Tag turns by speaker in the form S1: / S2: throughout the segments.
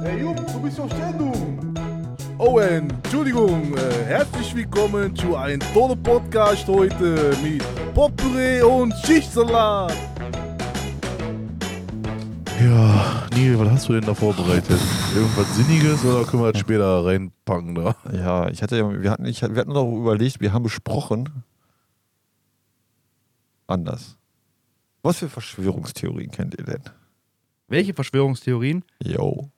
S1: Rejup, du bist auf Sendung. Oh, Entschuldigung, äh, herzlich willkommen zu einem tollen Podcast heute mit Potpourri und Schichtsalat.
S2: Ja, Nil, was hast du denn da vorbereitet? Irgendwas Sinniges oder können wir das später reinpacken da?
S3: Ja, ich hatte ja, wir hatten, ich, wir hatten noch überlegt, wir haben besprochen. Anders. Was für Verschwörungstheorien kennt ihr denn?
S4: Welche Verschwörungstheorien?
S3: Yo.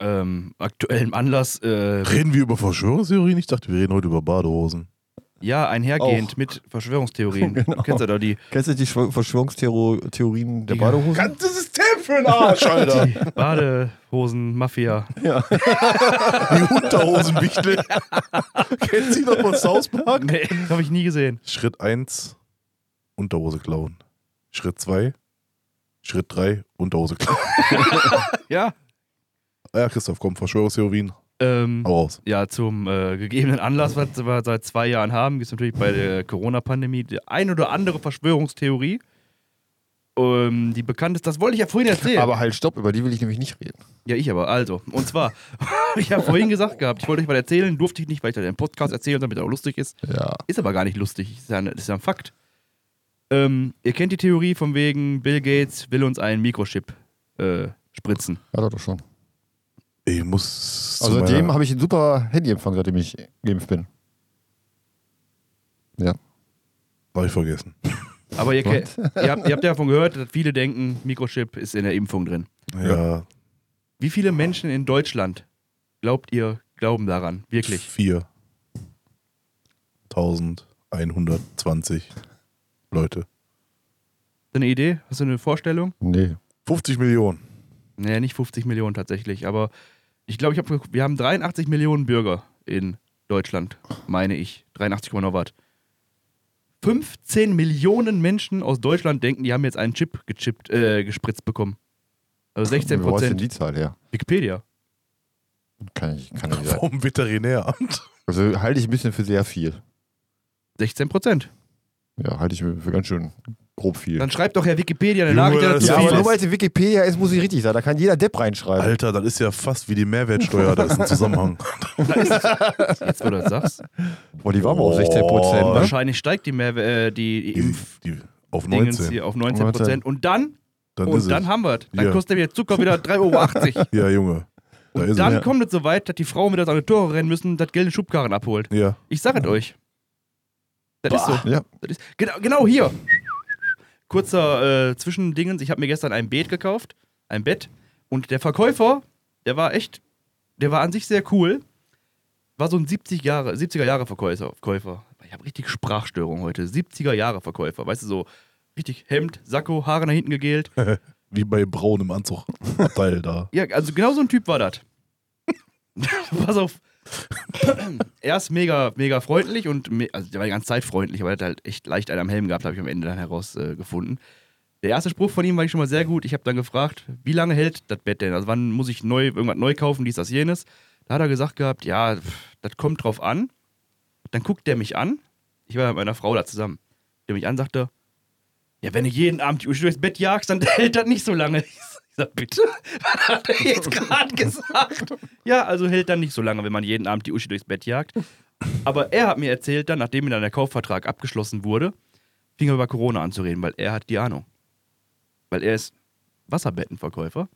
S4: Ähm, aktuellem Anlass, äh,
S2: Reden wir über Verschwörungstheorien? Ich dachte, wir reden heute über Badehosen.
S4: ja, einhergehend
S3: Auch.
S4: mit Verschwörungstheorien.
S3: Genau.
S4: Kennst du da die
S3: Kennst du die Schw- Verschwörungstheorien der
S4: Ja.
S3: Badehosen?
S1: Ganzes System für den Arsch, Alter.
S4: Badehosen-Mafia?
S3: Ja.
S2: Die Unterhosenwichtel. Kennst du die noch von South Park?
S4: Nee, habe ich nie gesehen.
S2: Schritt 1, Unterhose klauen. Schritt 2, Schritt 3, Unterhose klauen.
S4: Ja.
S2: Ah Ja, Christoph, komm, Verschwörungstheorien,
S4: Ähm,
S3: Oh.
S2: hau raus.
S4: ja, zum äh, gegebenen Anlass, was wir seit zwei Jahren haben, gibt es natürlich bei der Corona-Pandemie die ein oder andere Verschwörungstheorie, ähm, die bekannt ist. Das wollte ich ja vorhin erzählen.
S3: Aber halt, stopp, über die will ich nämlich nicht reden.
S4: Ja, ich aber. Also, und zwar, ich habe vorhin gesagt gehabt, ich wollte euch mal erzählen, durfte ich nicht, weil ich das im Podcast erzähle, damit er auch lustig ist.
S3: Ja.
S4: Ist aber gar nicht lustig, ist ja, ein- ist ja ein Fakt. Ähm, ihr kennt die Theorie von wegen, Bill Gates will uns einen Mikrochip äh, spritzen.
S3: Hat er doch schon.
S2: Ich muss. zu
S3: Also
S2: meiner-
S3: dem habe ich einen super Handyempfang, seitdem ich geimpft bin. Ja.
S2: Hab ich vergessen.
S4: Aber ihr, ke- ihr, habt, ihr habt davon gehört, dass viele denken, Mikrochip ist in der Impfung drin.
S2: Ja,
S4: Wie viele Menschen in Deutschland glaubt ihr, glauben daran? Wirklich?
S2: 4120 Leute.
S4: Hast du eine Idee? Hast du eine Vorstellung?
S3: Nee.
S2: 50 Millionen.
S4: Naja, nicht 50 Millionen tatsächlich, aber ich glaube, ich hab, geguckt, wir haben 83 Millionen Bürger in Deutschland, meine ich. 83, Komma noch was. 15 Millionen Menschen aus Deutschland denken, die haben jetzt einen Chip gechippt, äh, gespritzt bekommen. Also 16
S3: Wo ist denn
S4: Prozent.
S3: die Zahl her?
S4: Wikipedia.
S3: Kann ich, kann ich nicht sagen.
S2: Vom Veterinäramt.
S3: Also halte ich ein bisschen für sehr viel.
S4: 16 Prozent.
S3: Ja, halte ich mir für ganz schön grob viel.
S4: Dann schreibt doch Herr Wikipedia eine
S2: Junge,
S4: Nachricht
S2: das
S4: dazu.
S2: ist
S3: Ja,
S2: zu
S3: aber
S2: viel
S3: nur
S2: ist.
S3: weil es in Wikipedia ist, muss ich richtig sein. Da kann jeder Depp reinschreiben.
S2: Alter, das ist ja fast wie die Mehrwertsteuer, da ist ein Zusammenhang.
S4: Jetzt, wo du das sagst.
S3: Boah, die waren aber auf 16
S2: Oh.
S3: Prozent. Ne?
S4: Wahrscheinlich steigt die, Mehr äh, die
S2: Die,
S4: Impf.
S2: die, auf
S4: Dingens
S2: 19.
S4: hier auf 19 Prozent und dann,
S2: Dann ist
S4: und dann
S2: es.
S4: haben wir es. Dann
S2: Ja.
S4: kostet der Zucker wieder 3,80 Euro.
S2: Ja, Junge. Da
S4: Und
S2: ist
S4: dann
S2: es.
S4: kommt es so weit, dass die Frauen wieder an die Tore rennen müssen und das Geld in Schubkarren abholt.
S2: Ja.
S4: Ich sag es euch. Das ist so.
S3: Ja.
S4: Das ist, genau, genau hier. Kurzer äh, Zwischendingens. Ich habe mir gestern ein Bett gekauft. Ein Bett. Und der Verkäufer, der war echt, der war an sich sehr cool. War so ein 70 Jahre, 70er Jahre Verkäufer. Verkäufer. Ich habe richtig Sprachstörung heute. 70er Jahre Verkäufer. Weißt du, so richtig Hemd, Sakko, Haare nach hinten gegelt.
S2: Wie bei Braun im Anzug. Abteil da.
S4: Ja, also genau so ein Typ war das. Pass auf. er ist mega, mega freundlich und me also der war die ganze Zeit freundlich, aber er hat halt echt leicht einen am Helm gehabt, habe ich am Ende dann herausgefunden. Äh, gefunden. der erste Spruch von ihm war ich schon mal sehr gut. Ich habe dann gefragt, wie lange hält das Bett denn? Also wann muss ich neu, irgendwas neu kaufen, dies, das, jenes? Da hat er gesagt gehabt, ja, pff, das kommt drauf an. Dann guckt der mich an. Ich war mit meiner Frau da zusammen. Der mich an sagte, ja, wenn du jeden Abend die Uhr durchs Bett jagst, dann hält das nicht so lange. Ich sag, bitte? Was hat er jetzt gerade gesagt? Ja, also hält dann nicht so lange, wenn man jeden Abend die Uschi durchs Bett jagt. Aber er hat mir erzählt dann, nachdem mir dann der Kaufvertrag abgeschlossen wurde, fing er über Corona an zu reden, weil er hat die Ahnung. Weil er ist Wasserbettenverkäufer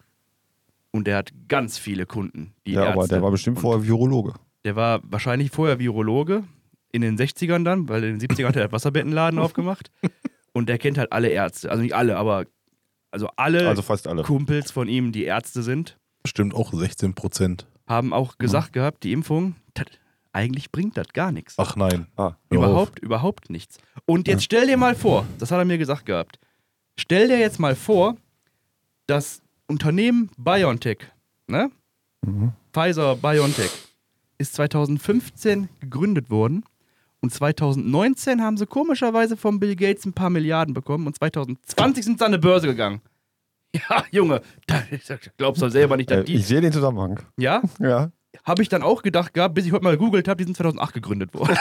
S4: und er hat ganz viele Kunden, die
S3: Ja,
S4: Ärzte
S3: aber der war bestimmt
S4: und
S3: vorher Virologe.
S4: der war wahrscheinlich vorher Virologe, in den 60ern dann, weil in den 70ern hat er einen Wasserbettenladen aufgemacht. Und der kennt halt alle Ärzte. Also nicht alle, aber also alle
S3: Also fast alle.
S4: Kumpels von ihm, die Ärzte sind,
S2: Stimmt auch 16 Prozent.
S4: haben auch gesagt gehabt, die Impfung, dat, eigentlich bringt das gar nichts.
S2: Ach nein.
S3: Ah,
S2: Hör auf.
S4: Überhaupt, überhaupt nichts. Und jetzt stell dir mal vor, das hat er mir gesagt gehabt, stell dir jetzt mal vor, das Unternehmen BioNTech, ne?
S3: Mhm.
S4: Pfizer BioNTech, ist 2015 gegründet worden und 2019 haben sie komischerweise von Bill Gates ein paar Milliarden bekommen und 2020 sind sie an eine Börse gegangen. Ja, Junge, da glaubst du selber nicht,
S3: äh,
S4: dass die.
S3: ich sehe den Zusammenhang.
S4: Ja,
S3: Ja.
S4: habe ich dann auch gedacht gehabt, bis ich heute mal gegoogelt habe, die sind 2008 gegründet worden.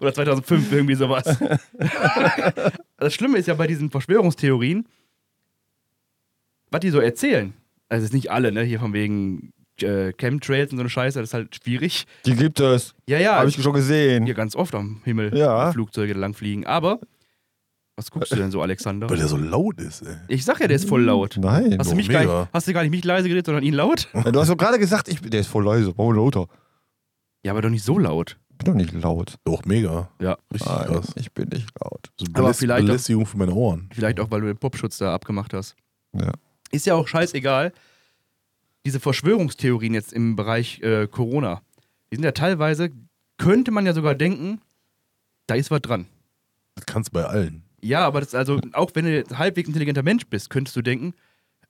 S4: Oder 2005, irgendwie sowas. Das Schlimme ist ja bei diesen Verschwörungstheorien, was die so erzählen. also es ist nicht alle, ne? Hier von wegen äh, Chemtrails und so eine Scheiße, das ist halt schwierig.
S3: Die gibt es.
S4: Ja, ja,
S3: Habe Ah, ich schon
S4: hier
S3: gesehen.
S4: ganz oft am Himmel
S3: Ja.
S4: Flugzeuge lang fliegen. Aber was guckst du denn so, Alexander?
S2: Weil der so laut ist, ey.
S4: Ich sag ja, der ist voll laut.
S3: Nein.
S4: Hast
S2: Oh,
S4: du, mich gar
S2: mega.
S4: nicht, hast du gar nicht mich leise geredet, sondern ihn laut?
S3: Ja, Du hast doch gerade gesagt, ich bin. Der ist voll leise. Warum lauter?
S4: Ja, aber doch nicht so laut.
S3: Ich bin doch nicht laut.
S2: Doch, mega.
S4: Ja.
S2: Richtig
S3: Nein,
S2: krass.
S3: ich bin nicht laut.
S2: So
S4: Aber
S2: Beläst
S4: vielleicht-
S2: Belästigung für meine Ohren.
S4: Vielleicht auch, weil du den Popschutz da abgemacht hast.
S3: Ja.
S4: Ist ja auch scheißegal. Diese Verschwörungstheorien jetzt im Bereich äh, Corona, die sind ja teilweise, könnte man ja sogar denken, da ist was dran.
S2: Das kannst du bei allen.
S4: Ja, aber das also, auch wenn du jetzt halbwegs intelligenter Mensch bist, könntest du denken,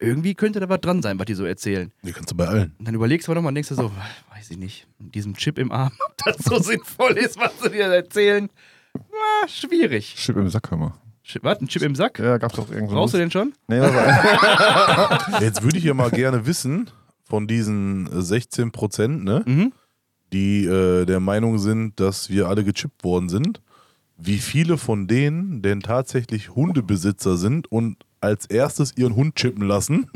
S4: irgendwie könnte da was dran sein, was die so erzählen.
S2: Das kannst du bei allen.
S4: Und dann überlegst du aber nochmal und denkst dir so, weiß ich nicht, mit diesem Chip im Arm, ob das so sinnvoll ist, was sie dir erzählen. Ah, schwierig.
S3: Chip im Sack, hör mal.
S4: Sch- Was, ein Chip im Sack?
S3: Ja, gab's doch irgendwo.
S4: Brauchst du den schon?
S3: Nee, das war
S2: Jetzt würde ich ja mal gerne wissen, von diesen äh, 16 Prozent, ne,
S4: Mhm.
S2: die äh, der Meinung sind, dass wir alle gechippt worden sind, wie viele von denen denn tatsächlich Hundebesitzer sind und als erstes ihren Hund chippen lassen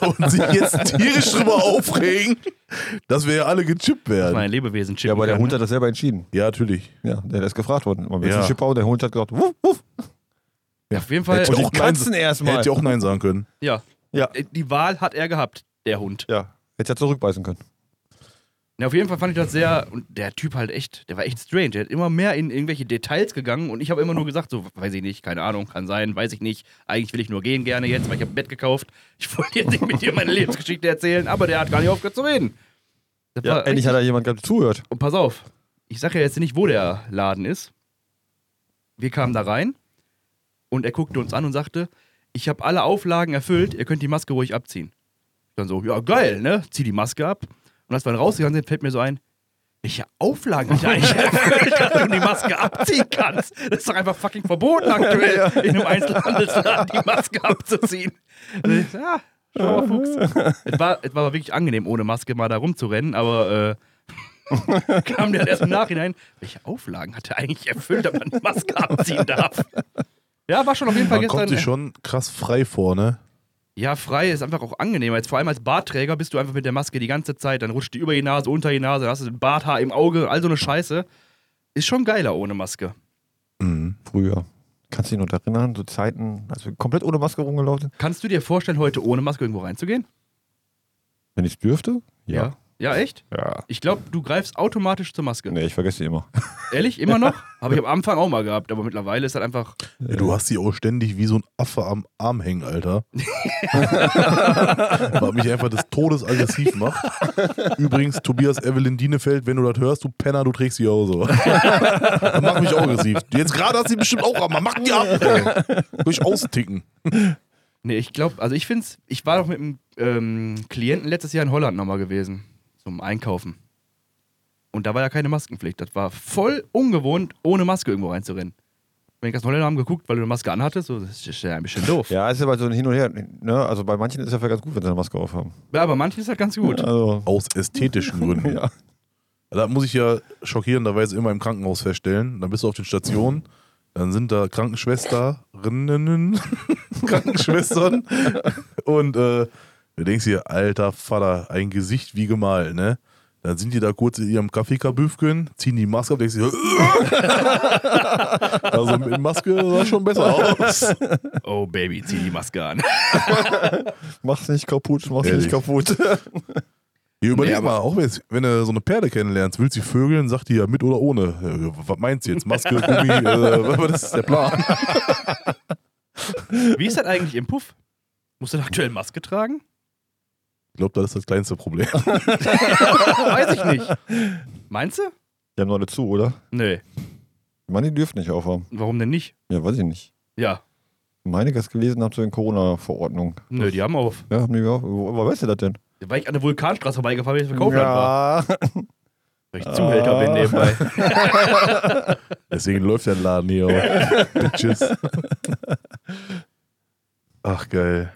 S2: und sich jetzt tierisch drüber aufregen, dass wir ja alle gechippt
S4: Das
S2: werden.
S4: war ein Lebewesen, Chip.
S3: ja, aber der Hund hat das selber entschieden.
S2: ja, natürlich.
S3: Ja, der ist gefragt worden. Man will
S2: Ja.
S3: ja. Chip bauen. Der Hund hat gesagt, wuff, wuff.
S4: Ja, auf jeden Fall.
S2: Hätte
S3: Und
S2: auch
S3: die
S2: keinen-
S3: Katzen erstmal.
S2: Hätte ich auch Nein sagen können.
S4: Ja.
S3: Ja.
S4: Äh, Die Wahl hat er gehabt, der Hund.
S3: Ja. Hätte er zurückbeißen können.
S4: Ja, auf jeden Fall fand ich das sehr. Und der Typ halt echt, der war echt strange. Der hat immer mehr in irgendwelche Details gegangen und ich habe immer nur gesagt, so, weiß ich nicht, keine Ahnung, kann sein, weiß ich nicht. Eigentlich will ich nur gehen gerne jetzt, weil ich habe ein Bett gekauft. Ich wollte jetzt nicht mit dir meine Lebensgeschichte erzählen, aber der hat gar nicht aufgehört zu reden. Das
S3: Ja,
S4: war
S3: endlich hat da jemand gerade zuhört.
S4: Und pass auf, ich sage ja jetzt nicht, wo der Laden ist. Wir kamen da rein und er guckte uns an und sagte, ich habe alle Auflagen erfüllt, ihr könnt die Maske ruhig abziehen. Dann so, ja geil, ne? Zieh die Maske ab. Und als wir dann rausgegangen sind, fällt mir so ein, welche Auflagen hab ich eigentlich erfüllt, dass du die Maske abziehen kannst? Das ist doch einfach fucking verboten aktuell, in einem Einzelhandelsladen die Maske abzuziehen. Also ich, ja, schau mal, Fuchs. Es war, es war wirklich angenehm, ohne Maske mal da rumzurennen, aber äh, kam der erst im Nachhinein, welche Auflagen hat er eigentlich erfüllt, dass man die Maske abziehen darf? Ja, war schon auf jeden Fall
S2: Man kommt sich
S4: gestern.
S2: schon krass frei vor, ne?
S4: Ja, frei ist einfach auch angenehmer. Jetzt vor allem als Bartträger bist du einfach mit der Maske die ganze Zeit, dann rutscht die über die Nase, unter die Nase, dann hast du ein Barthaar im Auge, all so eine Scheiße. Ist schon geiler ohne Maske.
S2: Mhm.
S3: Früher. Kannst du dich noch erinnern? So Zeiten, als wir komplett ohne Maske rumgelaufen sind?
S4: Kannst du dir vorstellen, heute ohne Maske irgendwo reinzugehen?
S3: Wenn ich dürfte?
S4: Ja, echt?
S3: Ja.
S4: Ich glaube, du greifst automatisch zur Maske.
S3: Nee, ich vergesse die immer.
S4: Ehrlich? Immer noch? Habe ich am Anfang auch mal gehabt, aber mittlerweile ist das einfach.
S2: Ja, du hast die auch ständig wie so ein Affe am Arm hängen, Alter. Was mich einfach des Todes aggressiv macht. Übrigens, Tobias Evelyn Dienefeld, wenn du das hörst, du Penner, du trägst die auch so. Das macht mich auch aggressiv. Jetzt gerade hast du die bestimmt auch am Arm. Mach die ab, ey. Durch austicken.
S4: Nee, ich glaube, also ich finde es, ich war doch mit einem ähm, Klienten letztes Jahr in Holland nochmal gewesen, zum Einkaufen. Und da war ja keine Maskenpflicht. Das war voll ungewohnt, ohne Maske irgendwo reinzurennen. Wenn ich das Holländer haben geguckt, weil du eine Maske anhattest, so, das ist ja ein bisschen doof. Ja.
S3: Ja, ist aber so ein Hin und Her. Ne? Also bei manchen ist ja vielleicht ganz gut, wenn sie eine Maske aufhaben.
S4: aber manchen ist das ganz gut.
S3: Also,
S2: Aus ästhetischen Gründen.
S3: ja.
S2: Da muss ich ja schockierenderweise immer im Krankenhaus feststellen. Dann bist du auf den Stationen, dann sind da Krankenschwesterinnen, Krankenschwestern und äh, du denkst dir, alter Vater, ein Gesicht wie gemalt, ne? Dann sind die da kurz in ihrem Kaffeekabüfken, ziehen die Maske ab, denkst dir, also mit Maske sah schon besser aus.
S4: Oh Baby, zieh die Maske an.
S3: Mach's nicht kaputt, mach's
S2: Ehrlich.
S3: nicht kaputt.
S2: Ja, überleg
S4: Nee, aber-
S2: mal, auch wenn- wenn du so eine Perle kennenlernst, willst du sie vögeln, sagt die ja mit oder ohne. Äh, Was meinst du jetzt? Maske, Gummi, äh, was ist der Plan?
S4: Wie ist das eigentlich im Puff? Musst du da aktuell Maske tragen?
S2: Ich glaube, das ist das kleinste Problem.
S4: Weiß ich nicht. Meinst du?
S3: Die haben noch eine zu, oder?
S4: Nee.
S3: Manche dürfen nicht aufhaben.
S4: Warum denn nicht?
S3: Ja, weiß ich nicht.
S4: Ja.
S3: Meine das gelesen haben zu den Corona-Verordnungen.
S4: Nö, die haben auf.
S3: Ja, haben die auch. Wo, wo weißt du das denn?
S4: Weil ich an der Vulkanstraße vorbeigefahren bin, ich Kaufland war. Weil ich Zuhälter
S3: Ah.
S4: bin nebenbei.
S2: Deswegen läuft der Laden hier auch. Bitches. Ach, geil.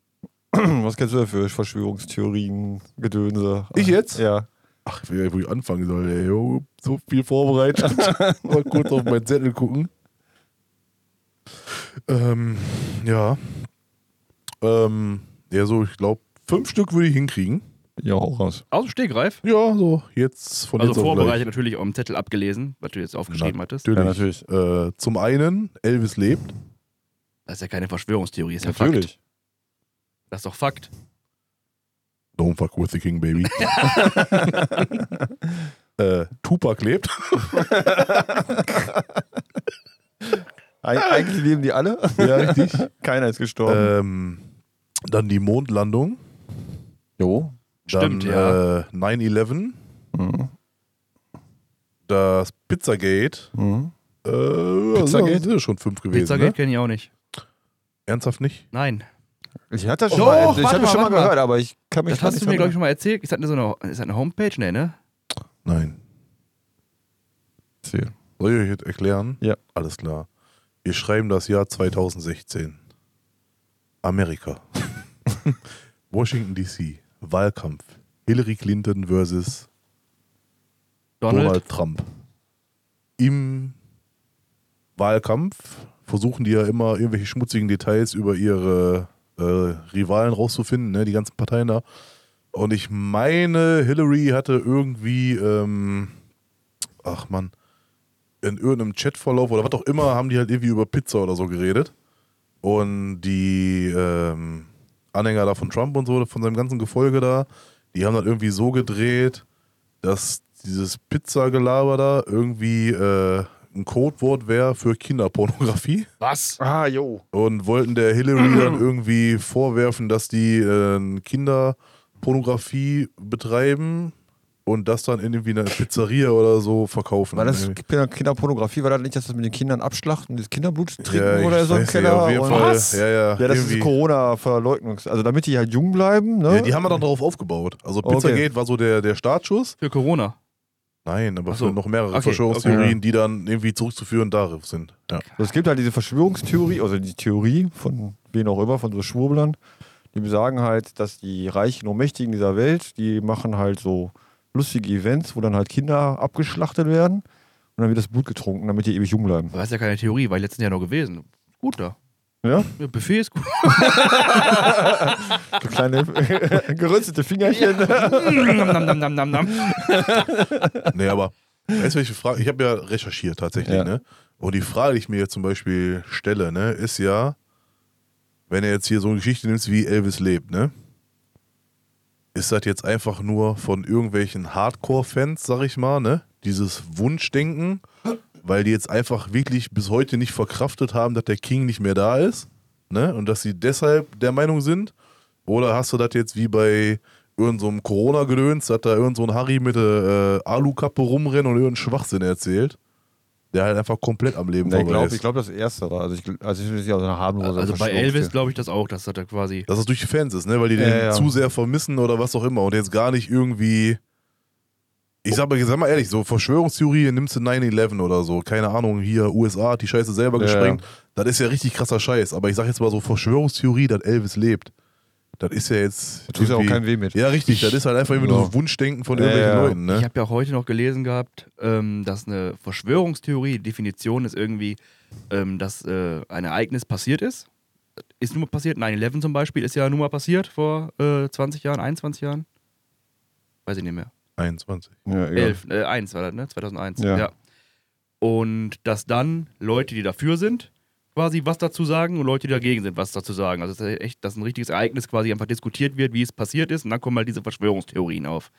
S3: Was kennst du da für Verschwörungstheorien, Gedönse?
S2: Ich jetzt?
S3: Ja.
S2: Ach, ich weiß nicht, wo ich anfangen soll. Ey. Jo, So viel vorbereitet. Mal kurz auf meinen Zettel gucken. Ähm, ja. Ähm, Ja, so, ich glaube, fünf Stück würde ich hinkriegen.
S3: Ja, auch raus.
S4: Aus dem Stegreif.
S2: Ja, so, jetzt von
S4: Also
S2: jetzt auf gleich.
S4: vorbereitet natürlich auch im Zettel abgelesen, was du jetzt aufgeschrieben hattest.
S2: Natürlich.
S3: Ja, natürlich.
S2: Äh, zum einen, Elvis lebt.
S4: Das ist ja keine Verschwörungstheorie, ist ja Fakt.
S3: Natürlich.
S4: Das ist doch Fakt.
S2: Don't fuck with the king, baby. äh, Tupac lebt.
S3: Eig eigentlich leben die alle.
S2: Ja, richtig.
S3: Keiner ist gestorben.
S2: ähm, dann die Mondlandung.
S3: jo.
S2: Dann
S4: Stimmt, ja.
S2: äh, 9-11.
S3: Mhm.
S2: Das Pizzagate.
S3: Mhm.
S2: Äh, also,
S3: Pizzagate?
S2: das sind schon fünf gewesen.
S4: Pizzagate
S2: Ne?
S4: kenne ich auch nicht.
S2: Ernsthaft nicht?
S4: Nein.
S3: Ich hatte das
S4: Doch,
S3: schon mal,
S4: warte
S3: ich hatte
S4: mal,
S3: schon mal
S4: warte mal.
S3: gehört, aber ich kann mich
S4: Das
S3: gar
S4: hast
S3: nicht
S4: du mir,
S3: dran
S4: glaube ich, schon mal erzählt. Ist das, so eine, ist das eine Homepage? Nee, ne?
S2: Nein.
S3: erzählen.
S2: Soll ich euch jetzt erklären?
S3: Ja.
S2: Alles klar. Wir schreiben das Jahr 2016. Amerika. Washington DC. Wahlkampf. Hillary Clinton versus
S4: Donald?
S2: Donald Trump. Im Wahlkampf versuchen die ja immer irgendwelche schmutzigen Details über ihre äh, Rivalen rauszufinden, ne? die ganzen Parteien da. Und ich meine, Hillary hatte irgendwie, ähm, ach man, in irgendeinem Chatverlauf oder was auch immer, haben die halt irgendwie über Pizza oder so geredet. Und die ähm, Anhänger da von Trump und so, von seinem ganzen Gefolge da, die haben das irgendwie so gedreht, dass dieses Pizzagelaber da irgendwie äh, ein Codewort wäre für Kinderpornografie
S4: Was?
S3: Ah, jo.
S2: und wollten der Hillary dann
S3: Mhm.
S2: irgendwie vorwerfen, dass die äh, Kinderpornografie betreiben und das dann in irgendwie einer Pizzeria oder so verkaufen.
S3: War das
S2: Irgendwie.
S3: Kinderpornografie? War das nicht, dass das mit den Kindern abschlachten und das Kinderblut trinken
S2: Ja,
S3: oder
S2: ich
S3: so ein
S2: weiß nicht,
S3: Keller?
S2: auf jeden
S3: und-
S2: Fall. Ja, ja,
S3: ja, das
S2: irgendwie.
S3: ist Corona-Verleugnungs. Also damit die halt jung bleiben, ne?
S2: Ja, die haben wir dann darauf aufgebaut. Also
S3: Okay.
S2: Pizzagate war so der, der Startschuss.
S4: Für Corona.
S2: Nein, aber
S4: Ach so.
S2: für noch mehrere
S4: Okay,
S2: Verschwörungstheorien,
S3: okay.
S2: die dann irgendwie zurückzuführen darauf sind. Ja.
S3: Also es gibt halt diese Verschwörungstheorie, also die Theorie von wen auch immer, von so Schwurblern, die sagen halt, dass die Reichen und Mächtigen dieser Welt, die machen halt so lustige Events, wo dann halt Kinder abgeschlachtet werden und dann wird das Blut getrunken, damit die ewig jung bleiben.
S4: Aber das ist ja keine Theorie, war ich letzten Jahr noch gewesen. Gut da.
S3: Ja?
S4: Ja, Buffet ist gut.
S3: So kleine geröstete Fingerchen.
S4: nam, nam, nam, nam, nam, nam.
S2: Nee, aber weißt du, welche Frage? Ich habe ja recherchiert tatsächlich,
S3: Ja.
S2: ne? Und die Frage, die ich mir jetzt zum Beispiel stelle, ne, ist ja, wenn er jetzt hier so eine Geschichte nimmst, wie Elvis lebt, ne? Ist das jetzt einfach nur von irgendwelchen Hardcore-Fans, sag ich mal, ne? Dieses Wunschdenken, weil die jetzt einfach wirklich bis heute nicht verkraftet haben, dass der King nicht mehr da ist, ne? Und dass sie deshalb der Meinung sind? Oder hast du das jetzt wie bei irgendeinem so Corona-Gedöns, dass da irgend so ein Harry mit der äh, Alukappe rumrennt und irgendeinen Schwachsinn erzählt, der halt einfach komplett am Leben
S3: Nee, ich
S2: vorbei
S3: glaube,
S2: ist?
S3: ich glaub, das erste war. Also ich, gl- also ich will ja so eine harmlose
S4: Also bei
S3: Verschwörungstheorie.
S4: Elvis glaube ich das auch, dass das da quasi.
S2: Dass es durch die Fans ist, ne? Weil die den
S3: Ja, ja.
S2: zu sehr vermissen oder was auch immer und jetzt gar nicht irgendwie. Ich sag mal, sag mal ehrlich, so Verschwörungstheorie, nimmst du 9-11 oder so, keine Ahnung, hier USA hat die Scheiße selber
S3: Ja,
S2: gesprengt. Das ist ja richtig krasser Scheiß. Aber ich sag jetzt mal so Verschwörungstheorie, dass Elvis lebt. Das ist ja jetzt.
S3: Da tut ja auch
S2: irgendwie-
S3: kein Weh mit.
S2: Ja, richtig. Das ist halt einfach immer nur so
S3: Ja.
S2: Wunschdenken von
S3: Ja,
S2: irgendwelchen
S3: ja.
S2: Leuten,
S4: Ich
S2: ne?
S4: habe ja heute noch gelesen gehabt, ähm, dass eine Verschwörungstheorie, die Definition ist irgendwie, ähm, dass äh, ein Ereignis passiert ist. Ist nun mal passiert. 9-11 zum Beispiel ist ja nun mal passiert vor äh, 20 Jahren, 21 Jahren. Weiß ich nicht mehr.
S2: 21.
S3: Ja, egal.
S4: 11, äh, 1 war das, ne? 2001. Ja.
S3: Ja.
S4: Und dass dann Leute, die dafür sind, quasi was dazu sagen und Leute, die dagegen sind, was dazu sagen. Also, das ist echt, dass ein richtiges Ereignis quasi einfach diskutiert wird, wie es passiert ist und dann kommen halt diese Verschwörungstheorien auf.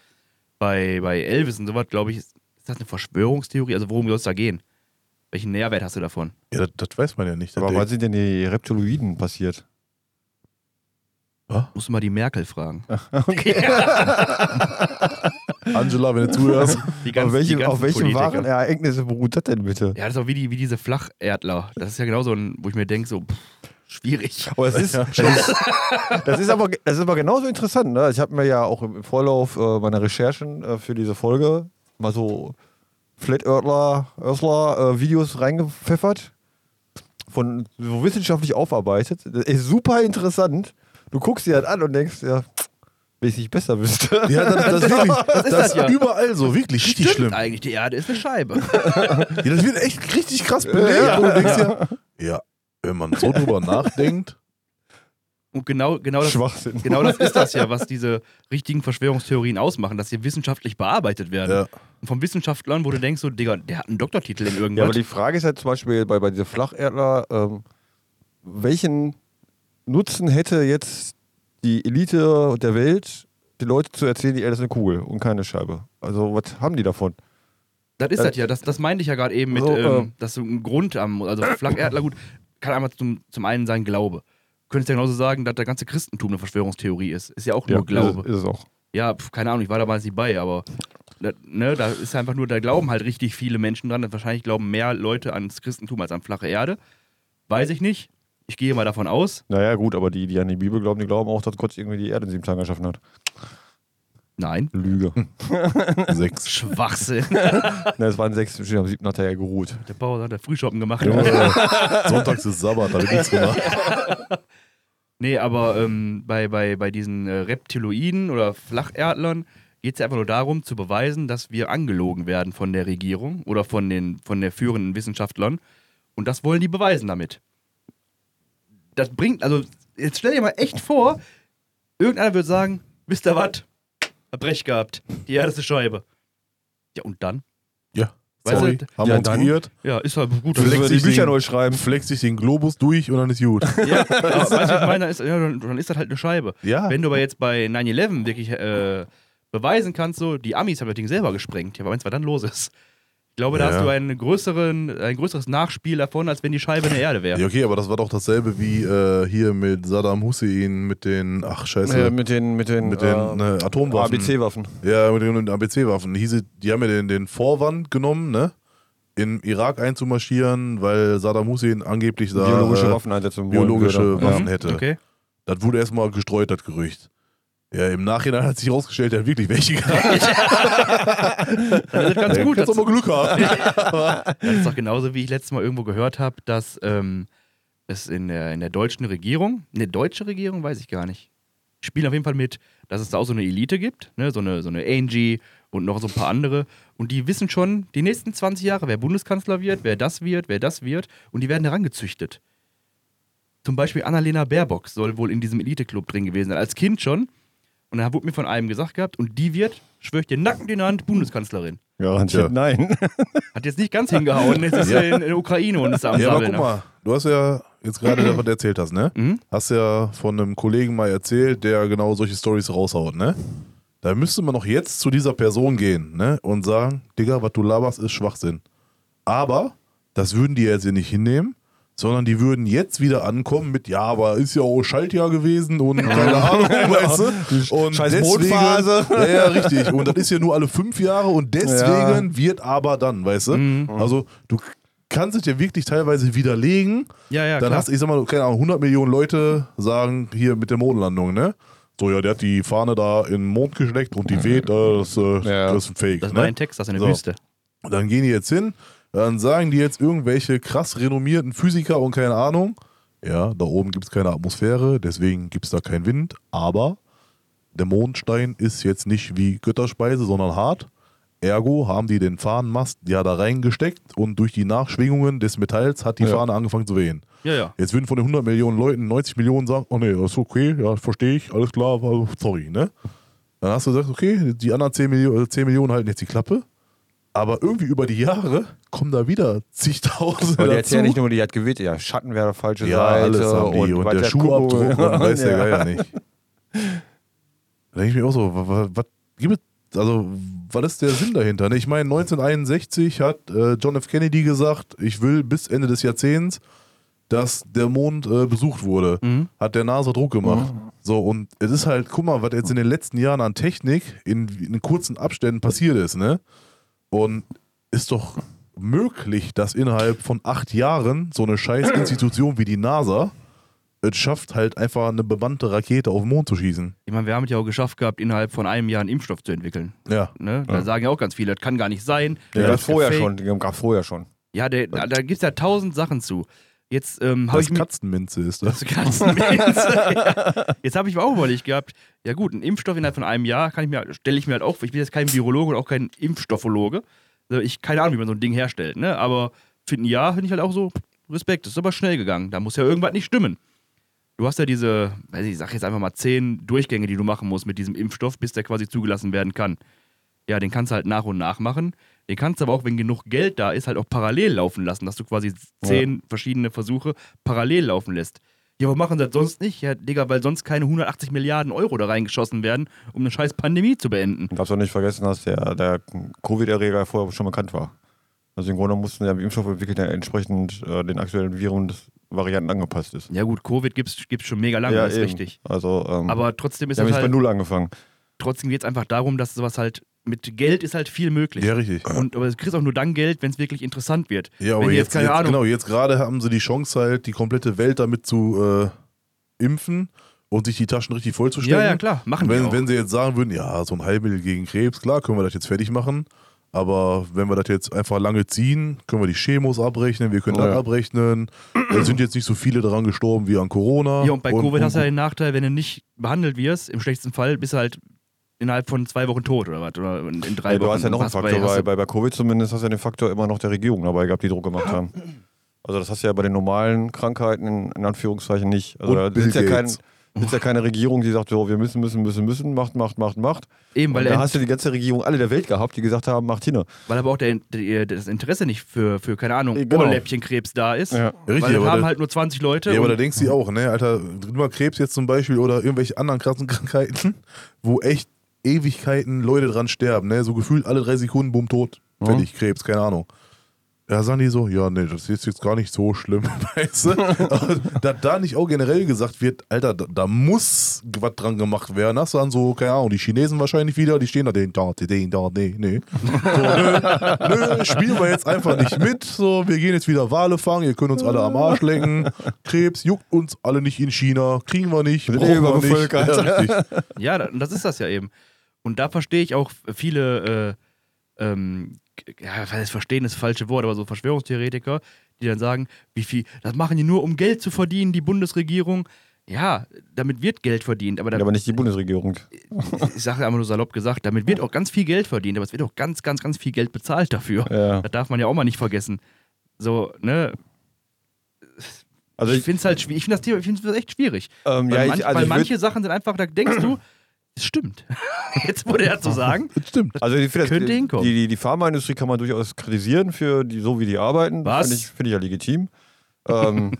S4: Bei, bei Elvis und sowas, glaube ich, ist, ist das eine Verschwörungstheorie? Also, worum soll es da gehen? Welchen Nährwert hast du davon?
S2: Ja, das, das weiß man ja nicht.
S3: Aber
S2: Der-
S3: was sind denn die Reptiloiden passiert?
S4: Musst du mal die Merkel fragen.
S2: Angela, wenn du zuhörst.
S4: Die ganzen-
S3: Auf,
S4: die
S3: welchen,
S4: ganzen
S3: auf welchen
S4: Politiker.
S3: wahren Ereignissen beruht das denn bitte?
S4: Ja, das ist auch wie, die, wie diese Flacherdler. Das ist ja genau so ein, wo ich mir denke, so, pff, schwierig.
S3: Aber es ist, das, ist, das, ist aber, das ist aber genauso interessant. Ne? Ich habe mir ja auch im Vorlauf äh, meiner Recherchen äh, für diese Folge mal so flat earthler äh, videos reingepfeffert. Von so wissenschaftlich aufarbeitet. Das ist super interessant. Du guckst dir das an und denkst, ja, wenn ich es nicht besser wüsste.
S2: Ja, das, das, ist wirklich, das,
S4: das
S2: ist
S4: ja.
S2: überall so, wirklich richtig
S4: Stimmt
S2: schlimm.
S4: eigentlich, die Erde ist eine Scheibe.
S2: Ja, das wird echt richtig krass belegt. Ja, ja. ja, wenn man so drüber nachdenkt,
S4: Und genau, genau, das,
S3: Schwachsinn.
S4: genau das ist das ja, was diese richtigen Verschwörungstheorien ausmachen, dass sie wissenschaftlich bearbeitet werden.
S2: Ja.
S4: Und von Wissenschaftlern, wo du denkst, so, Digga, der hat einen Doktortitel in
S3: Ja, aber
S4: irgendwas.
S3: die Frage ist halt zum Beispiel bei, bei dieser Flacherdler, ähm, welchen Nutzen hätte jetzt die Elite der Welt, die Leute zu erzählen, die Erde ist eine Kugel und keine Scheibe? Also, was haben die davon?
S4: das ist das ja, das, das meinte ich ja gerade eben mit,
S3: So,
S4: ähm,
S3: ähm,
S4: dass du einen Grund am, also Flacherdler, gut, kann einmal zum, zum einen sein Glaube. Könntest ja genauso sagen, dass der ganze Christentum eine Verschwörungstheorie ist. Ist ja auch nur Glaube.
S3: Ist, es- ist es auch.
S4: ja, pf, keine Ahnung, ich war damals nicht bei, aber da, ne, da ist einfach nur, da glauben halt richtig viele Menschen dran. Wahrscheinlich glauben mehr Leute ans Christentum als an flache Erde. Weiß ich nicht. Ich gehe mal davon aus.
S3: Naja, gut, aber die, die an die Bibel glauben, die glauben auch, dass Gott irgendwie die Erde in sieben Tagen geschaffen hat.
S4: Nein.
S3: Lüge.
S2: Sechs.
S4: Schwachsinn.
S3: Na, es waren sechs, bestimmt am siebten hat er ja geruht.
S4: der Bauer hat der Frühschoppen gemacht.
S2: Sonntags ist Sabbat, da wird nichts gemacht.
S4: Nee, aber ähm, bei, bei, bei diesen äh, Reptiloiden oder Flacherdlern geht es ja einfach nur darum, zu beweisen, dass wir angelogen werden von der Regierung oder von den von der führenden Wissenschaftlern. Und das wollen die beweisen damit. Das bringt, also, jetzt stell dir mal echt vor, irgendeiner würde sagen: Wisst ihr was? Hab recht gehabt. Die Erde ist eine Scheibe. Ja, und dann?
S2: Ja.
S4: Weißt
S2: Sorry,
S4: du,
S2: haben
S3: ja,
S2: wir uns
S3: dann-
S2: geirrt.
S4: Ja, ist halt gut.
S3: Müssen wir
S2: Flex
S3: die
S2: ich
S3: Bücher
S2: den-
S3: neu schreiben.
S2: Flex dich den Globus durch und dann ist gut.
S4: Ja, aber weißt du, was ich meine, Dann ist, ja, dann, dann ist das halt eine Scheibe.
S2: Ja.
S4: Wenn du aber jetzt bei 9-11 wirklich äh, beweisen kannst, so, die Amis haben das Ding selber gesprengt, ja, aber meinst du, was dann los ist? Ich glaube, da
S2: Ja.
S4: hast du einen größeren, ein größeres Nachspiel davon, als wenn die Scheibe eine Erde wäre.
S2: Ja, okay, aber das war doch dasselbe wie äh, hier mit Saddam Hussein, mit den, ach scheiße,
S3: Äh, mit den, mit den,
S2: mit den
S3: äh,
S2: ne, Atomwaffen.
S3: ABC-Waffen.
S2: Ja, mit den ABC-Waffen. Hieß es, Die haben ja den, den Vorwand genommen, ne? In Irak einzumarschieren, weil Saddam Hussein angeblich da
S3: Biologische
S2: äh,
S3: Waffen einsetzen wollen
S2: biologische
S3: würde.
S2: Waffen
S3: Ja.
S2: hätte.
S4: Hm? Okay.
S2: Das wurde erstmal gestreut, das Gerücht. Ja, im Nachhinein hat sich herausgestellt, der hat wirklich welche gehabt.
S4: Dann ist das ganz gut.
S2: Kannst doch
S4: Das,
S2: mal Glück haben.
S4: das ist doch genauso, wie ich letztes Mal irgendwo gehört habe, dass ähm, es in der, in der deutschen Regierung, eine deutsche Regierung, weiß ich gar nicht, spielen auf jeden Fall mit, dass es da auch so eine Elite gibt, ne? so, eine, so eine Angie und noch so ein paar andere. Und die wissen schon, die nächsten 20 Jahre, wer Bundeskanzler wird, wer das wird, wer das wird. Und die werden herangezüchtet. Zum Beispiel Annalena Baerbock soll wohl in diesem Elite-Club drin gewesen sein, als Kind schon. Und da wurde mir von einem gesagt gehabt, und die wird, schwör ich dir, nackend in der Hand, Bundeskanzlerin.
S3: Garantiert
S2: Ja.
S3: nein.
S4: Hat jetzt nicht ganz hingehauen, jetzt ist
S2: Ja.
S4: er in, in der Ukraine und ist am
S2: Ja, aber
S4: Sabbeln.
S2: guck mal, du hast ja jetzt gerade davon erzählt hast, ne?
S4: Mhm.
S2: Hast ja von einem Kollegen mal erzählt, der genau solche Stories raushaut, ne? Da müsste man noch jetzt zu dieser Person gehen, ne? Und sagen, Digga, was du laberst, ist Schwachsinn. Aber das würden die jetzt hier nicht hinnehmen, sondern die würden jetzt wieder ankommen mit, ja, aber ist ja auch Schaltjahr gewesen und keine Ahnung, weißt du? Und
S3: Scheiß
S2: deswegen-
S3: Mondphase.
S2: Ja, ja, richtig. Und das ist ja nur alle fünf Jahre und deswegen wird aber dann, weißt du?
S4: Mhm.
S2: Also du kannst es ja wirklich teilweise widerlegen.
S4: Ja, ja,
S2: dann
S4: klar.
S2: hast du, ich sag mal, keine Ahnung, 100 Millionen Leute sagen hier mit der Mondlandung, ne? So, ja, der hat die Fahne da in den Mond geschleckt und
S4: Mhm.
S2: die weht, äh, das, äh,
S3: Ja.
S2: das ist ein Fake.
S4: Das
S2: ne?
S4: war in Texas, in der
S2: So.
S4: Wüste.
S2: Und dann gehen die jetzt hin, dann sagen die jetzt irgendwelche krass renommierten Physiker und keine Ahnung. Ja, da oben gibt es keine Atmosphäre, deswegen gibt es da keinen Wind, aber der Mondstein ist jetzt nicht wie Götterspeise, sondern hart. Ergo haben die den Fahnenmast ja da reingesteckt und durch die Nachschwingungen des Metalls hat die
S3: Ja.
S2: Fahne angefangen zu wehen.
S4: Ja, ja.
S2: Jetzt würden von den 100 Millionen Leuten 90 Millionen sagen, oh nee, ist okay, ja, verstehe ich, alles klar, war- sorry, ne? Dann hast du gesagt, okay, die anderen 10 Millionen, 10 Millionen halten jetzt die Klappe, aber irgendwie über die Jahre kommen da wieder zigtausende
S3: Und
S2: dazu.
S3: die erzählen nicht nur, die hat gewählt, ja, Schatten wäre der falsche
S2: ja,
S3: Seite.
S2: alles haben die und,
S3: was
S2: der Schuhabdruck
S3: Kuckuck-
S2: und weiß der
S3: Ja.
S2: Geier nicht. Da denke ich mir auch so, was, was gibt es, also, was ist der Sinn dahinter? ne? Ich meine, 1961 hat äh, John F. Kennedy gesagt, ich will bis Ende des Jahrzehnts dass der Mond äh, besucht wurde,
S3: Mhm.
S2: hat der NASA Druck gemacht. So, und es ist halt, guck mal, was jetzt in den letzten Jahren an Technik in, in kurzen Abständen passiert ist, ne? Und ist doch möglich, dass innerhalb von acht Jahren so eine scheiß Institution wie die NASA es schafft, halt einfach eine bemannte Rakete auf den Mond zu schießen.
S4: Ich meine, wir haben es ja auch geschafft gehabt, innerhalb von einem Jahr einen Impfstoff zu entwickeln.
S2: Ja.
S4: Ne? Da sagen ja auch ganz viele, das kann gar nicht sein.
S3: Ja,
S4: das
S3: das
S4: ist
S3: vorher
S4: gefaked.
S3: schon, die gab vorher schon.
S4: Ja, der, da, da gibt es ja tausend Sachen zu. Jetzt ähm, habe
S2: Das
S4: ich mir-
S2: Katzenminze ist das.
S4: Das Katzenminze. Ja. Jetzt habe ich mir auch überlegt gehabt, ja gut, einen Impfstoff innerhalb von einem Jahr kann ich mir, stelle ich mir halt auf, ich bin jetzt kein Virologe und auch kein Impfstoffologe. Also ich keine Ahnung, wie man so ein Ding herstellt, ne? Aber für ein Jahr finde ich halt auch so, Respekt, das ist aber schnell gegangen. Da muss ja irgendwas nicht stimmen. du hast ja diese, weiß ich, ich sag jetzt einfach mal zehn Durchgänge, die du machen musst mit diesem Impfstoff, bis der quasi zugelassen werden kann. Ja, den kannst du halt nach und nach machen. Den kannst du aber auch, wenn genug Geld da ist, halt auch parallel laufen lassen, dass du quasi zehn verschiedene Versuche parallel laufen lässt. Ja, aber machen sie das sonst nicht? Ja, Digga, weil sonst keine 180 Milliarden Euro da reingeschossen werden, um eine scheiß Pandemie zu beenden.
S3: Und darfst auch nicht vergessen, dass der, der Covid-Erreger vorher schon bekannt war. Also im Grunde mussten ja Impfstoff entwickeln, der entsprechend äh, den aktuellen Virusvarianten angepasst ist.
S4: Ja gut, Covid gibt's, gibt's schon mega lange,
S3: ja,
S4: das ist
S3: eben.
S4: richtig.
S3: Also, ähm,
S4: Aber trotzdem ist
S3: wir haben
S4: es
S3: jetzt bei
S4: halt,
S3: Null angefangen.
S4: trotzdem geht es einfach darum, dass sowas halt mit Geld ist halt viel möglich.
S2: Ja, richtig.
S4: Und aber du kriegst auch nur dann Geld, wenn es wirklich interessant wird.
S2: Ja,
S4: wenn
S2: aber
S4: die
S2: jetzt,
S4: keine
S2: jetzt,
S4: Ahnung.
S2: genau, jetzt gerade haben sie die Chance halt, die komplette Welt damit zu äh, impfen und sich die Taschen richtig vollzustellen.
S4: Ja, ja, klar, machen
S2: wenn,
S4: die auch.
S2: Wenn sie jetzt sagen würden, ja, so ein Heilmittel gegen Krebs, klar, können wir das jetzt fertig machen. Aber wenn wir das jetzt einfach lange ziehen, können wir die Chemos abrechnen, wir können
S4: Oh
S3: Ja.
S2: das abrechnen. Es sind jetzt nicht so viele daran gestorben wie an Corona.
S4: Ja, und bei Covid hast du halt den Nachteil, wenn du nicht behandelt wirst, im schlechtesten Fall bist du halt innerhalb von zwei Wochen tot oder was? Oder in, in drei
S3: Ja,
S4: Wochen.
S3: du hast ja noch einen
S4: Was
S3: Faktor,
S4: bei- hast
S3: bei,
S4: du-
S3: bei, bei Covid zumindest hast du ja den Faktor immer noch der Regierung dabei gehabt, die Druck gemacht haben. Also das hast du ja bei den normalen Krankheiten in, in Anführungszeichen nicht. Also
S2: Und
S3: da
S2: Bill
S3: sitzt ja, kein,
S2: Gates.
S3: sitzt ja keine Regierung, die sagt, so, wir müssen, müssen, müssen, müssen, macht, macht, macht, macht.
S4: Eben, weil
S3: Und da
S4: er-
S3: hast du die ganze Regierung alle der Welt gehabt, die gesagt haben, macht hinne.
S4: weil aber auch der, der, das Interesse nicht für, für keine Ahnung,
S3: Ja, genau.
S4: Ohrläppchenkrebs da ist.
S3: Ja.
S2: Richtig,
S4: weil dann
S2: aber
S4: haben
S2: da-
S4: halt nur 20 Leute.
S2: Ja, aber
S4: und-
S2: da denkst du auch, ne, Alter, drüber Krebs jetzt zum Beispiel oder irgendwelche anderen krassen Krankheiten, wo echt Ewigkeiten Leute dran sterben, ne? So gefühlt alle drei Sekunden, bumm, tot. Fertig, Krebs, keine Ahnung. Da sagen die so, ja, nee, das ist jetzt gar nicht so schlimm, weißt du? Aber da, da nicht auch generell gesagt wird, Alter, da, da muss was dran gemacht werden. Hast du dann so, keine Ahnung, die Chinesen wahrscheinlich wieder, die stehen da, den, da, den, da, nee, nee. So, nö, nö, spielen wir jetzt einfach nicht mit. So, wir gehen jetzt wieder Wale fangen, ihr könnt uns alle am Arsch lecken. Krebs juckt uns alle nicht in China, kriegen wir nicht,
S3: Sind eh
S2: brauchen wir nicht.
S3: überbevölkert.
S2: Ja, richtig.
S4: Ja, da- das ist das ja eben. Und da verstehe ich auch viele, äh, ähm, k- ja, was heißt verstehen ist das falsche Wort, aber so Verschwörungstheoretiker, die dann sagen, wie viel, das machen die nur, um Geld zu verdienen, die Bundesregierung. Ja, damit wird Geld verdient, aber, da,
S3: Aber nicht die Bundesregierung.
S4: ich sage einfach nur salopp gesagt, damit wird auch ganz viel Geld verdient, aber es wird auch ganz, ganz, ganz viel Geld bezahlt dafür.
S3: Ja.
S4: Das darf man ja auch mal nicht vergessen. So, ne?
S3: Also
S4: ich
S3: ich,
S4: finde es halt schwierig. Ich finde das Thema ich find's echt schwierig.
S3: ähm,
S4: Weil,
S3: ja,
S4: manch,
S3: ich, also
S4: weil
S3: ich würd-
S4: manche Sachen sind einfach, da denkst du, es stimmt. Jetzt wurde er zu sagen.
S2: Stimmt.
S3: Also ich finde, das-
S4: Könnte
S3: die,
S4: hinkommen.
S3: die, die Pharmaindustrie kann man durchaus kritisieren für die, so wie die arbeiten.
S4: Was?
S3: Finde ich, find ich ja legitim. ähm,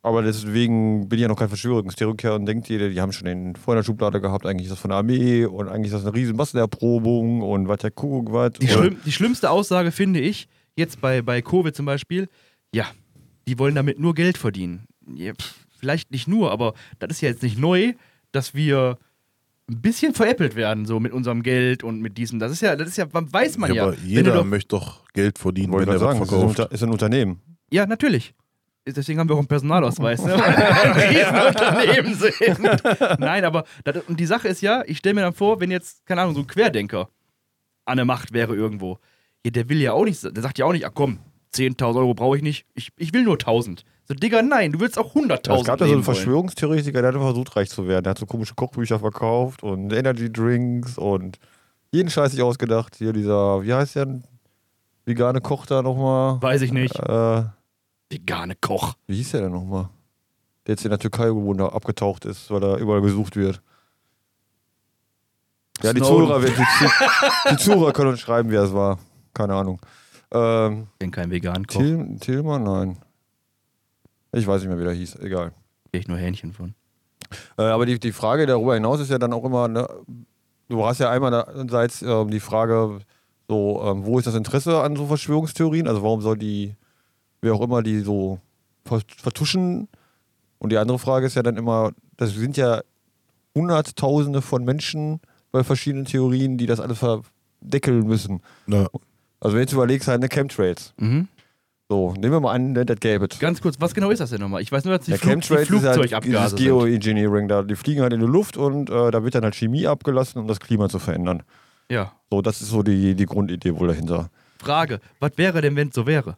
S3: aber deswegen bin ich ja noch kein Verschwörungstheoretiker und denkt jeder, die haben schon den vorher in der Schublade gehabt, eigentlich ist das von der Armee und eigentlich ist das eine riesen Massenerprobung und was der Kuckuck was.
S4: Die,
S3: Und-
S4: schlimm, die schlimmste Aussage finde ich, jetzt bei, bei Covid zum Beispiel, ja, die wollen damit nur Geld verdienen. Ja, pff, vielleicht nicht nur, aber das ist ja jetzt nicht neu, dass wir ein bisschen veräppelt werden, so mit unserem Geld und mit diesem. Das ist ja, das ist ja, man weiß man ja.
S2: aber
S4: Wenn du
S2: jeder
S4: doch-
S2: möchte doch Geld verdienen,
S3: Wollte
S2: wenn er
S3: ich gerade
S2: was
S3: sagen, das ist ein,
S2: verkauft.
S3: Unter ist ein Unternehmen.
S4: ja, natürlich. Deswegen haben wir auch einen Personalausweis, ne? Weil wir ein Riesenunternehmen sind. Nein, aber das, und die Sache ist ja, ich stelle mir dann vor, wenn jetzt, keine Ahnung, so ein Querdenker an der Macht wäre irgendwo. Ja, der will ja auch nicht, der sagt ja auch nicht, ach komm, 10.000 Euro brauche ich nicht, ich, ich will nur 1.000. So, Digga, nein, du willst auch 100.000.
S3: Es gab da so einen
S4: nehmen wollen.
S3: Verschwörungstheoretiker, der hat versucht, reich zu werden. Der hat so komische Kochbücher verkauft und Energy Drinks und jeden Scheiß sich ausgedacht. Hier dieser, wie heißt der vegane Koch da nochmal?
S4: Weiß ich nicht.
S3: Äh,
S4: Vegane Koch.
S3: wie hieß der denn nochmal? Der jetzt in der Türkei gewohnt hat, abgetaucht ist, weil er überall gesucht wird. Ja, die
S4: Snowden.
S3: Zuhörer, werden- die, Zuh- die Zuhörer können uns schreiben, wer es war. Keine Ahnung. Ähm,
S4: Ich bin kein veganer Koch,
S3: Thiel, Thielmann? Nein. Ich weiß nicht mehr, wie der hieß. Egal.
S4: krieg ich nur Hähnchen von.
S3: Äh, aber die, die Frage darüber hinaus ist ja dann auch immer, ne, du hast ja einmal einerseits ähm, die Frage, so, ähm, wo ist das Interesse an so Verschwörungstheorien? Also warum soll die, wer auch immer, die so ver- vertuschen? Und die andere Frage ist ja dann immer, das sind ja Hunderttausende von Menschen bei verschiedenen Theorien, die das alles verdeckeln müssen.
S2: Na,
S3: Also wenn du jetzt überlegst, halt eine Chemtrails.
S4: Mhm.
S3: So, nehmen wir mal an, das gäbe es.
S4: Ganz kurz, was genau ist das denn nochmal? Ich weiß nur, dass die,
S3: Der
S4: Flug, die
S3: Chemtrails ist halt
S4: Flugzeugabgase
S3: dieses
S4: sind.
S3: Geoengineering. Da, die fliegen halt in die Luft und äh, da wird dann halt Chemie abgelassen, um das Klima zu verändern.
S4: Ja.
S3: So, das ist so die, die Grundidee wohl dahinter.
S4: Frage, was wäre denn, wenn es so wäre?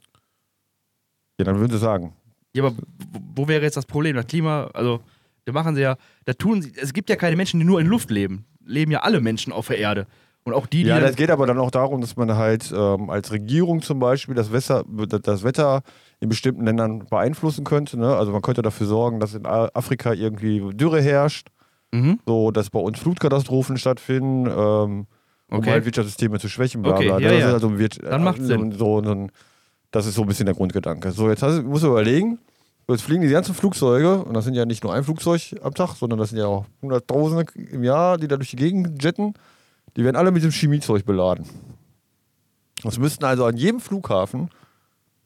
S3: Ja, dann würden sie sagen.
S4: Ja, aber wo wo wäre jetzt das Problem? Das Klima, also, da machen sie ja, da tun sie, es gibt ja keine Menschen, die nur in Luft leben. Leben ja alle Menschen auf der Erde. Und auch die, die.
S3: Ja,
S4: dann-
S3: das geht aber dann auch darum, dass man halt ähm, als Regierung zum Beispiel das Wetter, das Wetter in bestimmten Ländern beeinflussen könnte. Ne? Also man könnte dafür sorgen, dass in A- Afrika irgendwie Dürre herrscht,
S4: mhm.
S3: so dass bei uns Flutkatastrophen stattfinden, ähm, um
S4: Okay.
S3: halt Wirtschaftssysteme zu schwächen, bla
S4: Okay,
S3: bla.
S4: ja,
S3: ne? das
S4: ja.
S3: Ist also ein Wirt
S4: Dann macht's
S3: so,
S4: Sinn.
S3: So, so ein, das ist so ein bisschen der Grundgedanke. So, jetzt hast, du- musst du überlegen, jetzt fliegen die ganzen Flugzeuge, und das sind ja nicht nur ein Flugzeug am Tag, sondern das sind ja auch Hunderttausende im Jahr, die da durch die Gegend jetten. Die werden alle mit dem Chemiezeug beladen. Das müssten also an jedem Flughafen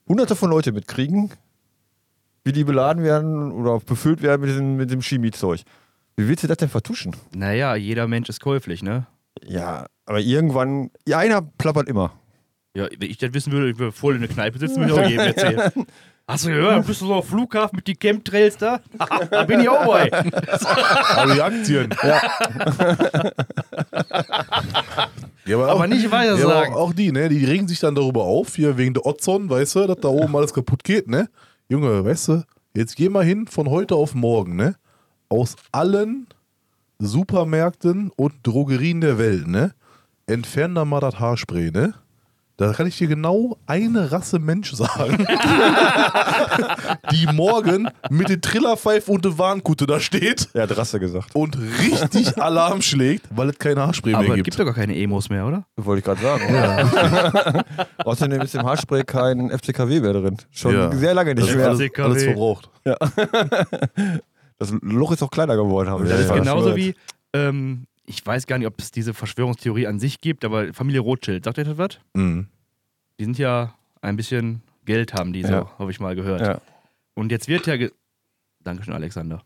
S3: hunderte von Leute mitkriegen, wie die beladen werden oder befüllt werden mit, diesem, mit dem Chemiezeug. Wie willst du das denn vertuschen?
S4: Naja, jeder Mensch ist käuflich, ne?
S3: Ja, aber irgendwann, ja, einer plappert immer.
S4: Ja, wenn ich das wissen würde, ich würde voll in der Kneipe sitzen, würde ich auch jedem erzählen. Hast du gehört, bist du so auf dem Flughafen mit den Chemtrails da? da bin ich auch bei.
S2: Aber die Aktien. Ja,
S4: Aber nicht weiter
S2: ja, aber
S4: sagen.
S2: Auch die, ne? Die regen sich dann darüber auf, hier wegen der Otzon, weißt du, dass da oben alles kaputt geht, ne? Junge, weißt du, jetzt geh mal hin von heute auf morgen, ne? Aus allen Supermärkten und Drogerien der Welt, ne? Entfern da mal das Haarspray, ne? Da kann ich dir genau eine Rasse Mensch sagen, die morgen mit den Trillerpfeif und der Warnkute da steht
S3: Ja, Drasse gesagt.
S2: und richtig Alarm schlägt, weil es keine Haarspray
S4: Aber
S2: mehr
S4: es
S2: gibt.
S4: gibt doch gar keine Emos mehr, oder?
S3: Wollte ich gerade sagen. Außerdem ist im Haarspray kein FCKW mehr drin. Schon
S2: Ja.
S3: sehr lange nicht
S2: Das ist
S3: mehr.
S2: alles,
S4: CKW.
S2: alles verbraucht.
S3: Das Loch ist auch kleiner geworden, habe ich
S4: Das ist
S3: gerade
S4: genauso
S3: gehört.
S4: wie, ähm, ich weiß gar nicht, ob es diese Verschwörungstheorie an sich gibt, aber Familie Rothschild, sagt ihr das was?
S2: Mhm.
S4: Die sind ja ein bisschen Geld haben, die so,
S3: Ja.
S4: habe ich mal gehört.
S3: Ja.
S4: Und jetzt wird ja. ge- Dankeschön, Alexander.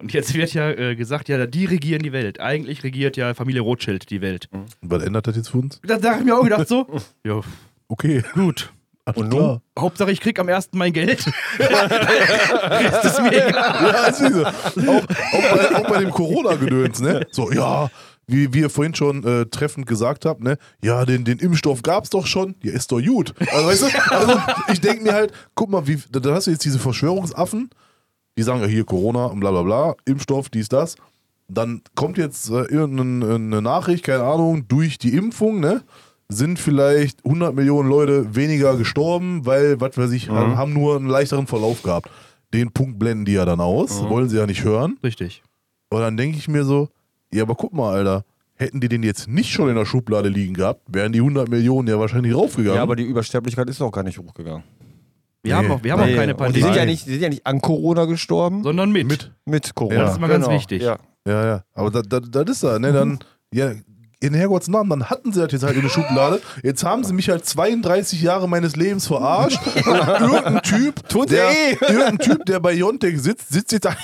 S4: Und jetzt wird ja äh, gesagt, ja, die regieren die Welt. Eigentlich regiert ja Familie Rothschild die Welt.
S2: Was ändert das jetzt für uns?
S4: Da habe ich mir auch gedacht so, ja,
S2: Okay.
S4: gut.
S2: Und
S3: nun?
S4: Hauptsache, ich krieg am ersten mein Geld. Rest ist mir egal.
S2: Ja, ist diese. Auch, auch, bei, auch bei dem Corona-Gedöns, ne? So, ja, wie wir vorhin schon äh, treffend gesagt haben, ne? Ja, den, den Impfstoff gab's doch schon. Ja, ist doch gut. Also, weißt du, also ich denke mir halt, guck mal, wie, da da hast du jetzt diese Verschwörungsaffen, die sagen ja hier Corona und bla bla bla, Impfstoff, dies, das. Dann kommt jetzt äh, irgendeine Nachricht, keine Ahnung, durch die Impfung, ne? Sind vielleicht 100 Millionen Leute weniger gestorben, weil, was weiß ich,
S3: Mhm.
S2: haben- haben nur einen leichteren Verlauf gehabt. Den Punkt blenden die ja dann aus,
S3: Mhm.
S2: wollen sie ja nicht hören.
S4: Richtig.
S2: Und dann denke ich mir so, ja, aber guck mal, Alter, hätten die den jetzt nicht schon in der Schublade liegen gehabt, wären die 100 Millionen ja wahrscheinlich raufgegangen.
S3: Ja, aber die Übersterblichkeit ist auch gar nicht hochgegangen.
S4: Wir haben, auch, wir haben auch keine
S3: Und die sind,
S4: Pandemie,
S3: ja nicht, die sind ja nicht an Corona gestorben,
S4: sondern mit.
S2: Mit.
S3: mit Corona. Genau.
S2: Ja. Das
S4: ist mal ganz wichtig.
S3: Ja.
S2: Ja, ja. Aber das da, da das ist er, ne? Dann, ja, in Herrgotts Namen, dann hatten sie das jetzt halt in der Schublade. Jetzt haben sie mich halt 32 Jahre meines Lebens verarscht. Und irgendein Typ,
S3: Tut
S2: der,
S3: eh.
S2: irgendein Typ, der bei Jontek sitzt, sitzt jetzt da.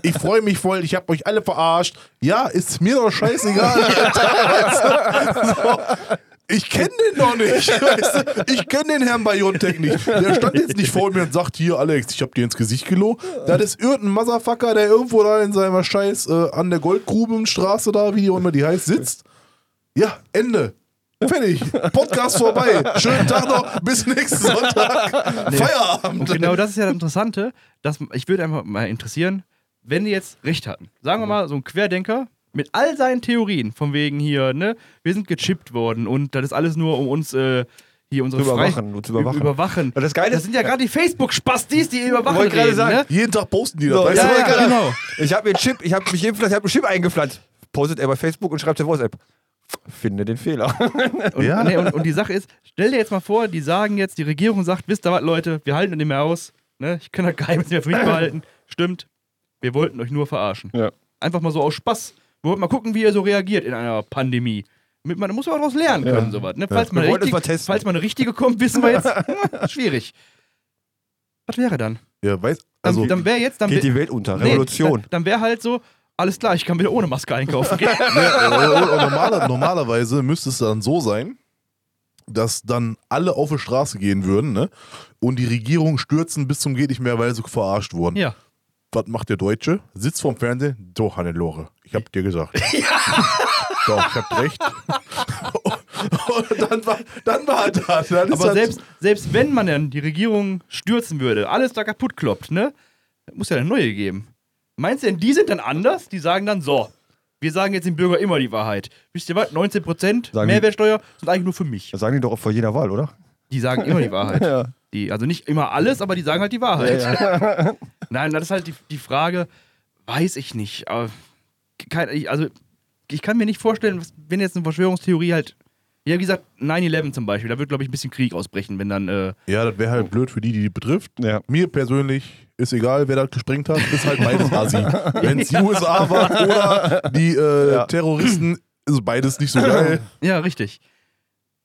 S2: ich freue mich voll, ich habe euch alle verarscht. Ja, ist mir doch scheißegal. Alter, weißt du? so. Ich kenne den noch nicht. Weißt du? Ich kenne den Herrn Biontech nicht. Der stand jetzt nicht vor mir und sagt, hier Alex, ich hab dir ins Gesicht gelogen. Das ist irgendein Motherfucker, der irgendwo da in seiner Scheiß äh, an der Goldgrubenstraße da, wie die auch immer die heißt, sitzt. Ja, Ende. Fertig. Podcast vorbei. Schönen Tag noch. Bis nächsten Sonntag. Feierabend.
S4: Und genau das ist ja das Interessante, dass ich würde einfach mal interessieren, wenn die jetzt recht hatten. Sagen
S3: Mhm.
S4: wir mal, so ein Querdenker mit all seinen Theorien, von wegen hier, ne, wir sind gechippt worden und das ist alles nur, um uns äh, hier unsere
S3: Zu
S4: Frei-
S3: überwachen, nur zu überwachen.
S4: überwachen.
S3: Und das Geile
S4: das
S3: ist-
S4: sind ja gerade die Facebook-Spastis, die überwachen
S3: Wollte gerade
S4: reden,
S3: sagen,
S4: ne?
S2: Jeden Tag posten die das.
S3: So,
S2: weißt
S3: ja,
S2: du?
S3: ja,
S4: ja,
S3: genau.
S4: genau.
S3: Ich habe mir einen Chip, ich habe mich impflassen, ich habe einen Chip eingepflanzt. Postet er bei Facebook und schreibt der WhatsApp. Finde den Fehler.
S4: Und,
S2: Ja.
S4: nee, und, und die Sache ist, stell dir jetzt mal vor, die sagen jetzt, die Regierung sagt, wisst ihr was, Leute, wir halten das nicht mehr aus. Ne? Ich kann das Geheimnis nicht mehr für mich behalten. Stimmt, wir wollten euch nur verarschen.
S3: Ja.
S4: Einfach mal so aus Spaß. Wir wollten mal gucken, wie ihr so reagiert in einer Pandemie. Mit, man muss ja auch daraus lernen können, sowas. Ne? Falls, mal
S3: Wir wollten es
S4: richtig,
S3: mal testen.
S4: falls mal eine richtige kommt, wissen wir jetzt, hm, schwierig. Was wäre dann?
S2: Ja, weißt
S4: Dann,
S2: also,
S4: dann wäre jetzt, dann
S3: Geht
S4: wär-
S3: die Welt unter.
S4: nee,
S3: Revolution.
S4: Dann, dann wäre halt so, alles klar, ich kann wieder ohne Maske einkaufen gehen.
S2: Ja, normaler, normalerweise müsste es dann so sein, dass dann alle auf die Straße gehen würden ne? und die Regierung stürzen bis zum geht nicht mehr, weil sie verarscht wurden.
S4: ja.
S2: Was macht der Deutsche? Sitzt vorm Fernsehen, so Hannelore, ich hab dir gesagt. Doch, ich hab recht. und dann war, dann war das. Dann ist
S4: Aber
S2: das
S3: halt
S4: selbst, selbst wenn man dann die Regierung stürzen würde, alles da kaputt kloppt, ne? Muss ja eine neue geben. Meinst du denn, die sind dann anders? Die sagen dann so. Wir sagen jetzt dem Bürger immer die Wahrheit. Wisst ihr was? 19%
S3: Sagen die-
S4: Mehrwertsteuer sind eigentlich nur für mich.
S3: Das sagen die doch vor jeder Wahl, oder?
S4: Die sagen immer die Wahrheit.
S3: Ja.
S4: Die, also nicht immer alles, aber die sagen halt die Wahrheit. Nein, das ist halt die, die Frage, weiß ich nicht. Aber kein, ich, also ich kann mir nicht vorstellen, was, wenn jetzt eine Verschwörungstheorie halt. Ja, wie gesagt, 9-11 zum Beispiel, da wird, glaube ich, ein bisschen Krieg ausbrechen, wenn dann. Äh,
S2: Ja, das wäre halt blöd für die, die die betrifft.
S3: Ja.
S2: Mir persönlich ist egal, wer das gesprengt hat, ist halt beides Asi. Wenn es die USA war oder die äh,
S3: Ja.
S2: Terroristen, ist beides nicht so geil.
S4: ja, richtig.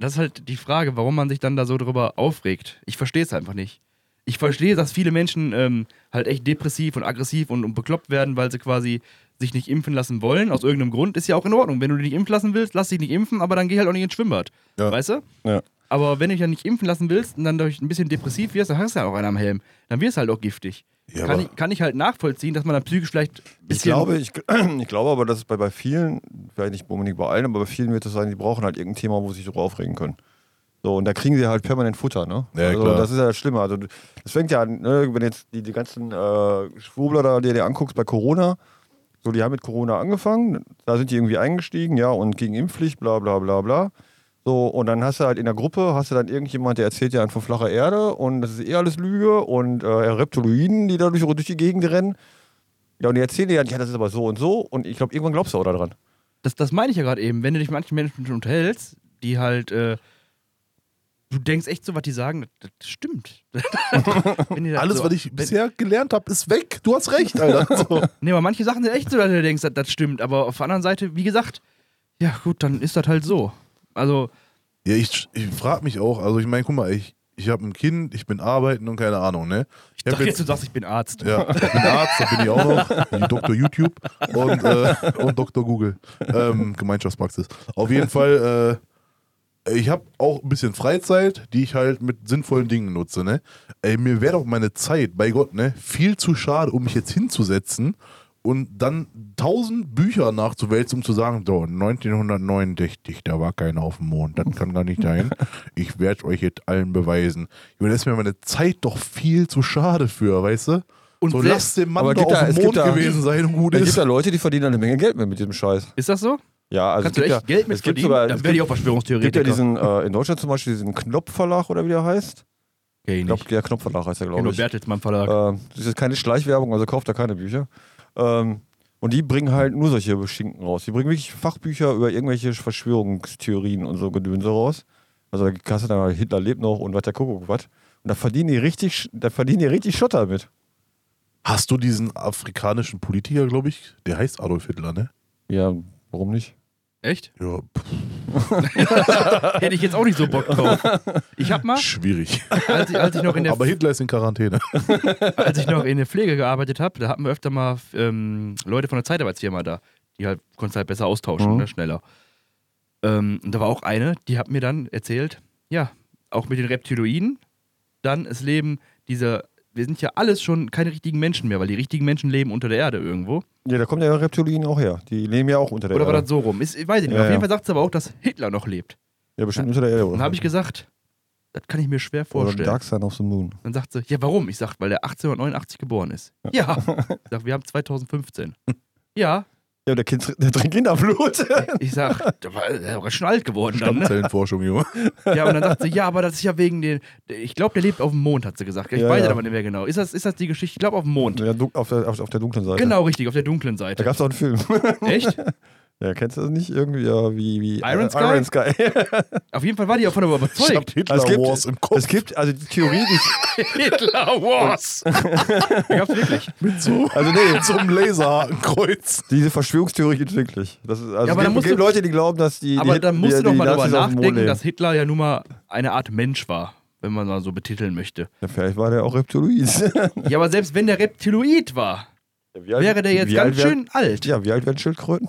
S4: Das ist halt die Frage, warum man sich dann da so drüber aufregt. Ich verstehe es einfach nicht. Ich verstehe, dass viele Menschen ähm, halt echt depressiv und aggressiv und, und bekloppt werden, weil sie quasi sich nicht impfen lassen wollen. Aus irgendeinem Grund ist ja auch in Ordnung. Wenn du dich nicht impfen lassen willst, lass dich nicht impfen, aber dann geh halt auch nicht ins Schwimmbad.
S2: Ja.
S4: Weißt du?
S3: Ja.
S4: Aber wenn du dich ja nicht impfen lassen willst und dann durch ein bisschen depressiv wirst, dann hast du ja auch einen am Helm. Dann wirst du halt auch giftig.
S2: Ja,
S4: kann,
S2: aber-
S4: ich, kann ich halt nachvollziehen, dass man dann psychisch vielleicht ein bisschen.
S3: Ich glaube, ich, ich glaube aber, dass es bei, bei vielen, vielleicht nicht unbedingt bei allen, aber bei vielen wird es sein, die brauchen halt irgendein Thema, wo sie sich darüber aufregen können. So, und da kriegen sie halt permanent Futter, ne?
S2: Ja,
S3: also,
S2: klar.
S3: Das ist ja das Schlimme. Also, das fängt ja an, ne, wenn jetzt die, die ganzen äh, Schwurbler da, die du dir anguckst bei Corona, so, die haben mit Corona angefangen, da sind die irgendwie eingestiegen, ja, und gegen Impfpflicht, bla, bla, bla, bla. So, und dann hast du halt in der Gruppe, hast du dann irgendjemand, der erzählt dir einen von flacher Erde und das ist eh alles Lüge und äh, Reptiloiden, die dadurch durch die Gegend rennen. Ja, und die erzählen dir dann, ja, das ist aber so und so. Und ich glaube, irgendwann glaubst du auch daran.
S4: Das, das meine ich ja gerade eben. Wenn du dich mit manchen Menschen unterhältst, die halt, äh, du denkst echt so, was die sagen, das, das stimmt. Wenn die das
S2: Alles,
S4: so-
S2: was ich
S4: wenn-
S2: bisher gelernt habe, ist weg. Du hast recht, Alter. So.
S4: Nee, aber manche Sachen sind echt so, dass du denkst, das, das stimmt. Aber auf der anderen Seite, wie gesagt, ja gut, dann ist das halt so. Also,
S2: Ja, ich, ich frage mich auch. Also, ich meine, guck mal, ich, ich habe ein Kind, ich bin arbeiten und keine Ahnung, ne? Ich,
S4: ich
S2: hab
S4: dachte jetzt, du sagst, ich bin Arzt.
S2: Ja, ich bin Arzt, da bin ich auch noch. Bin Dr. YouTube und, äh, und Dr. Google. Ähm, Gemeinschaftspraxis. Auf jeden Fall, äh, ich habe auch ein bisschen Freizeit, die ich halt mit sinnvollen Dingen nutze. Ne? Ey, mir wäre doch meine Zeit, bei Gott, ne, viel zu schade, um mich jetzt hinzusetzen und dann tausend Bücher nachzuwälzen, um zu sagen, so, 1969, da war keiner auf dem Mond, das kann gar nicht sein. Ich werde euch jetzt allen beweisen. Ich meine, da ist mir meine Zeit doch viel zu schade für, weißt du?
S4: Und
S2: so
S4: wer-
S2: lass den Mann
S3: aber
S2: doch
S3: gibt da-
S2: auf
S3: es
S2: dem Mond
S3: gibt da-
S2: gewesen sein und gut
S3: Es gibt
S2: ist.
S3: da Leute, die verdienen eine Menge Geld mit, mit diesem Scheiß.
S4: Ist das so?
S3: Ja, also
S4: Kannst du
S3: es
S4: echt
S3: gibt ja,
S4: Geld mit
S3: es gibt
S4: verdienen?
S3: sogar-
S4: dann
S3: es
S4: werde ich
S3: gibt-
S4: auch
S3: Es gibt ja
S4: Verschwörungstheoretiker.
S3: diesen, äh, in Deutschland zum Beispiel diesen Knopfverlag oder wie der heißt.
S4: Kenn ich
S3: Ich
S4: nicht.
S3: glaube, der Knopfverlag heißt er,
S4: Kenn
S3: glaube
S4: nur
S3: ich.
S4: Bertelsmann Verlag.
S3: Ähm, das ist jetzt keine Schleichwerbung, also kauft da keine Bücher. Ähm, und die bringen halt nur solche Schinken raus. Die bringen wirklich Fachbücher über irgendwelche Verschwörungstheorien und so Gedönse raus. Also da kannst du dann mal, Hitler lebt noch und was der Kuckuck was. Und da verdienen die richtig, da verdienen die richtig Schotter mit.
S2: Hast du diesen afrikanischen Politiker, glaube ich? Der heißt Adolf Hitler, ne?
S3: Ja, warum nicht? Äh.
S4: Echt?
S2: Ja, pff,
S4: Hätte ich jetzt auch nicht so Bock drauf. Ich hab mal,
S2: schwierig.
S4: als ich, als ich noch in der
S2: Aber Hitler ist in Quarantäne.
S4: als ich noch in der Pflege gearbeitet habe, da hatten wir öfter mal ähm, Leute von der Zeitarbeitsfirma da, die halt konntest halt besser austauschen,
S3: Mhm.
S4: ne, schneller. Ähm, und da war auch eine, die hat mir dann erzählt, ja, auch mit den Reptiloiden, dann es leben diese, wir sind ja alles schon keine richtigen Menschen mehr, weil die richtigen Menschen leben unter der Erde irgendwo.
S3: Ja, da kommen ja Reptilien auch her. Die leben ja auch unter der
S4: Oder war
S3: Erde.
S4: das so rum? Ist, ich weiß nicht. mehr.
S3: Ja,
S4: Auf jeden
S3: ja.
S4: Fall sagt sie aber auch, dass Hitler noch lebt.
S3: ja, bestimmt unter der Erde.
S4: Und
S3: Oder?
S4: dann habe ich gesagt, das kann ich mir schwer
S3: oder
S4: vorstellen.
S3: Dark Side of the Moon.
S4: Dann sagt sie, ja, warum? Ich sag, weil der 1889 geboren ist. Ja. Ich sag, wir haben 2015. Ja.
S3: Ja, der, kind, der trinkt Kinderblut.
S4: Ich sag, der war, der war schon alt geworden dann. Ne?
S2: Stammzellenforschung, Junge.
S4: Ja, und dann sagt sie, ja, aber das ist ja wegen den. Ich glaube, der lebt auf dem Mond, hat sie gesagt. Ich
S3: Ja,
S4: weiß
S3: ja.
S4: es aber nicht mehr genau. Ist das, ist das die Geschichte? Ich glaube, auf dem Mond.
S3: Ja, dun- auf, der, auf, auf der dunklen Seite.
S4: Genau, richtig, auf der dunklen
S3: Da
S4: Seite.
S3: gab es auch einen Film.
S4: Echt?
S3: Ja, kennst du das nicht? Irgendwie ja, wie, wie äh,
S4: Iron Sky?
S3: Iron Sky.
S4: Auf jeden Fall war die davon aber
S2: Ich hab
S4: überzeugt.
S3: Also es,
S2: Hitler-Wars im
S3: gibt,
S2: Kopf
S3: es gibt, also die Theorie, die,
S4: Hitler Wars. da gab's wirklich.
S2: mit so,
S3: also nee,
S2: so einem Laserhakenkreuz.
S3: diese Verschwörungstheorie gibt es wirklich. Das ist, also
S4: Ja, aber
S3: es
S4: dann
S3: gibt,
S4: musst
S3: gibt
S4: du-
S3: Leute, die glauben, dass die
S4: Aber
S3: die,
S4: da musst
S3: die,
S4: du doch
S3: die
S4: mal drüber
S3: Nazis auf dem Mond
S4: nachdenken,
S3: leben.
S4: dass Hitler ja nun mal eine Art Mensch war, wenn man mal so betiteln möchte.
S3: Ja, vielleicht war der auch Reptiloid.
S4: Ja, aber selbst wenn der Reptiloid war, wäre der jetzt ganz schön alt.
S3: Ja, wie alt werden Schildkröten?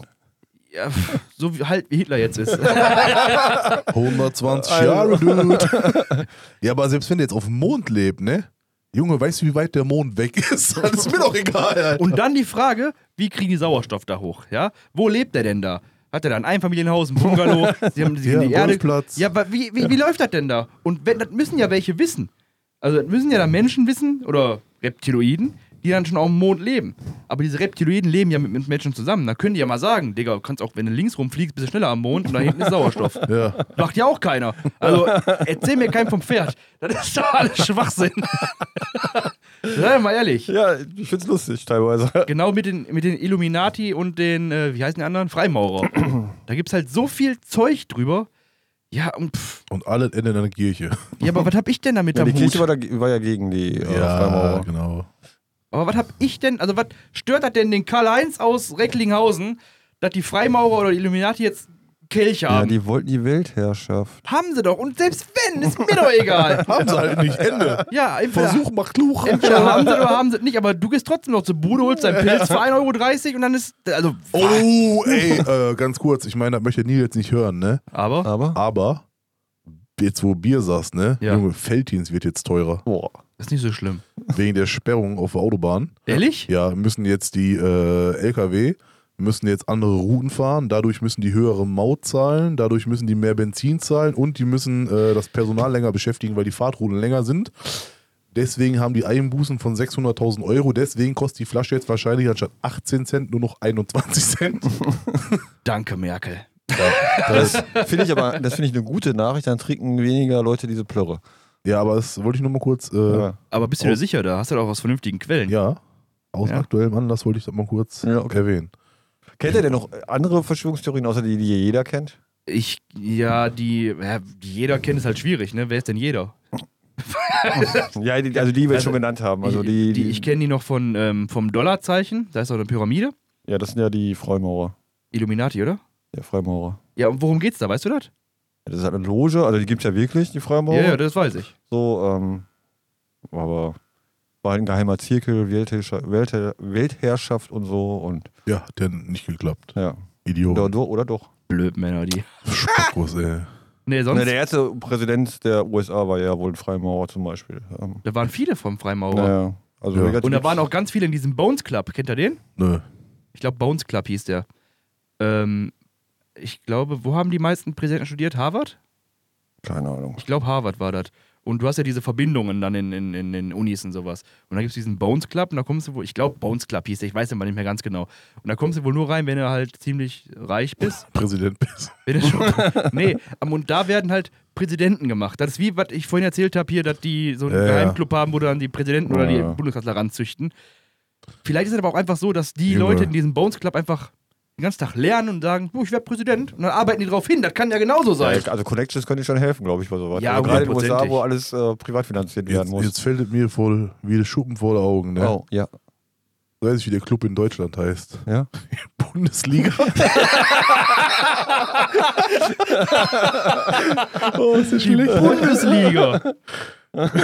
S4: Ja, pff, so wie, halt wie Hitler jetzt ist.
S2: 120
S4: Also-
S2: Jahre, Dude. Ja, aber selbst wenn der jetzt auf dem Mond lebt, ne? Junge, weißt du, wie weit der Mond weg ist? Das ist mir doch egal, Alter.
S4: Und dann die Frage, wie kriegen die Sauerstoff da hoch? Ja? Wo lebt der denn da? Hat er da ein Einfamilienhaus, ein Bungalow? Sie haben sich
S2: Ja,
S4: in die
S2: einen
S4: Erde.
S2: Golfplatz.
S4: Ja, aber wie, wie, wie läuft das denn da? Und wenn, das müssen ja welche wissen. Also das müssen ja da Menschen wissen oder Reptiloiden, die dann schon auf dem Mond leben. Aber diese Reptiloiden leben ja mit, mit Menschen zusammen. Da können die ja mal sagen, Digga, du kannst auch, wenn du links rumfliegst, bist du schneller am Mond und da hinten ist Sauerstoff.
S2: Ja.
S4: Macht ja auch keiner. Also erzähl mir keinen vom Pferd. Das ist doch alles Schwachsinn. Sei mal ehrlich.
S3: Ja, ich find's lustig teilweise.
S4: Genau mit den, mit den Illuminati und den, äh, wie heißen die anderen? Freimaurer. Da gibt's halt so viel Zeug drüber. Ja, und pff,
S2: Und alle enden in einer Kirche.
S4: ja aber was hab ich denn damit
S3: Ja,
S4: am
S3: die Kirche
S4: Hut?
S3: war, da, war ja gegen die äh, Freimaurer.
S2: genau.
S4: Aber was hab ich denn, also was stört das denn den Karl-Heinz aus Recklinghausen, dass die Freimaurer oder die Illuminati jetzt Kelch
S3: Ja,
S4: haben?
S3: die wollten die Weltherrschaft.
S4: haben sie doch. Und selbst wenn, ist mir doch egal.
S2: Haben sie halt nicht. Ende.
S4: Ja, entweder,
S2: Versuch macht Luch.
S4: entweder haben sie oder haben sie nicht. Aber du gehst trotzdem noch zur Bude, holst deinen Pilz für 1,30 Euro und dann ist, also,
S2: Oh, ey, äh, ganz kurz. Ich meine, das möchte Neil jetzt nicht hören, ne?
S4: aber,
S3: Aber.
S2: Aber jetzt, wo Bier saß, ne?
S4: Ja.
S2: Junge, Felddienst wird jetzt teurer.
S3: Boah.
S4: ist nicht so schlimm.
S2: Wegen der Sperrung auf der Autobahn.
S4: Ehrlich?
S2: Ja, müssen jetzt die äh, LKW müssen jetzt andere Routen fahren, dadurch müssen die höhere Maut zahlen, dadurch müssen die mehr Benzin zahlen und die müssen äh, das Personal länger beschäftigen, weil die Fahrtrouten länger sind. Deswegen haben die Einbußen von 600.000 Euro. Deswegen kostet die Flasche jetzt wahrscheinlich anstatt 18 Cent nur noch 21 Cent.
S4: Danke, Merkel.
S3: Das finde ich aber, das finde ich eine gute Nachricht, dann trinken weniger Leute diese Plörre.
S2: Ja, aber das wollte ich nur mal kurz. Äh, ja.
S3: Ja.
S4: Aber bist du dir sicher, da hast du doch aus vernünftigen Quellen.
S2: aus
S4: Ja.
S2: aktuellem Anlass wollte ich das mal kurz
S3: Ja, okay.
S2: erwähnen.
S3: Kennt ihr denn noch andere Verschwörungstheorien, außer die, die jeder kennt?
S4: Ich, ja, die, ja, die jeder kennt, ist halt schwierig, ne? Wer ist denn jeder?
S3: Ja, die, also die, die wir
S4: Also,
S3: schon genannt haben. Also
S4: die,
S3: die,
S4: ich kenne die noch von, ähm, vom Dollarzeichen, da ist doch eine Pyramide.
S3: Ja, das sind ja die Freimaurer.
S4: Illuminati, oder?
S3: Ja, Freimaurer.
S4: Ja, und worum geht's da, weißt du das?
S3: Ja, das ist halt eine Loge, also die gibt es ja wirklich, die Freimaurer.
S4: Ja, ja, das weiß ich.
S3: So, ähm, aber war halt ein geheimer Zirkel, Weltherrschaft, Welther Weltherrschaft und so und
S2: Ja, hat ja nicht geklappt.
S3: ja. Oder,
S2: Idiot.
S3: do- oder doch?
S4: Blödmänner, die.
S2: Spackos, ey.
S4: Nee, sonst.
S3: Ne, der erste Präsident der USA war ja wohl ein Freimaurer zum Beispiel. Ähm,
S4: Da waren viele vom Freimaurer.
S3: naja, also
S2: Ja.
S3: relativ-
S4: Und da waren auch ganz viele in diesem Bones Club. Kennt ihr den?
S2: Nö.
S4: Ich glaube, Bones Club hieß der. Ähm, ich glaube, wo haben die meisten Präsidenten studiert? Harvard?
S3: keine Ahnung.
S4: Ich glaube, Harvard war das. Und du hast ja diese Verbindungen dann in, in, in den Unis und sowas. Und dann gibt es diesen Bones Club und da kommst du wohl, ich glaube, Bones Club hieß der, ich weiß aber nicht mehr ganz genau. Und da kommst du wohl nur rein, wenn du halt ziemlich reich bist.
S2: Präsident bist.
S4: Wenn du schon, nee, am- und da werden halt Präsidenten gemacht. Das ist wie, was ich vorhin erzählt habe hier, dass die so einen
S2: Ja, ja.
S4: Geheimclub haben, wo dann die Präsidenten oder
S3: Ja.
S4: die Bundeskanzler ranzüchten. Vielleicht ist es aber auch einfach so, dass die
S2: Junge.
S4: Leute in diesem Bones Club einfach den ganzen Tag lernen und sagen, oh, ich werde Präsident. Und dann arbeiten die drauf hin. Das kann ja genauso
S3: Ja,
S4: sein.
S3: also Connections könnte schon helfen, glaube ich, bei sowas.
S4: Ja,
S3: also gerade in den USA,
S4: hundertprozentig.
S3: wo alles äh, privat finanziert werden
S2: Jetzt,
S3: muss.
S2: jetzt fällt es mir voll wie der Schuppen vor den Augen. Ne?
S3: Oh, ja.
S2: Weiß ich, wie der Club in Deutschland heißt.
S3: ja.
S2: Bundesliga. oh, ist das schlecht.
S4: Bundesliga.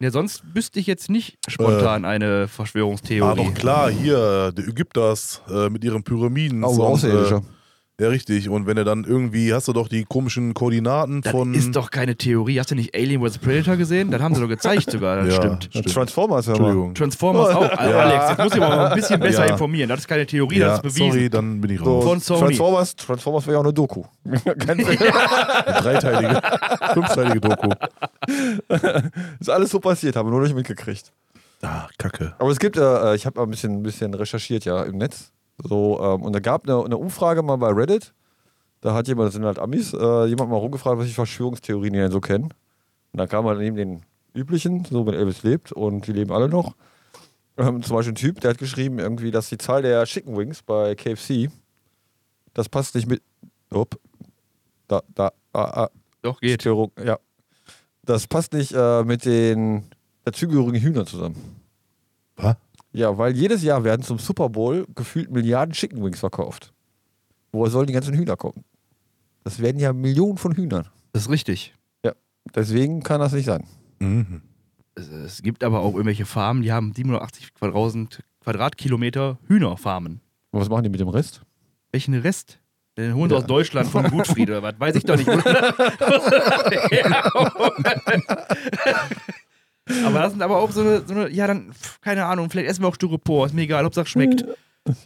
S4: ja, sonst wüsste ich jetzt nicht spontan eine
S2: Ah,
S4: Verschwörungstheorie.
S2: Äh. doch klar, hier, der Ägypters äh, mit ihren Pyramiden.
S3: Oh,
S2: Sonst,
S3: Außerirdischer.
S2: Äh, ja, richtig. Und wenn er dann irgendwie, hast du doch die komischen Koordinaten
S4: das
S2: von.
S4: ist doch keine Theorie. Hast du nicht Alien vs. Predator gesehen? Das haben sie doch gezeigt sogar. Das
S2: ja,
S4: stimmt.
S3: Transformers, hör mal.
S2: Entschuldigung.
S4: Transformers auch. Alex, jetzt muss ich aber noch ein bisschen besser
S2: Ja.
S4: informieren. Das ist keine Theorie,
S2: Ja,
S4: das ist bewiesen.
S2: sorry, dann bin ich
S3: So,
S2: raus.
S4: Von Sony.
S3: Transformers, Transformers wäre ja auch eine Doku. Ganz-
S2: Eine Dreiteilige, fünfteilige Doku.
S3: ist alles so passiert, haben wir nur nicht mitgekriegt.
S2: Ah, Kacke.
S3: Aber es gibt, äh, ich habe mal ein bisschen, ein bisschen recherchiert ja im Netz. So, ähm, und da gab eine, eine Umfrage mal bei Reddit. Da hat jemand, das sind halt Amis, äh, jemand mal rumgefragt, was die Verschwörungstheorien die denn so kennen. Und da kam halt neben den üblichen, so wenn Elvis lebt und die leben alle noch. Ähm, zum Beispiel ein Typ, der hat geschrieben, irgendwie, dass die Zahl der Chicken Wings bei KFC, das passt nicht mit. Upp, da, da, ah, ah,
S4: Doch, geht.
S3: Störung, ja. Das passt nicht äh, mit den dazugehörigen Hühnern zusammen.
S2: Was?
S3: Ja, weil jedes Jahr werden zum Super Bowl gefühlt Milliarden Chicken Wings verkauft. Woher sollen die ganzen Hühner kommen? Das werden ja Millionen von Hühnern.
S4: Das ist richtig.
S3: Deswegen kann das nicht sein.
S2: Mhm.
S4: Es, es gibt aber auch irgendwelche Farmen, die haben 780 Quadrat- Quadratkilometer Hühnerfarmen.
S3: Und was machen die mit dem Rest?
S4: Welchen Rest? Den holen sie aus Deutschland von Gutfried oder was? Weiß ich doch nicht. Ja. aber das sind aber auch so eine, so eine ja dann, pf, keine Ahnung, vielleicht essen wir auch Styropor, ist mir egal, ob es schmeckt.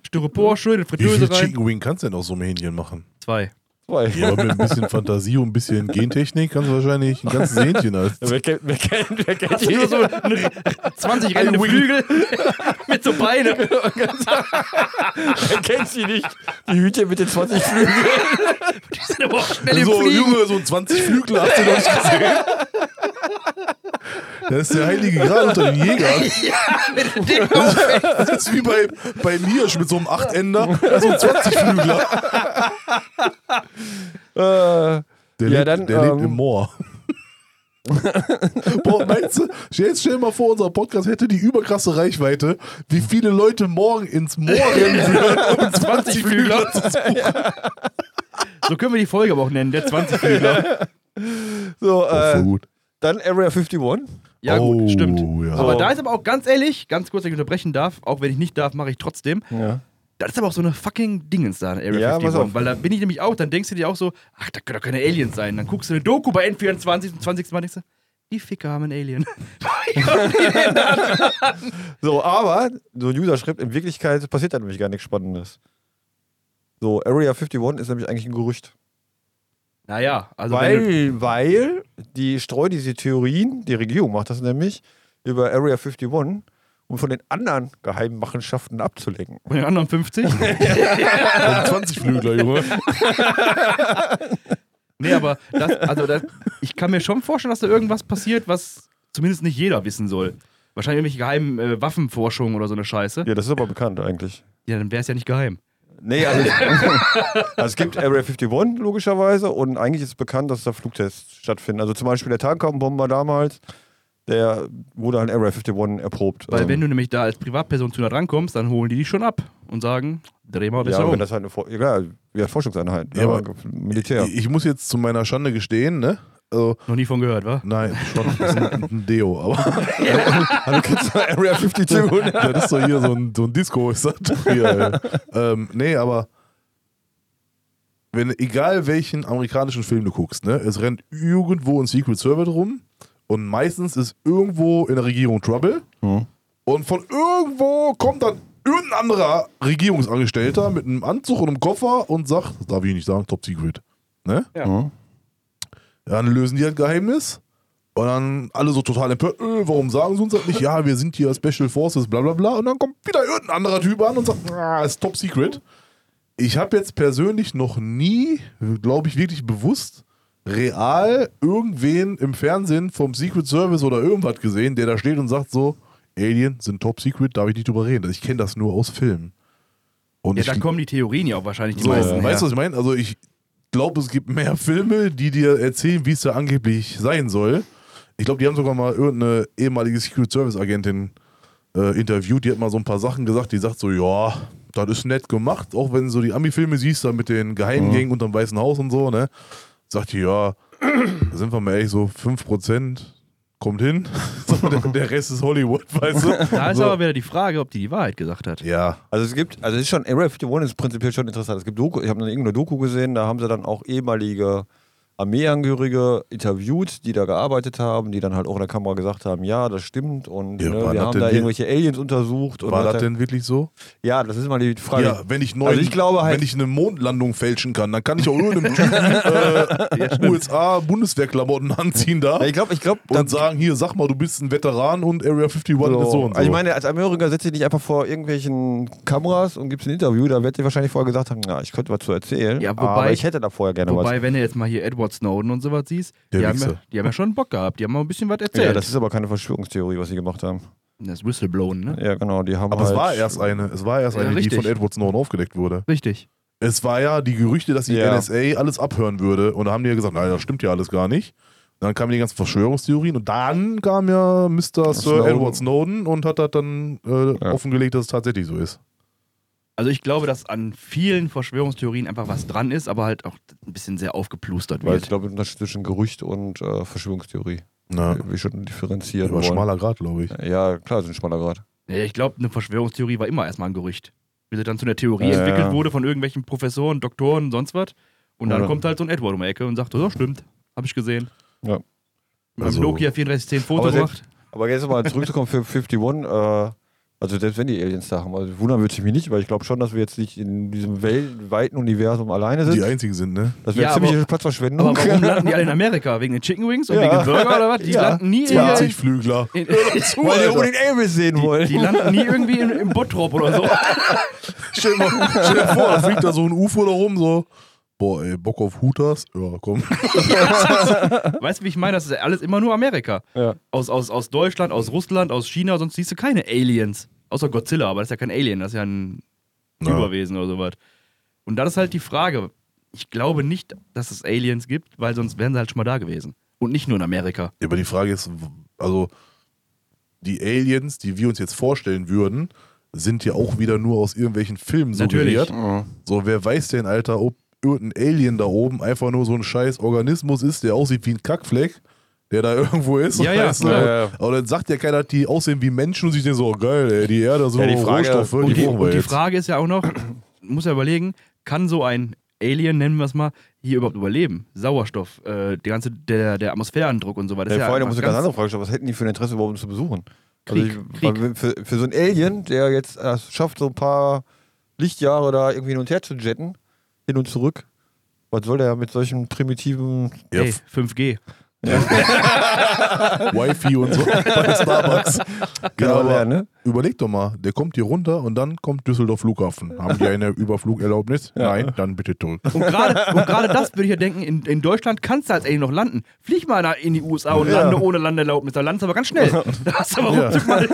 S4: Styropor, schön in
S2: Wie viel
S4: Fritteuse rein.
S2: Chicken Wing kannst du denn aus so einem Hähnchen machen?
S4: Zwei.
S3: Zwei.
S2: Aber mit ein bisschen Fantasie und ein bisschen Gentechnik kannst du wahrscheinlich ein ganzes Hähnchen als.
S3: Wer kennt, wer kennt, wer kennt
S4: Nur so eine, 20 rennende Flügel mit so Beinen.
S3: wer kennt sie nicht? Die Hütchen mit den 20 Flügeln.
S4: Die sind aber auch schnell im
S2: So,
S4: Fliegen.
S2: Also, Junge, so 20 Flügel hast du doch nicht gesehen. Da ist der Heilige Gral unter den Jägern.
S4: Ja, mit dem Ding.
S2: Das ist wie bei, bei Niersch mit so einem Achtender, so ein 20-Flügler.
S3: Äh,
S2: Der,
S3: Ja,
S2: lebt,
S3: dann,
S2: der
S3: ähm,
S2: lebt im Moor. Boah, meinst du, jetzt stell dir mal vor, unser Podcast hätte die überkrasse Reichweite, wie viele Leute morgen ins Moor rennen würden, um 20 Flügler zu
S4: So können wir die Folge aber auch nennen, der 20 Flügler.
S3: so, äh,
S2: gut.
S3: dann Area 51.
S4: Ja,
S2: Oh,
S4: gut, stimmt.
S2: ja.
S4: Aber
S3: So.
S4: da ist aber auch ganz ehrlich, ganz kurz, dass ich unterbrechen darf, auch wenn ich nicht darf, mache ich trotzdem.
S3: Ja.
S4: Das ist aber auch so eine fucking Dingens da, in Area
S3: Ja,
S4: 51,
S3: pass auf.
S4: Weil da bin ich nämlich auch, dann denkst du dir auch so, ach, da können doch keine Aliens sein. Dann guckst du eine Doku bei N24 und 20. Mal denkst du, die Ficker haben einen Alien.
S3: So, aber so ein User schreibt, in Wirklichkeit passiert da nämlich gar nichts Spannendes. So, Area 51 ist nämlich eigentlich ein Gerücht.
S4: naja, also wenn
S3: Weil,
S4: du-
S3: weil die streuen diese Theorien, die Regierung macht das nämlich, über Area 51, um von den anderen geheimen Machenschaften abzulenken.
S4: von den anderen 50.
S2: 20 Flügler, Junge.
S4: Nee, aber das, also das, ich kann mir schon vorstellen, dass da irgendwas passiert, was zumindest nicht jeder wissen soll. Wahrscheinlich irgendwelche geheimen äh, Waffenforschungen oder so eine Scheiße.
S3: Ja, das ist aber bekannt eigentlich.
S4: Ja, dann wäre es ja nicht geheim.
S3: Nee, also, also es gibt Area 51 logischerweise und eigentlich ist bekannt, dass da Flugtests stattfinden. Also zum Beispiel der Tarnkaumbomber damals, der wurde an Area 51 erprobt.
S4: Weil
S3: Ähm,
S4: wenn du nämlich da als Privatperson zu nah drankommst, dann holen die dich schon ab und sagen, dreh mal besser
S3: ja, wenn
S4: um.
S3: das halt eine For ja, ja, Forschungseinheit,
S2: Ja,
S3: aber
S2: aber-
S3: Militär.
S2: Ich, ich muss jetzt zu meiner Schande gestehen, ne? Also,
S4: Noch nie von gehört, wa?
S2: nein, schon das ist ein, ein Deo, aber
S3: Hallo, kennst du Area 52?
S2: das ist doch hier so ein, so ein Disco, ist das doch hier. ey. ähm, nee, aber wenn, egal welchen amerikanischen Film du guckst, ne? Es rennt irgendwo ein Secret Server drum und meistens ist irgendwo in der Regierung Trouble und von irgendwo kommt dann irgendein anderer Regierungsangestellter mit einem Anzug und einem Koffer und sagt, das darf ich nicht sagen, Top Secret, ne?
S3: Mhm.
S2: Dann lösen die ein Geheimnis. Und dann alle so total empört, äh, warum sagen sie uns das nicht? Ja, wir sind hier Special Forces, bla bla bla. Und dann kommt wieder irgendein anderer Typ an und sagt, ah, ist top secret. Ich habe jetzt persönlich noch nie, glaube ich, wirklich bewusst real irgendwen im Fernsehen vom Secret Service oder irgendwas gesehen, der da steht und sagt so, Alien sind top secret, darf ich nicht drüber reden. Also Ich kenne das nur aus Filmen. Und
S4: Ja,
S2: ich
S4: da kommen die Theorien ja auch wahrscheinlich die
S2: so, weißt
S4: meisten.
S2: du,
S4: her.
S2: was ich meine? Also ich glaube, es gibt mehr Filme, die dir erzählen, wie es da angeblich sein soll. Ich glaube, die haben sogar mal irgendeine ehemalige Secret Service Agentin äh, interviewt. Die hat mal so ein paar Sachen gesagt. Die sagt so, ja, das ist nett gemacht. Auch wenn du so die Ami-Filme siehst, da mit den
S4: Mhm.
S2: Geheimgängen unterm Weißen Haus und so, ne? Sagt die, ja, sind wir mal ehrlich, so 5% kommt hin. so, der, der Rest ist Hollywood, weißt du?
S4: Da ist
S2: so.
S4: aber wieder die Frage, ob die die Wahrheit gesagt hat.
S2: Ja,
S3: Also es gibt, also es ist schon, Area 51 ist prinzipiell schon interessant. Es gibt Doku, ich habe eine irgendeine Doku gesehen, da haben sie dann auch ehemalige Armeeangehörige interviewt, die da gearbeitet haben, die dann halt auch in der Kamera gesagt haben, ja, das stimmt und
S2: Ja, war
S3: ne,
S2: das
S3: wir haben
S2: denn
S3: da
S2: wir-
S3: irgendwelche Aliens untersucht. und
S2: war
S3: hat
S2: das
S3: er-
S2: denn wirklich so?
S3: Ja, das ist mal die Frage.
S2: Ja, wenn ich, neun,
S3: Also ich glaube halt-
S2: wenn ich eine Mondlandung fälschen kann, dann kann ich auch irgendeinem Typen äh, USA Bundeswehrklamotten anziehen da
S3: Ja, ich glaube, ich glaube,
S2: und sagen, hier, sag mal, du bist ein Veteran und Area 51 ist so und so.
S3: Also ich meine, als Angehöriger setzt dich nicht einfach vor irgendwelchen Kameras und gibst ein Interview, da wird dir wahrscheinlich vorher gesagt haben, na, ich könnte was zu erzählen,
S4: Ja,
S3: aber
S4: wobei-
S3: ich hätte da vorher gerne was.
S4: Wobei, wenn du jetzt mal hier Edward Snowden und sowas siehst,
S2: Der
S4: die haben, ja,
S2: Wichser.
S4: die haben ja schon Bock gehabt. Die haben mal ein bisschen was erzählt.
S3: Ja, das ist aber keine Verschwörungstheorie, was sie gemacht haben.
S4: das Whistleblown, ne?
S3: Ja, genau, die haben
S2: aber
S3: halt
S2: es war erst eine, es war erst
S4: Ja,
S2: eine, die
S4: richtig.
S2: von Edward Snowden aufgedeckt wurde.
S4: Richtig.
S2: Es war ja die Gerüchte, dass die
S3: Ja.
S2: NSA alles abhören würde und da haben die ja gesagt, naja, das stimmt ja alles gar nicht. Dann kamen die ganzen Verschwörungstheorien und dann kam ja Mr. Sir
S3: Snowden.
S2: Edward Snowden und hat das dann äh,
S3: Ja.
S2: offengelegt, dass es tatsächlich so ist.
S4: Also ich glaube, dass an vielen Verschwörungstheorien einfach was dran ist, aber halt auch ein bisschen sehr aufgeplustert
S3: Weil ich
S4: wird.
S3: glaube, im Unterschied zwischen Gerücht und äh, Verschwörungstheorie
S2: Ja.
S3: wir schon differenzieren
S2: Über
S3: wollen.
S2: schmaler Grad, glaube ich.
S3: Ja, klar, sind schmaler Grad.
S4: Ja, ich glaube, eine Verschwörungstheorie war immer erstmal ein Gerücht. Bis sie dann zu einer Theorie
S3: Ja, ja.
S4: entwickelt wurde von irgendwelchen Professoren, Doktoren, sonst was. Und dann
S3: Oder-
S4: kommt halt so ein Edward um die Ecke und sagt, oh, stimmt, habe ich gesehen.
S3: Ja.
S4: Mit
S2: Also-
S4: einem Nokia 3410 Foto
S3: Aber selbst-
S4: gemacht.
S3: Aber jetzt mal zurückzukommen für 51, äh, Also selbst wenn die Aliens da haben. Also wundern würde ich mich nicht, weil ich glaube schon, dass wir jetzt nicht in diesem weltweiten Universum alleine
S2: Die
S3: sind.
S2: einzigen sind, ne?
S3: Das wäre
S4: Ja,
S3: ziemliche
S4: aber-
S3: Platzverschwendung.
S4: Aber warum landen die alle in Amerika? Wegen den Chicken Wings und
S3: Ja.
S4: wegen den Burger oder was? Die
S3: Ja.
S4: landen nie
S3: Ja.
S4: in,
S2: 20 Flügler.
S4: in,
S3: Weil wir
S4: in
S3: unbedingt Elvis sehen wollen.
S4: Die landen nie irgendwie in, im Bottrop oder so.
S2: Stell dir, mal, stell dir vor, da fliegt da so ein UFO da rum, so. Boah, ey, Bock auf Hutas? Ja, komm.
S4: Weißt du, wie ich meine? Das ist ja alles immer nur Amerika.
S3: Ja.
S4: Aus, aus, aus Deutschland, aus Russland, aus China, sonst siehst du keine Aliens. Außer Godzilla, aber das ist ja kein Alien, das ist ja ein
S2: Ja.
S4: Überwesen oder sowas. Und das ist halt die Frage. Ich glaube nicht, dass es Aliens gibt, weil sonst wären sie halt schon mal da gewesen. Und nicht nur in Amerika.
S2: Ja, aber die Frage ist, w- also die Aliens, die wir uns jetzt vorstellen würden, sind ja auch wieder nur aus irgendwelchen Filmen
S4: Natürlich.
S2: suggeriert. So, wer weiß denn, Alter, ob irgendein Alien da oben einfach nur so ein scheiß Organismus ist, der aussieht wie ein Kackfleck, der da irgendwo ist.
S4: Ja, ja,
S2: weißt du?
S4: ja,
S3: ja.
S2: Aber dann sagt ja keiner, die aussehen wie Menschen und sich denken so, oh, geil, ey, die Erde, so
S3: Ja, die Frage-
S2: Rohstoffe,
S4: und die,
S2: brauchen wir
S4: und die
S2: jetzt.
S4: Frage ist ja auch noch, muss ja überlegen, kann so ein Alien, nennen wir es mal, hier überhaupt überleben? Sauerstoff, äh, der ganze, der, der Atmosphärendruck und so weiter. Das ist
S3: Ja, vor allem
S4: einfach
S3: muss ich ganz andere Frage stellen. Was hätten die für ein Interesse, überhaupt uns zu besuchen? Also
S4: Krieg,
S3: ich,
S4: Krieg.
S3: weil Für, für so einen Alien, der jetzt äh, es schafft, so ein paar Lichtjahre da irgendwie hin und her zu jetten, hin und zurück. Was soll der mit solchen primitiven.
S2: Ja,
S4: Ey, 5G.
S2: Wi-Fi und so bei Starbucks.
S3: Genau,
S2: Ja, aber
S3: ja, ne?
S2: Überleg doch mal, der kommt hier runter und dann kommt Düsseldorf Flughafen. Haben die eine Überflugerlaubnis? Nein, dann bitte zurück.
S4: Und gerade und gerade das würde ich ja denken, in, in Deutschland kannst du als Alien noch landen. Flieg mal nach, in die USA und
S2: Ja.
S4: lande ohne Landeerlaubnis. Da landest du aber ganz schnell. Da hast du aber
S2: Ja.
S4: ruckzuck mal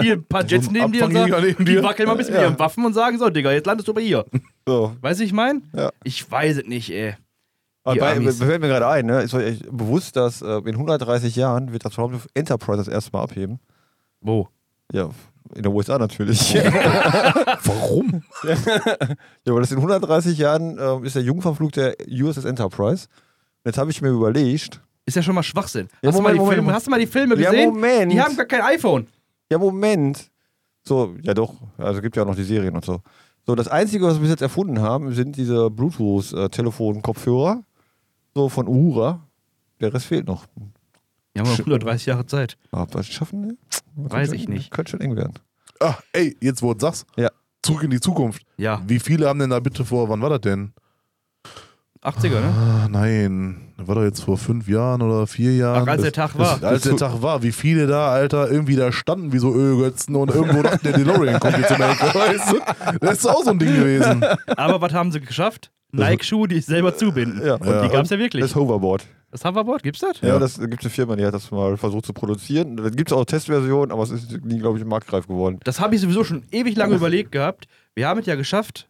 S4: hier ein paar Jets
S2: So ein
S4: neben dir und sagen,
S2: Abfangjäger neben
S4: die
S2: dir.
S4: wackeln mal ein bisschen mit ihren Waffen und sagen, so Digga, jetzt landest du bei hier.
S3: So.
S4: Weißt du, ich meine?
S3: Ja.
S4: Ich weiß es nicht, ey.
S3: Aber
S4: Die
S3: bei-
S4: Amis.
S3: mir fällt mir gerade ein, ne? Ist euch echt bewusst, dass äh, in 130 Jahren wird das Raumschiff Enterprise das erste Mal abheben?
S4: Wo?
S3: Ja, in den USA natürlich. ja,
S2: Warum?
S3: weil das in 130 Jahren ähm, ist der Jungfernflug der USS Enterprise. Und jetzt habe ich mir überlegt.
S4: Ist ja schon mal Schwachsinn. Hast,
S3: Ja,
S4: du,
S3: Moment,
S4: mal die
S3: Moment,
S4: Filme,
S3: Moment.
S4: hast du mal die Filme
S3: Ja,
S4: gesehen?
S3: Moment.
S4: Die haben gar kein iPhone.
S3: Ja, Moment. So, ja doch. Also gibt ja auch noch die Serien und so. So, das Einzige, was wir bis jetzt erfunden haben, sind diese Bluetooth-Telefon-Kopfhörer. So von Uhura. Der Rest fehlt noch.
S4: Die haben noch 130 Jahre Zeit.
S3: Aber was schaffen wir?
S4: Weiß ich nicht.
S3: Könnte schon eng werden.
S2: Ah, ey, jetzt wo du sagst.
S3: Ja.
S2: Zurück in die Zukunft.
S4: Ja,
S2: Wie viele haben denn da bitte vor, wann war das denn?
S4: 80er, ne?
S2: Ah, nein. Das War doch jetzt vor fünf Jahren oder vier Jahren.
S4: Ach, als der
S2: Das-
S4: Tag
S2: das-
S4: war.
S2: Als der Tag war, wie viele da, Alter, irgendwie da standen wie so Ölgötzen und irgendwo dachten, der DeLorean kommt jetzt in der Ecke, weißt du? Das ist auch so ein Ding gewesen.
S4: Aber was haben sie geschafft? Nike-Schuhe, die ich selber zubinden.
S3: Ja.
S4: Und die gab es ja
S3: Das
S4: wirklich.
S3: Hoverboard.
S4: Das Hoverboard, gibt's das?
S3: Ja, das gibt eine Firma, die hat das mal versucht zu produzieren. Da gibt es auch Testversionen, aber es ist nie, glaube ich, marktreif geworden.
S4: Das habe ich sowieso schon ewig lange überlegt gehabt. Wir haben es ja geschafft,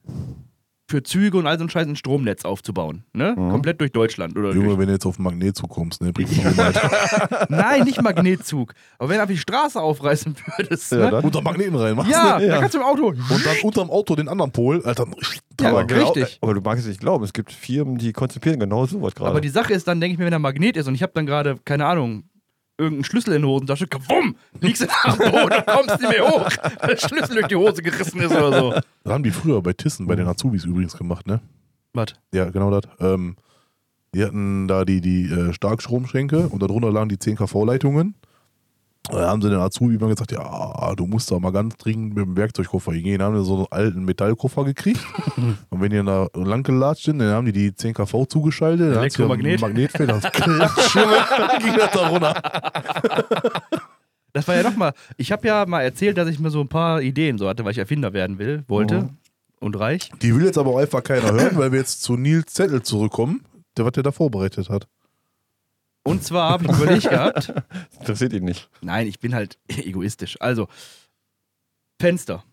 S4: für Züge und all so einen Scheiß ein Stromnetz aufzubauen. Ne? Komplett durch Deutschland. Oder durch
S2: Junge, wenn du jetzt auf den Magnet zukommst, ne, bringst du mich um, Alter.
S4: Nein, nicht Magnetzug. Aber wenn du einfach die Straße aufreißen würdest.
S3: Ja,
S4: ne?
S3: dann-
S2: Unter Magneten rein, machst
S4: ja,
S2: du?
S4: da kannst du im Auto.
S2: Und dann unterm Auto den anderen Pol, Alter.
S4: Ja,
S2: Aber
S3: genau,
S4: richtig.
S3: Aber du magst es nicht glauben, es gibt Firmen, die konzipieren genau sowas gerade.
S4: Aber die Sache ist dann, denke ich mir, wenn da ein Magnet ist und ich habe dann gerade, keine Ahnung, irgendeinen Schlüssel in der Hosentasche, wumm, liegst du am Boden und kommst nicht mehr hoch, weil der Schlüssel durch die Hose gerissen ist oder so.
S2: Das haben die früher bei Tissen, bei den Azubis übrigens gemacht, ne?
S4: Was?
S2: Ja, genau das. Ähm, die hatten da die, die äh, Starkstromschränke und darunter lagen die 10 KV-Leitungen. Da haben sie den Azubi immer gesagt, ja, du musst da mal ganz dringend mit dem Werkzeugkoffer hingehen. Dann haben wir so einen alten Metallkoffer gekriegt. und wenn die da lang gelatscht sind, dann haben die die 10 KV zugeschaltet. Dann hat's wieder
S4: Elektromagnet.
S2: ein Magnetfeld, das klatscht, Junge, dann ging das da runter.
S4: Das war ja nochmal, ich habe ja mal erzählt, dass ich mir so ein paar Ideen so hatte, weil ich Erfinder werden will, wollte und reich.
S2: Die will jetzt aber auch einfach keiner hören, weil wir jetzt zu Nils Zettel zurückkommen, der was der da vorbereitet hat.
S4: Und zwar habe ich überlegt gehabt,
S3: interessiert ihn nicht.
S4: nein, ich bin halt egoistisch. Also, Fenster.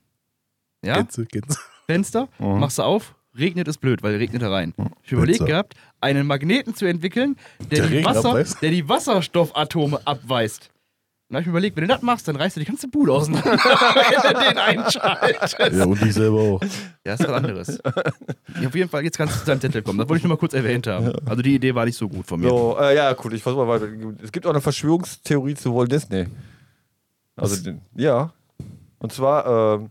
S4: Ja?
S2: Kennst du, kennst du?
S4: Fenster,
S3: Mhm.
S4: machst du auf, regnet es blöd, weil regnet da rein. Ich überlege
S2: Fenster.
S4: gehabt, einen Magneten zu entwickeln, der,
S2: Der
S4: die,
S2: Regen
S4: Wasser,
S2: abweist?
S4: der die Wasserstoffatome abweist. Dann habe ich mir überlegt, wenn du das machst, dann reißt du die ganze Bude auseinander, wenn du den einschaltest.
S2: Ja, und ich selber auch.
S4: Ja, ist was anderes. Ja, auf jeden Fall, jetzt kannst du zu deinem Zettel kommen. Das wollte ich nur mal kurz erwähnt haben. Also die Idee war nicht so gut von mir.
S3: So, äh, ja, cool, ich versuche mal weiter. Es gibt auch eine Verschwörungstheorie zu Walt Disney. Also, den, ja. Und zwar, ähm,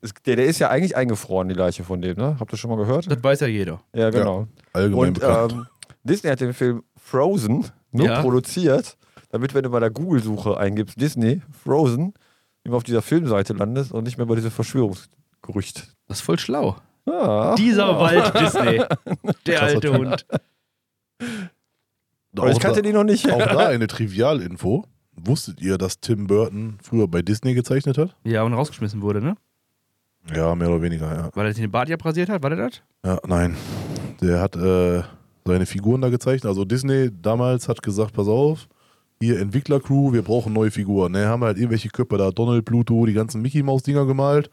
S3: es, der, der ist ja eigentlich eingefroren, die Leiche von dem, ne? Habt ihr schon mal gehört?
S4: Das weiß ja jeder.
S3: Ja, genau.
S2: Allgemein
S3: Und
S2: bekannt.
S3: ähm, Disney hat den Film Frozen nur
S4: Ja.
S3: produziert, damit, wenn du bei der Google-Suche eingibst, Disney, Frozen, immer auf dieser Filmseite landest und nicht mehr bei diesem Verschwörungsgerücht.
S4: Das ist voll schlau.
S3: Ah.
S4: Dieser Wald Disney. Der
S2: Oh. Krasser
S4: alte
S2: Typ.
S4: Hund.
S3: Aber ich kannte die noch nicht.
S2: Auch da eine Trivialinfo. Wusstet ihr, dass Tim Burton früher bei Disney gezeichnet hat?
S4: Ja, und rausgeschmissen wurde, ne?
S2: Ja, mehr oder weniger, ja.
S4: Weil er sich den Bart ja abrasiert hat, war der das?
S2: Ja, nein. Der hat äh, seine Figuren da gezeichnet. Also Disney damals hat gesagt, pass auf, hier Entwicklercrew, wir brauchen neue Figuren. Ne, haben halt irgendwelche Köpfe da, Donald, Pluto, die ganzen Mickey Maus Dinger gemalt.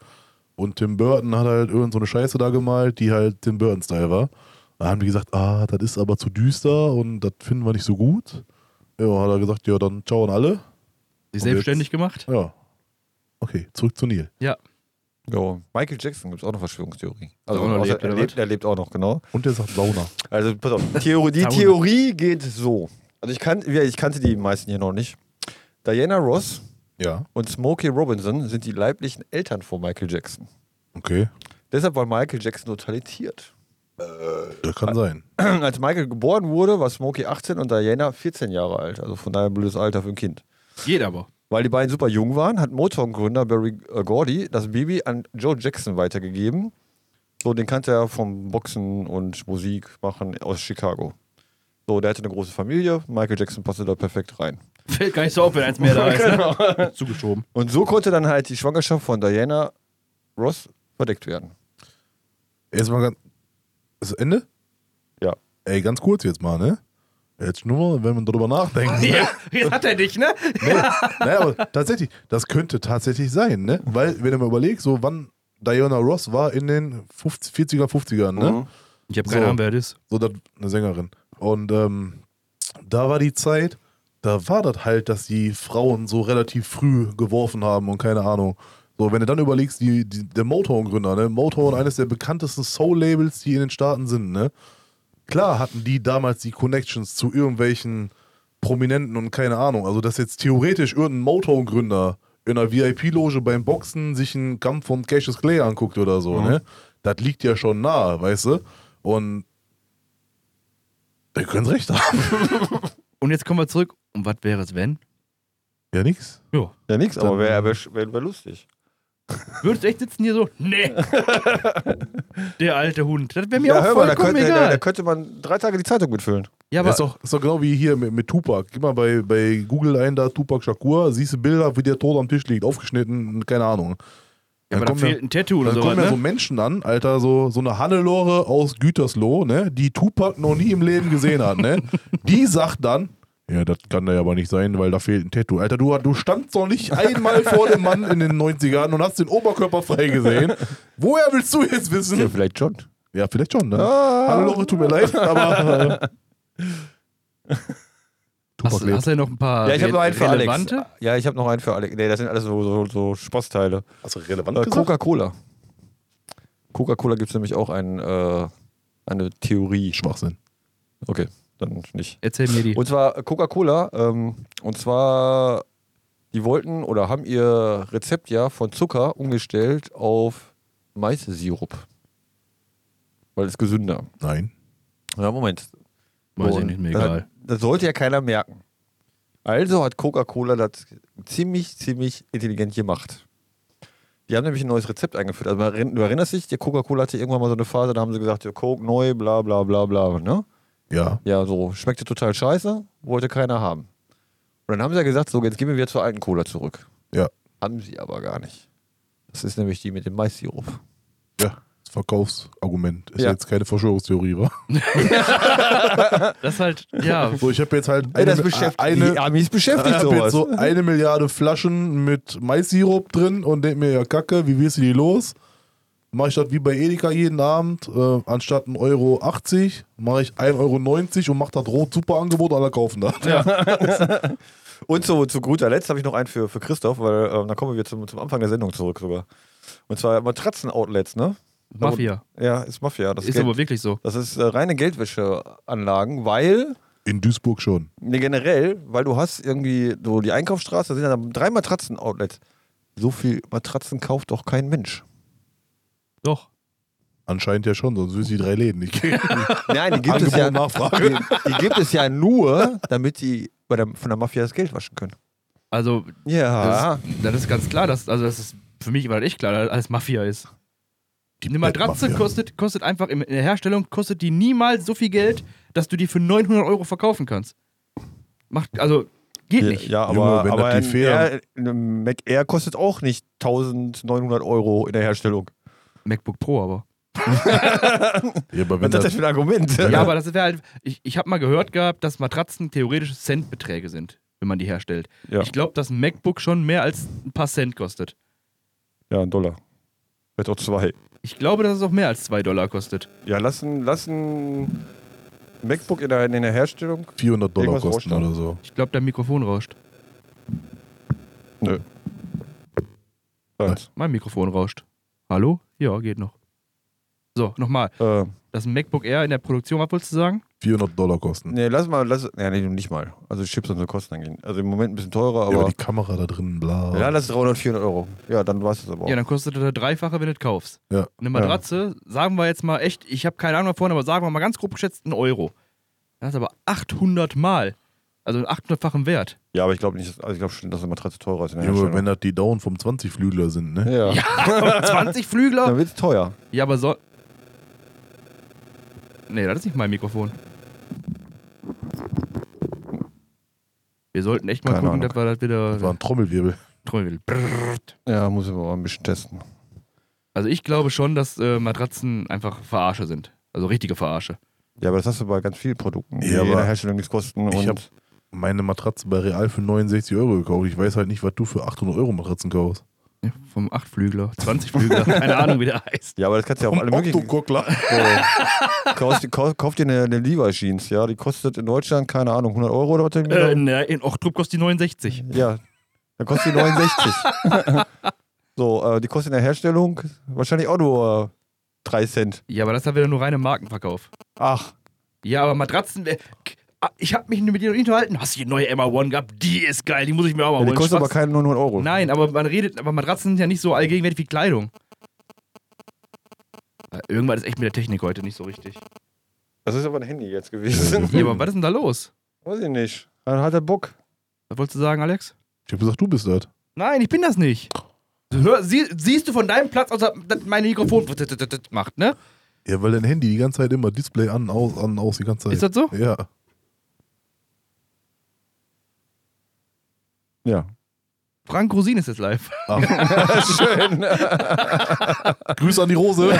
S2: Und Tim Burton hat halt irgend so eine Scheiße da gemalt, die halt Tim Burton Style war. Da haben die gesagt, ah, das ist aber zu düster und das finden wir nicht so gut. Ja, hat er gesagt, ja, dann ciao an alle.
S4: Sich
S2: Und
S4: selbstständig gemacht?
S2: Ja. Okay, zurück zu Neil.
S4: Ja.
S3: Ja. Michael Jackson gibt es auch noch Verschwörungstheorie. Also,
S4: er auch noch
S3: außer-
S4: lebt,
S3: er,
S4: oder
S3: lebt,
S4: was?
S3: er lebt auch noch, genau.
S2: Und der sagt Sauna.
S3: Also, pass auf. Theorie, die
S4: Tausend.
S3: Theorie geht so. Also, ich, kan ja, ich kannte die meisten hier noch nicht. Diana Ross
S2: Ja.
S3: und Smokey Robinson sind die leiblichen Eltern von Michael Jackson.
S2: Okay.
S3: Deshalb war Michael Jackson so talentiert.
S2: Das kann sein.
S3: Als Michael geboren wurde, war Smokey 18 und Diana 14 Jahre alt. Also von daher ein blödes Alter für ein Kind.
S4: Jeder aber.
S3: Weil die beiden super jung waren, hat Motown-Gründer Barry äh, Gordy das Baby an Joe Jackson weitergegeben. So, den kannte er vom Boxen und Musik machen aus Chicago. So, der hatte eine große Familie. Michael Jackson passte da perfekt rein.
S4: Fällt gar nicht so auf, wenn eins mehr da ist. Ne? Zugeschoben.
S3: Und so konnte dann halt die Schwangerschaft von Diana Ross verdeckt werden.
S2: Erstmal ganz. Ist das Ende?
S3: Ja.
S2: Ey, ganz kurz jetzt mal, ne? Jetzt nur mal, wenn man drüber nachdenkt.
S4: Ja, jetzt hat er dich, ne?
S2: naja, aber tatsächlich, das könnte tatsächlich sein, ne? Weil, wenn du mal überlegst, so wann Diana Ross war in den 50, 40er, 50ern, ne?
S4: Ich habe
S2: keine Ahnung,
S4: wer das ist.
S2: So, das, eine Sängerin. Und ähm, da war die Zeit, da war das halt, dass die Frauen so relativ früh geworfen haben und keine Ahnung. So, wenn du dann überlegst, die, die, der Motown-Gründer, ne? Motown, eines der bekanntesten Soul-Labels, die in den Staaten sind, ne? Klar hatten die damals die Connections zu irgendwelchen Prominenten und keine Ahnung. Also, dass jetzt theoretisch irgendein Motown-Gründer in einer VIP-Loge beim Boxen sich einen Kampf von Cassius Clay anguckt oder so, ne? Das liegt ja schon nahe, weißt du? Und Ihr könnt recht haben.
S4: Und jetzt kommen wir zurück. Und was wäre es, wenn?
S2: Ja, nix.
S4: Jo.
S3: Ja, nix, aber
S2: Dann-
S3: wäre wär, wär, wär lustig.
S4: Würdest du echt sitzen hier so? Nee. der alte Hund. Das wäre mir
S3: ja,
S4: auch
S3: hör mal, da
S4: vollkommen
S3: könnte,
S4: egal.
S3: da, da könnte man drei Tage die Zeitung mitfüllen.
S4: ja,
S2: Aber
S4: aber
S2: ist, doch, ist doch genau wie hier mit, mit Tupac. Gib mal bei, bei Google ein, da Tupac Shakur, siehst du Bilder, wie der tot am Tisch liegt, aufgeschnitten, keine Ahnung.
S4: Ja, aber da
S2: kommen
S4: fehlt ein Tattoo oder
S2: dann
S4: sowas,
S2: kommen ja so
S4: ne?
S2: Menschen an, Alter, so, so eine Hannelore aus Gütersloh, ne, die Tupac noch nie im Leben gesehen hat, ne? Die sagt dann, ja, das kann da ja aber nicht sein, weil da fehlt ein Tattoo. Alter, du, du standst doch nicht einmal vor dem Mann in den 90ern und hast den Oberkörper frei gesehen. Woher willst du jetzt wissen?
S3: Ja, vielleicht schon.
S2: Ja, vielleicht schon. Ne?
S3: Ah.
S2: Hallo Lore, tut mir leid, aber. Äh,
S4: Hast,
S2: lebt.
S4: hast du ja noch ein paar
S3: Ja, ich habe
S4: re-
S3: noch einen für Alex.
S4: relevante?
S3: Ja, ich habe noch einen für Alex. Nee, das sind alles so, so, so Spaßteile.
S2: Hast du relevant
S3: Äh, Coca-Cola. Coca-Cola gibt es nämlich auch ein, äh, eine Theorie.
S2: Schwachsinn.
S3: Okay, dann nicht.
S4: Erzähl mir die.
S3: Und zwar äh, Coca-Cola, ähm, und zwar, die wollten oder haben ihr Rezept ja von Zucker umgestellt auf Mais-Sirup. Weil es gesünder.
S2: Nein.
S3: Ja, Moment.
S4: Weiß
S3: So,
S4: ich
S3: und
S4: nicht, mir
S3: das,
S4: egal.
S3: Das sollte ja keiner merken. Also hat Coca-Cola das ziemlich, ziemlich intelligent gemacht. Die haben nämlich ein neues Rezept eingeführt. Also man erinn- du erinnerst dich, die Coca-Cola hatte irgendwann mal so eine Phase, da haben sie gesagt, ja, Coke neu, bla bla bla bla. Ne?
S2: Ja.
S3: Ja, so, schmeckte total scheiße, wollte keiner haben. Und dann haben sie ja gesagt, so, jetzt gehen wir wieder zur alten Cola zurück.
S2: Ja.
S3: Haben sie aber gar nicht. Das ist nämlich die mit dem Mais-Sirup.
S2: Ja. Das Verkaufsargument. Ist
S3: Ja.
S2: jetzt keine Verschwörungstheorie, wa?
S4: Das ist halt, ja,
S2: So, ich habe jetzt halt
S3: Ja,
S2: eine,
S3: das beschäftigt,
S2: eine,
S3: die Amis
S2: ich
S3: beschäftigt
S2: hab jetzt
S3: sowas.
S2: so eine Milliarde Flaschen mit Mais-Sirup drin und denk mir, ja, Kacke, wie wirst du die los? Mache ich das wie bei Edeka jeden Abend, äh, anstatt 1,80 Euro, mache ich 1,90 Euro und mache das rot super Angebot, alle kaufen das.
S3: Und zu, zu guter Letzt habe ich noch einen für, für Christoph, weil ähm, dann kommen wir zum, zum Anfang der Sendung zurück sogar. Und zwar Matratzen-Outlets, ne?
S4: Mafia.
S3: Ja, ist Mafia. Das
S4: Ist
S3: Geld,
S4: aber wirklich so.
S3: das ist äh, reine Geldwäscheanlagen, weil,
S2: In Duisburg schon.
S3: ne, generell, weil du hast irgendwie so die Einkaufsstraße, da sind dann drei Matratzen-Outlets. So viel Matratzen kauft doch kein Mensch.
S4: Doch.
S2: Anscheinend ja schon, sonst sind die drei Läden nicht gehen.
S3: Nein, die gibt, es
S2: Angebot
S3: ja,
S2: und Nachfrage.
S3: die, die gibt es ja nur, damit die bei der, von der Mafia das Geld waschen können.
S4: Also,
S3: Ja.
S4: das,
S3: Ah.
S4: ist, das ist ganz klar. Das, also, das ist, für mich war das echt klar, dass alles Mafia ist.
S3: Äh,
S4: Eine Matratze
S2: Bettmafia.
S4: kostet, kostet einfach in der Herstellung, kostet die niemals so viel Geld, dass du die für 900 Euro verkaufen kannst. Macht, also, geht
S3: Ja,
S4: nicht.
S3: ja,
S2: Junge,
S3: aber,
S2: wenn
S3: aber
S2: das
S3: ein,
S2: die fair-
S3: Air, ein Mac Air kostet auch nicht 1900 Euro in der Herstellung.
S4: MacBook Pro aber.
S2: Ja, aber wenn
S3: Was ist das
S2: das,
S3: denn für ein Argument?
S4: Ja, aber das wäre halt. Ich, ich habe mal gehört gehabt, dass Matratzen theoretisch Centbeträge sind, wenn man die herstellt.
S3: Ja.
S4: Ich glaube, dass ein MacBook schon mehr als ein paar Cent kostet.
S3: ja ein Dollar. Wird auch zwei.
S4: Ich glaube, dass es auch mehr als 2 Dollar kostet.
S3: Ja, lassen, lassen MacBook in der, in der Herstellung.
S2: 400 Dollar
S3: Irgendwas
S2: kosten
S3: rausschneiden.
S2: oder so.
S4: Ich glaube, dein Mikrofon rauscht.
S3: Nö. Eins.
S4: Mein Mikrofon rauscht. Hallo? Ja, geht noch. So, nochmal.
S3: Äh,
S4: Das MacBook Air in der Produktion, was wolltest du sagen?
S2: 400 Dollar kosten.
S3: nee, lass mal, lass. Ja, nee, nicht mal. Also Chips und so kosten eigentlich. Also im Moment ein bisschen teurer,
S2: Ja, aber
S3: aber.
S2: die Kamera da drin, bla.
S3: Ja, lass 300, 400 Euro. Ja, dann war es das aber auch.
S4: Ja, dann kostet das das Dreifache, wenn du das kaufst.
S2: Ja.
S4: Eine Matratze, sagen wir jetzt mal echt, ich habe keine Ahnung davon, aber sagen wir mal ganz grob geschätzt einen Euro. Das ist aber 800 Mal. Also einen 800-fachen Wert.
S3: Ja, aber ich glaube nicht, dass- also ich glaube schon, dass eine Matratze teurer ist in der
S2: Junge,
S3: Herstellung.
S2: wenn das die Down vom 20-Flügler sind, ne?
S3: ja.
S4: 20 Flügler?
S3: Dann wird es teuer.
S4: Ja, aber so. Nee, das ist nicht mein Mikrofon. Wir sollten echt mal
S3: Keine
S4: gucken,
S3: Ahnung.
S4: dass wir das wieder
S2: Das war ein Trommelwirbel.
S4: Trommelwirbel. Brrrt.
S3: Ja, muss ich aber ein bisschen testen.
S4: Also ich glaube schon, dass äh, Matratzen einfach Verarsche sind. Also richtige Verarsche.
S3: Ja, aber das hast du bei ganz vielen Produkten, die
S2: Ja,
S3: in
S2: aber
S3: der Herstellung nichts kosten.
S2: ich
S3: und
S2: hab- Meine Matratze bei Real für 69 Euro gekauft. Ich weiß halt nicht, was du für 800 Euro Matratzen kaufst.
S4: Ja, vom 8-Flügler, 20-Flügler, keine Ahnung, wie der heißt.
S3: ja, aber das kannst du ja auf alle möglichen.
S2: Octogockler.
S3: So, kaufst, dir- kauf, kauf dir eine, eine Levi's Jeans, ja. Die kostet in Deutschland, keine Ahnung, 100 Euro oder was? denn
S4: Äh,
S3: genau?
S4: ne, in Ochtrup kostet die 69.
S3: Ja, dann kostet die 69. so, äh, die kostet in der Herstellung wahrscheinlich auch nur äh, 3 Cent.
S4: Ja, aber das ist ja wieder nur reine Markenverkauf.
S3: Ach,
S4: Ja, aber Matratzen. äh, k- ah, Ich hab mich mit dir noch nicht unterhalten. Hast du die neue Emma One gehabt? Die ist geil, die muss ich mir auch mal
S3: ja, die
S4: holen.
S3: kostet aber
S4: Schwarz-
S3: keine 900 Euro.
S4: Nein, aber man redet, aber Matratzen sind ja nicht so allgegenwärtig wie Kleidung. Äh, Irgendwann ist echt mit der Technik heute nicht so richtig.
S3: Das ist aber ein Handy jetzt gewesen.
S4: Hier, aber was ist denn da los?
S3: Weiß ich nicht. Dann hat er Bock.
S4: Was wolltest du sagen, Alex?
S2: Ich hab gesagt, du bist das.
S4: Nein, ich bin das nicht. Hör, sie, siehst du von deinem Platz aus, dass mein Mikrofon macht, ne?
S2: Ja, weil dein Handy die ganze Zeit immer Display an, aus, an, aus, die ganze Zeit.
S4: Ist das so?
S2: Ja.
S3: Ja.
S4: Frank Rosin ist jetzt live.
S3: Schön.
S2: Grüß an die Rose.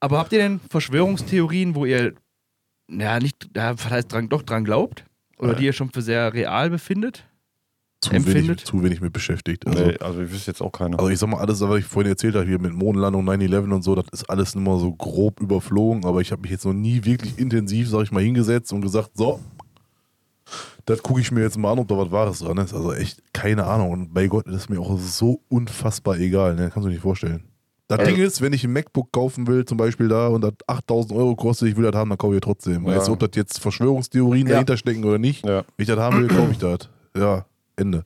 S4: Aber habt ihr denn Verschwörungstheorien, wo ihr, naja, nicht, ja, was heißt dran, doch dran glaubt? Oder die ihr schon für sehr real befindet?
S2: zu,
S4: Empfindet?
S2: wenig, zu wenig mit beschäftigt. Also,
S3: nee, also ich wüsste jetzt auch keine.
S2: also ich sag mal, alles, was ich vorhin erzählt habe, hier mit Mondlandung, 9-11 und so, das ist alles immer so grob überflogen, aber ich habe mich jetzt noch nie wirklich intensiv, sag ich mal, hingesetzt und gesagt, so, das gucke ich mir jetzt mal an, ob da was Wahres dran ist. Also echt, keine Ahnung. Und bei Gott, das ist mir auch so unfassbar egal, ne? Kannst du dir nicht vorstellen. Das
S3: Also-
S2: Ding ist, wenn ich ein MacBook kaufen will, zum Beispiel da, und das 8000 Euro kostet, ich will das haben, dann kaufe ich das trotzdem.
S3: Ja.
S2: Weißt du, ob das jetzt Verschwörungstheorien
S3: Ja.
S2: dahinter stecken oder nicht?
S3: Ja.
S2: Wenn ich das haben will, kaufe ich das. Ja, Ende.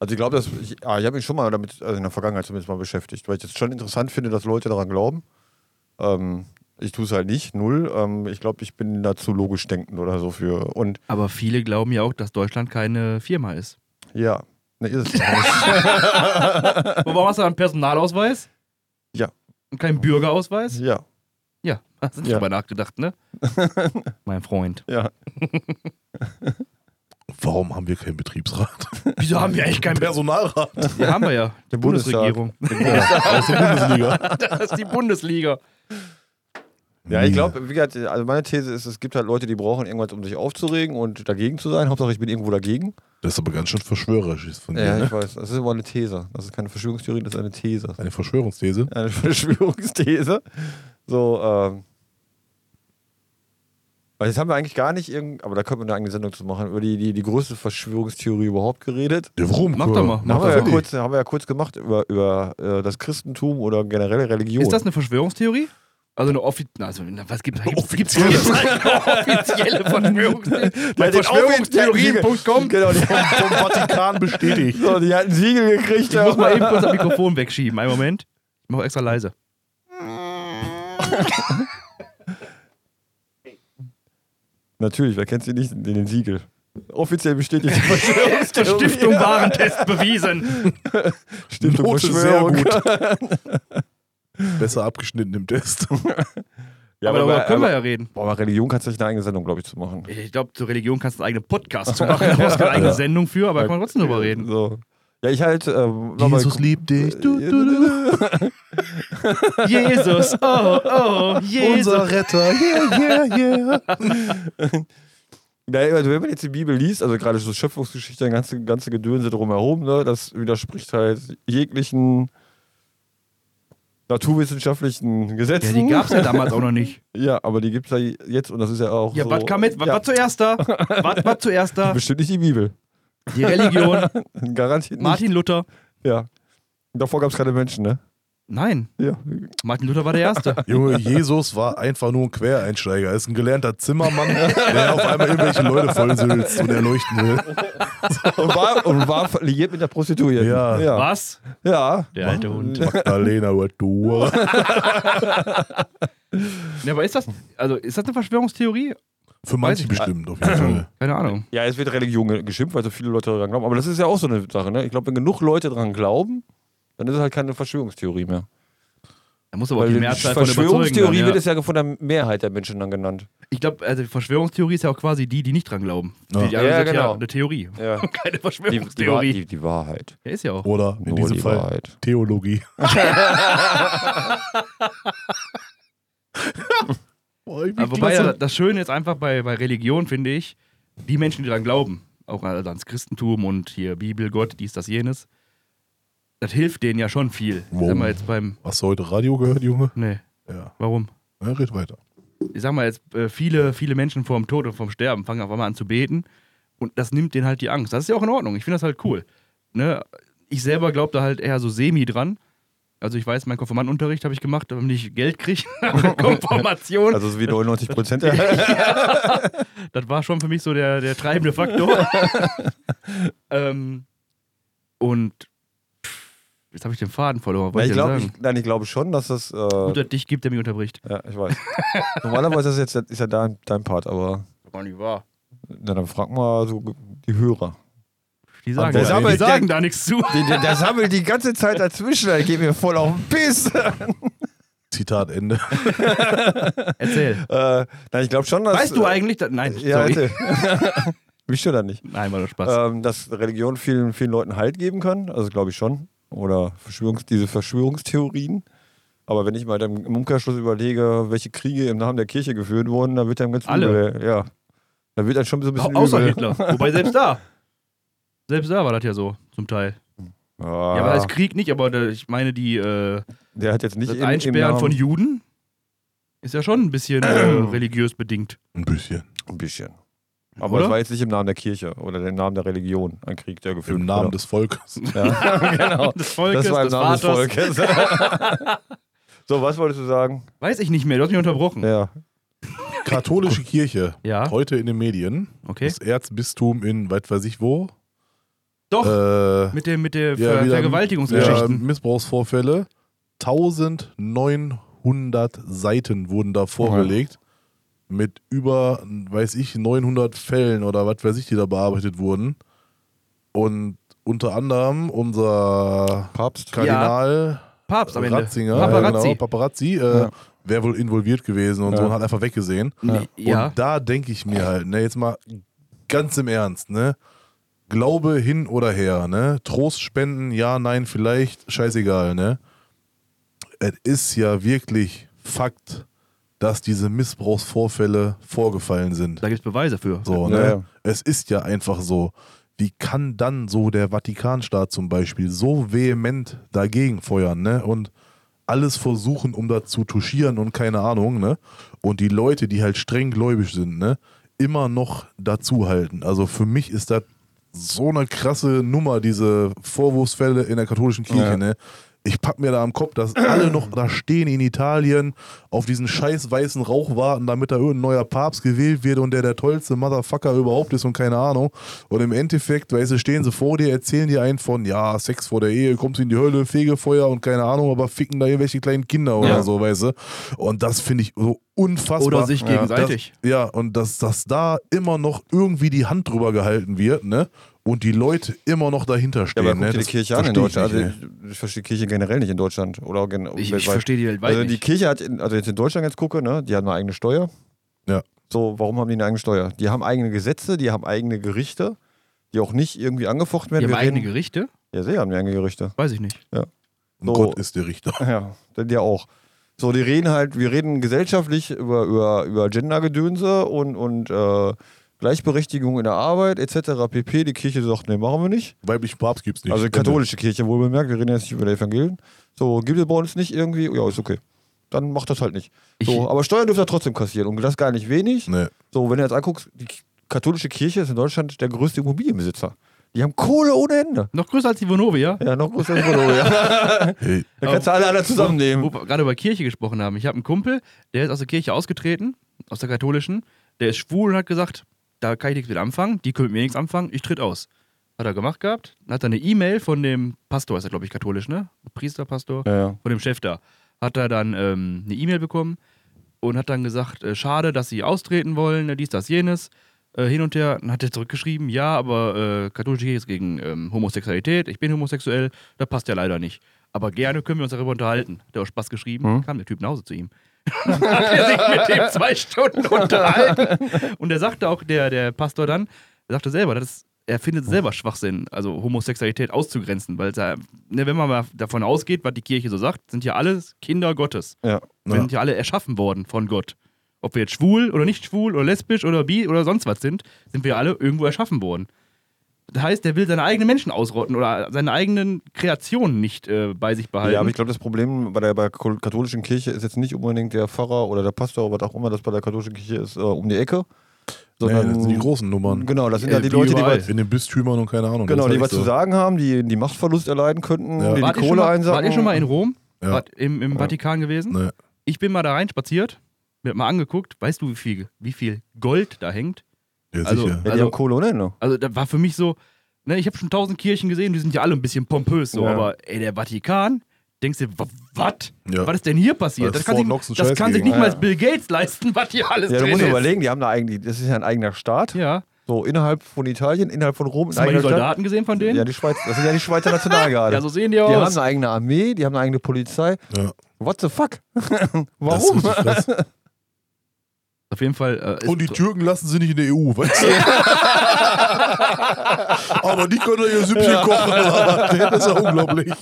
S3: Also ich glaube, dass ich, ah, ich habe mich schon mal damit also in der Vergangenheit zumindest mal beschäftigt, weil ich das schon interessant finde, dass Leute daran glauben. Ähm, ich tue es halt nicht, null. Ähm, ich glaube, ich bin dazu logisch denkend oder so für. Und
S4: Aber viele glauben ja auch, dass Deutschland keine Firma ist.
S3: ja, ne, ist es auch nicht.
S4: Und warum hast du dann einen Personalausweis?
S3: Ja.
S4: Und keinen Bürgerausweis?
S3: ja,
S4: Ja, hast du nicht
S3: Ja.
S4: drüber nachgedacht, ne? mein Freund.
S3: ja.
S2: Warum haben wir keinen Betriebsrat?
S4: Wieso haben wir echt keinen
S2: Personalrat.
S4: Ja, haben wir ja. Die
S3: Der Bundestag.
S4: Bundesregierung.
S2: Genau. Aus der Bundesliga.
S4: Das ist die Bundesliga.
S3: Ja, ich
S2: Hm.
S3: glaube, wie gesagt, also meine These ist, es gibt halt Leute, die brauchen irgendwas, um sich aufzuregen und dagegen zu sein. Hauptsache, ich bin irgendwo dagegen.
S2: Das ist aber ganz schön verschwörerisch von dir.
S3: Ja,
S2: Ne?
S3: ich weiß. Das ist aber eine These. Das ist keine Verschwörungstheorie, das ist eine These.
S2: Eine Verschwörungsthese.
S3: Eine Verschwörungsthese. So, ähm. Weil jetzt haben wir eigentlich gar nicht irgend, aber da könnte man eine eigene Sendung zu machen, über die, die, die größte Verschwörungstheorie überhaupt geredet.
S2: Ja, warum?
S4: Mach doch mal.
S2: Mach
S3: Da haben
S2: doch
S3: wir, ja
S2: mal.
S3: kurz, haben wir ja kurz gemacht über, über äh, das Christentum oder generelle Religion.
S4: Ist das eine Verschwörungstheorie? Also eine offizielle. Also, na, was
S2: Oh,
S4: gibt es
S2: Offizielle.
S4: offizielle Verschwörungstheorie? Bei Verschwörungstheorien.com.
S3: Genau, die,
S2: Vom Vatikan bestätigt.
S3: so, die hat ein Siegel gekriegt.
S4: Ich muss mal eben kurz das Mikrofon wegschieben. Einen Moment. Ich mache extra leise.
S3: Natürlich, wer kennt sie nicht, den, den Siegel. Offiziell bestätigt. die
S4: Zur
S3: Verschwörungstheorie.
S4: Stiftung Warentest bewiesen.
S3: Stiftung
S2: Note sehr
S3: Verschwörung.
S2: Besser abgeschnitten im Test.
S3: Ja,
S4: aber darüber können wir ja reden.
S3: Boah, aber Religion kannst du nicht eine eigene Sendung, glaube ich, zu machen.
S4: Ich glaube, zur Religion kannst du einen eigenen Podcast zu machen. Da brauchst du keine eigene
S2: Ja.
S4: Sendung für, aber da kann man trotzdem drüber reden.
S3: So. Ja, ich halt. Ähm, noch mal-
S2: Jesus liebt dich. Du, du, du, du.
S4: Jesus, oh, oh, Jesus.
S2: Unser Retter. Yeah, yeah, yeah.
S3: Naja, also wenn man jetzt die Bibel liest, also gerade so Schöpfungsgeschichte, ganze, ganze Gedönse drumherum, ne, das widerspricht halt jeglichen naturwissenschaftlichen
S4: Ja,
S3: Gesetzen.
S4: die gab es ja damals auch noch nicht.
S3: Ja, aber die gibt es ja jetzt und das ist ja auch.
S4: Ja,
S3: so,
S4: was kam jetzt? Was
S3: Ja,
S4: war zuerst da? Was war zuerst da?
S3: Bestimmt nicht die Bibel.
S4: Die Religion,
S3: Garantiert nicht.
S4: Martin Luther.
S3: Ja. Davor gab es keine Menschen, ne?
S4: Nein,
S3: Ja.
S4: Martin Luther war der Erste.
S2: Junge, Jesus war einfach nur ein Quereinsteiger. Er ist ein gelernter Zimmermann, der auf einmal irgendwelche Leute vollsülzt und erleuchten will.
S3: Und war, und war liiert mit der Prostituierten.
S2: Ja.
S3: Ja.
S4: Was?
S3: ja.
S4: Der alte Hund.
S2: Magdalena, what du?
S4: Ja, aber ist das, also ist das eine Verschwörungstheorie?
S2: Für manche bestimmt, auf jeden Fall.
S4: Keine Ahnung.
S3: Ja, es wird Religion ge- geschimpft, weil so viele Leute daran glauben. Aber das ist ja auch so eine Sache, ne? Ich glaube, wenn genug Leute daran glauben, dann ist es halt keine Verschwörungstheorie mehr.
S4: Da muss aber auch
S3: Weil
S4: die
S3: die
S4: Mehrzahl von überzeugen.
S3: Verschwörungstheorie
S4: Dann, ja.
S3: wird es ja von der Mehrheit der Menschen dann genannt.
S4: Ich glaube, also die Verschwörungstheorie ist ja auch quasi die, die nicht dran glauben.
S2: Ja.
S4: Die anderen
S3: Ja,
S4: sind
S3: genau.
S4: ja eine Theorie.
S3: Ja.
S4: Keine
S3: Die, die, Wahr-
S4: Verschwörungstheorie.
S3: die, die Wahrheit.
S4: Ja, ist ja auch.
S2: Oder in
S3: Nur
S2: diesem
S3: die
S2: Fall
S3: Wahrheit.
S2: Theologie. Boah, ich bin
S4: Aber wobei
S2: klasse.
S4: ja, das Schöne ist einfach bei, bei Religion, finde ich, die Menschen, die daran glauben, auch also ans Christentum und hier Bibel, Gott, dies, das, jenes, das hilft denen ja schon viel. Ich
S2: Wow.
S4: sag mal jetzt beim.
S2: Hast du heute Radio gehört, Junge?
S4: Nee,
S2: Ja.
S4: warum?
S2: ja red weiter.
S4: Ich sag mal jetzt, äh, viele, viele Menschen vor dem Tod und vom Sterben fangen auf einmal an zu beten und das nimmt denen halt die Angst. Das ist ja auch in Ordnung. Ich finde das halt cool. Ne? Ich selber glaube da halt eher so semi dran. Also ich weiß, meinen Konfirmandenunterricht habe ich gemacht, damit ich Geld kriege. Konfirmation.
S3: Also so wie 99 Prozent der.
S4: das war schon für mich so der, der treibende Faktor. ähm, und pff, jetzt habe ich den Faden verloren.
S3: Ja,
S4: Wollte
S3: ich
S4: ich
S3: glaube,
S4: denn
S3: ich,
S4: sagen?
S3: nein, ich glaube schon, dass das. Äh,
S4: Gut, dass dich gibt, der mich unterbricht.
S3: ja, ich weiß. Normalerweise ist das jetzt ist ja dein, dein Part, aber
S4: War nicht wahr.
S3: na, dann frag mal so die Hörer.
S4: Die sagen,
S2: Aber
S4: da-
S2: aber
S4: die
S2: ich
S4: sagen da nichts zu.
S3: Die, die, das haben wir die ganze Zeit dazwischen, da geht mir voll auf den Piss. Äh,
S2: Zitat Ende.
S4: Erzähl.
S3: Äh, nein, ich glaube schon, dass. äh,
S4: Weißt du eigentlich, dass, nein,
S3: Ja,
S4: Also, sorry.
S3: bitte. Mich stört das nicht.
S4: Nein, war doch Spaß.
S3: Ähm, dass Religion vielen, vielen Leuten Halt geben kann, also glaube ich schon. Oder Verschwörungs diese Verschwörungstheorien. Aber wenn ich mal dann im Umkehrschluss überlege, welche Kriege im Namen der Kirche geführt wurden, dann wird einem ganz
S4: Alle.
S3: übel. Ja. Da wird dann schon so ein bisschen
S4: Au- außer
S3: übel.
S4: Hitler. Wobei selbst da. Selbst da war das ja so, zum Teil.
S3: Ah,
S4: Ja, aber als Krieg nicht, aber da- ich meine, die, äh,
S3: der hat jetzt nicht
S4: das
S3: im- im
S4: Einsperren
S3: Namen-
S4: von Juden ist ja schon ein bisschen äh, religiös bedingt.
S2: Ein bisschen.
S3: ein bisschen. Aber
S4: Oder?
S3: es war jetzt nicht im Namen der Kirche oder im Namen der Religion ein Krieg, der geführt
S2: Im Namen
S3: wurde.
S2: des Volkes.
S3: ja, genau.
S4: Des Volkes,
S3: Das war im
S4: des
S3: Namen des Volkes.
S4: Vaters.
S3: so, was wolltest du sagen?
S4: Weiß ich nicht mehr, du hast mich unterbrochen.
S3: Ja.
S2: Katholische Kirche.
S4: Ja,
S2: Heute in den Medien.
S4: okay.
S2: Das Erzbistum in weit weiß ich wo.
S3: Oh.
S4: Doch,
S2: Äh,
S4: mit dem mit der
S2: ja,
S4: Ver
S2: wieder- ja,
S4: Vergewaltigungsgeschichten.
S2: Missbrauchsvorfälle. 1900 Seiten wurden da vorgelegt. Mit über, weiß ich, 900 Fällen oder was weiß ich, die da bearbeitet wurden. Und unter anderem unser
S3: Papst.
S2: Kardinal
S4: Papst am Ende.
S2: Ratzinger,
S4: Paparazzi.
S2: Äh, genau, Paparazzi äh,
S3: Ja.
S2: wäre wohl involviert gewesen und
S3: Ja.
S2: so und hat einfach weggesehen.
S4: Nee, ja.
S2: Und da denke ich mir halt, ne, jetzt mal ganz im Ernst, ne? Glaube hin oder her, ne? Trost spenden, ja, nein, vielleicht, scheißegal, ne? Es ist ja wirklich Fakt, dass diese Missbrauchsvorfälle vorgefallen sind.
S4: Da gibt es Beweise für.
S2: So,
S3: Ja,
S2: ne?
S3: ja.
S2: Es ist ja einfach so. Wie kann dann so der Vatikanstaat zum Beispiel so vehement dagegen feuern, ne? Und alles versuchen, um da zu touchieren und keine Ahnung, ne? Und die Leute, die halt streng gläubig sind, ne, immer noch dazu halten. Also für mich ist das so eine krasse Nummer, diese Vorwurfsfälle in der katholischen Kirche,
S3: Ja.
S2: ne? ich pack mir da am Kopf, dass alle noch da stehen in Italien, auf diesen scheiß weißen Rauch warten, damit da irgendein neuer Papst gewählt wird und der der tollste Motherfucker überhaupt ist und keine Ahnung. Und im Endeffekt, weißt du, stehen sie vor dir, erzählen dir einen von, ja, Sex vor der Ehe, kommst in die Hölle, Fegefeuer und keine Ahnung, aber ficken da irgendwelche kleinen Kinder oder
S3: Ja.
S2: so, weißt du. Und das finde ich so unfassbar.
S4: Oder sich gegenseitig.
S2: Das, ja, und dass, dass da immer noch irgendwie die Hand drüber gehalten wird, ne? Und die Leute immer noch dahinter
S3: Ja,
S2: stehen.
S3: aber guck
S2: ne?
S3: dir die
S2: Das
S3: Kirche an in
S2: versteh ich
S3: Deutschland.
S2: nicht, ne?
S3: also, ich, ich verstehe Kirche generell nicht in Deutschland. Oder gen
S4: Ich- ich
S3: weltweit.
S4: verstehe die weltweit
S3: Also die
S4: nicht.
S3: Kirche hat, in, also jetzt in Deutschland jetzt gucke, ne, die haben eine eigene Steuer.
S2: ey. ja.
S3: So, warum haben die eine eigene Steuer? Die haben eigene Gesetze, die haben eigene Gerichte, die auch nicht irgendwie angefochten werden.
S4: Die
S3: Wir
S4: haben eigene
S3: reden-
S4: Gerichte?
S3: Ja, sie haben die eigene Gerichte.
S4: Weiß ich nicht.
S2: Und
S3: So.
S2: Um Gott ist der Richter.
S3: Ja, dann ja auch. So, die reden halt, wir reden gesellschaftlich über, über, über Gendergedönse und, und äh, Gleichberechtigung in der Arbeit etc. pp. Die Kirche sagt, nee, machen wir nicht.
S2: Weiblichen Papst gibt's nicht.
S3: also
S2: Ende.
S3: katholische Kirche wohl bemerkt, wir reden jetzt nicht über die Evangelien. So, gibt es bei uns nicht irgendwie, ja, ist okay. Dann macht das halt nicht. So,
S4: Ich-
S3: aber Steuern dürft ihr trotzdem kassieren und das gar nicht wenig.
S2: Nee.
S3: So, wenn du jetzt anguckst, die katholische Kirche ist in Deutschland der größte Immobilienbesitzer. Die haben Kohle ohne Ende.
S4: Noch größer als die Vonovia.
S3: Ja, noch größer als Immobilien.
S2: Hey,
S3: Da kannst du alle anderen zusammennehmen.
S4: Wo wir gerade über Kirche gesprochen haben. Ich habe einen Kumpel, der ist aus der Kirche ausgetreten, aus der katholischen. Der ist schwul und hat gesagt, da kann ich nichts mit anfangen, die können mit mir nichts anfangen, ich tritt aus. Hat er gemacht gehabt. Dann hat er eine E-Mail von dem Pastor, ist er glaube ich katholisch, ne? Priester, Pastor.
S3: Ja, ja.
S4: Von dem Chef da. Hat er dann ähm, eine E-Mail bekommen und hat dann gesagt, äh, schade, dass sie austreten wollen, äh, dies, das, jenes. Äh, hin und her. Dann hat er zurückgeschrieben, ja, aber äh, katholische Kirche ist gegen ähm, Homosexualität, ich bin homosexuell, das passt ja leider nicht. Aber gerne können wir uns darüber unterhalten. Hat er auch Spaß geschrieben, kam der Typ nach Hause zu ihm. hat er sich mit dem zwei Stunden unterhalten. Und er sagte auch, der, der Pastor dann, er sagte selber, das ist, er findet es selber Schwachsinn, also Homosexualität auszugrenzen, weil es ja- ne, wenn man mal davon ausgeht, was die Kirche so sagt, sind ja alles Kinder Gottes.
S3: ja.
S4: Wir sind ja alle erschaffen worden von Gott. Ob wir jetzt schwul oder nicht schwul oder lesbisch oder bi oder sonst was sind, sind wir alle irgendwo erschaffen worden. Das heißt, der will seine eigenen Menschen ausrotten oder seine eigenen Kreationen nicht äh, bei sich behalten.
S3: Ja, aber ich glaube, das Problem bei der bei ko- katholischen Kirche ist jetzt nicht unbedingt der Pfarrer oder der Pastor, was auch immer das bei der katholischen Kirche ist, äh, um die Ecke.
S2: nee,
S3: Sondern,
S2: das sind die großen Äh, Nummern.
S3: Genau, das sind ja die
S4: die
S3: Leute, die,
S4: überall.
S3: was,
S2: In den Bistümern und keine Ahnung.
S3: genau,
S2: Das ist
S3: die was
S2: echt
S3: zu
S2: so.
S3: sagen haben, die, die Machtverlust erleiden könnten,
S2: Ja.
S3: die, die
S4: wart, ihr schon
S3: Kohle
S4: mal, wart
S3: einsacken.
S4: ihr schon mal in Rom?
S2: Ja.
S4: Wart im im Vatikan gewesen?
S2: Nee.
S4: Ich bin mal da reinspaziert, mir hat mal angeguckt. Weißt du, wie viel, wie viel Gold da hängt?
S2: Ja,
S4: Also-
S2: sicher.
S3: ja, die
S4: Also-
S3: haben Kohle ohne Ende.
S4: Also das war für mich so, ne, ich habe schon tausend Kirchen gesehen, die sind ja alle ein bisschen pompös so,
S3: Ja.
S4: aber ey, der Vatikan, denkst du, was?
S2: Ja.
S4: Was ist denn hier passiert?
S2: Das
S4: Das
S2: ist
S4: kann,
S2: Fort Knox
S4: sich,
S2: ein
S4: das kann sich
S2: Scheißgegend.
S4: nicht mal
S3: Ja.
S4: Bill Gates leisten, was hier alles
S3: Ja, du
S4: drin
S3: musst
S4: ist.
S3: überlegen, die haben da eigentlich, das ist ja ein eigener Staat.
S4: Ja,
S3: So innerhalb von Italien, innerhalb von Rom, ein
S4: hast du mal die
S3: eigener Staat.
S4: Soldaten gesehen von denen?
S3: Ja, die Schweiz, das sind ja die Schweizer Nationalgarde.
S4: Ja, so sehen die
S3: die haben
S4: aus.
S3: eine eigene Armee, die haben eine eigene Polizei.
S2: Ja.
S3: What the fuck?
S2: Das ist
S3: Warum?
S2: richtig krass.
S4: Auf jeden Fall. Äh, ist
S2: Und die Türken lassen sie nicht in der EU, weißt du? aber die können doch ihr Süppchen kochen. aber Das ist ja unglaublich.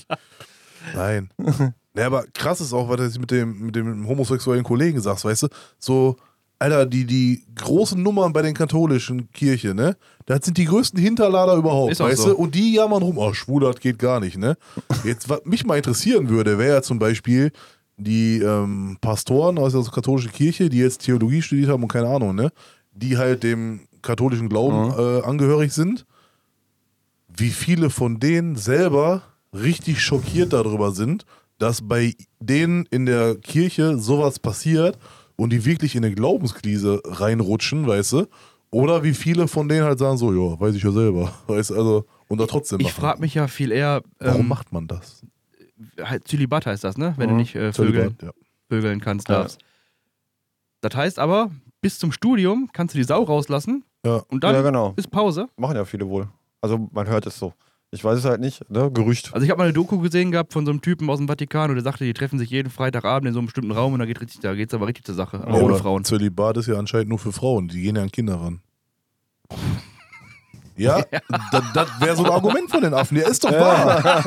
S2: Nein. Ja, aber krass ist auch, was du jetzt mit dem, mit dem homosexuellen Kollegen sagst, weißt du? So, Alter, die, die großen Nummern bei den katholischen Kirchen, ne? Das sind die größten Hinterlader überhaupt,
S4: Ist auch
S2: weißt
S4: so.
S2: du? Und die jammern rum, oh, schwul, das geht gar nicht, ne? Jetzt, was mich mal interessieren würde, wäre ja zum Beispiel die ähm, Pastoren aus der katholischen Kirche, die jetzt Theologie studiert haben und keine Ahnung, ne? Die halt dem katholischen Glauben äh, angehörig sind wie viele von denen selber richtig schockiert darüber sind, dass bei denen in der Kirche sowas passiert und die wirklich in eine Glaubenskrise reinrutschen, weißt du? Oder wie viele von denen halt sagen so, ja, weiß ich ja selber, weißt du, also und da trotzdem
S4: ich
S2: machen.
S4: frage mich ja viel eher,
S2: warum
S4: ähm,
S2: macht man das?
S4: halt Zölibat heißt das, ne? Wenn du nicht äh, Vögeln,
S2: Zölibat, ja.
S4: vögeln kannst,
S3: Ja.
S4: darfst. Das heißt aber, bis zum Studium kannst du die Sau rauslassen
S2: Ja.
S4: und dann
S3: ja, genau.
S4: ist Pause.
S3: Machen ja viele wohl. Also man hört es so. Ich weiß es halt nicht, ne? Gerücht.
S4: Also ich habe mal eine Doku gesehen gehabt von so einem Typen aus dem Vatikan und der sagte, die treffen sich jeden Freitagabend in so einem bestimmten Raum und da geht richtig, da geht's aber richtig zur Sache, aber
S2: Ja,
S4: ohne
S2: aber
S4: Frauen.
S2: Zölibat ist ja anscheinend nur für Frauen, die gehen ja an Kinder ran. Ja, das, wäre so ein Argument von den Affen, der ist doch wahr.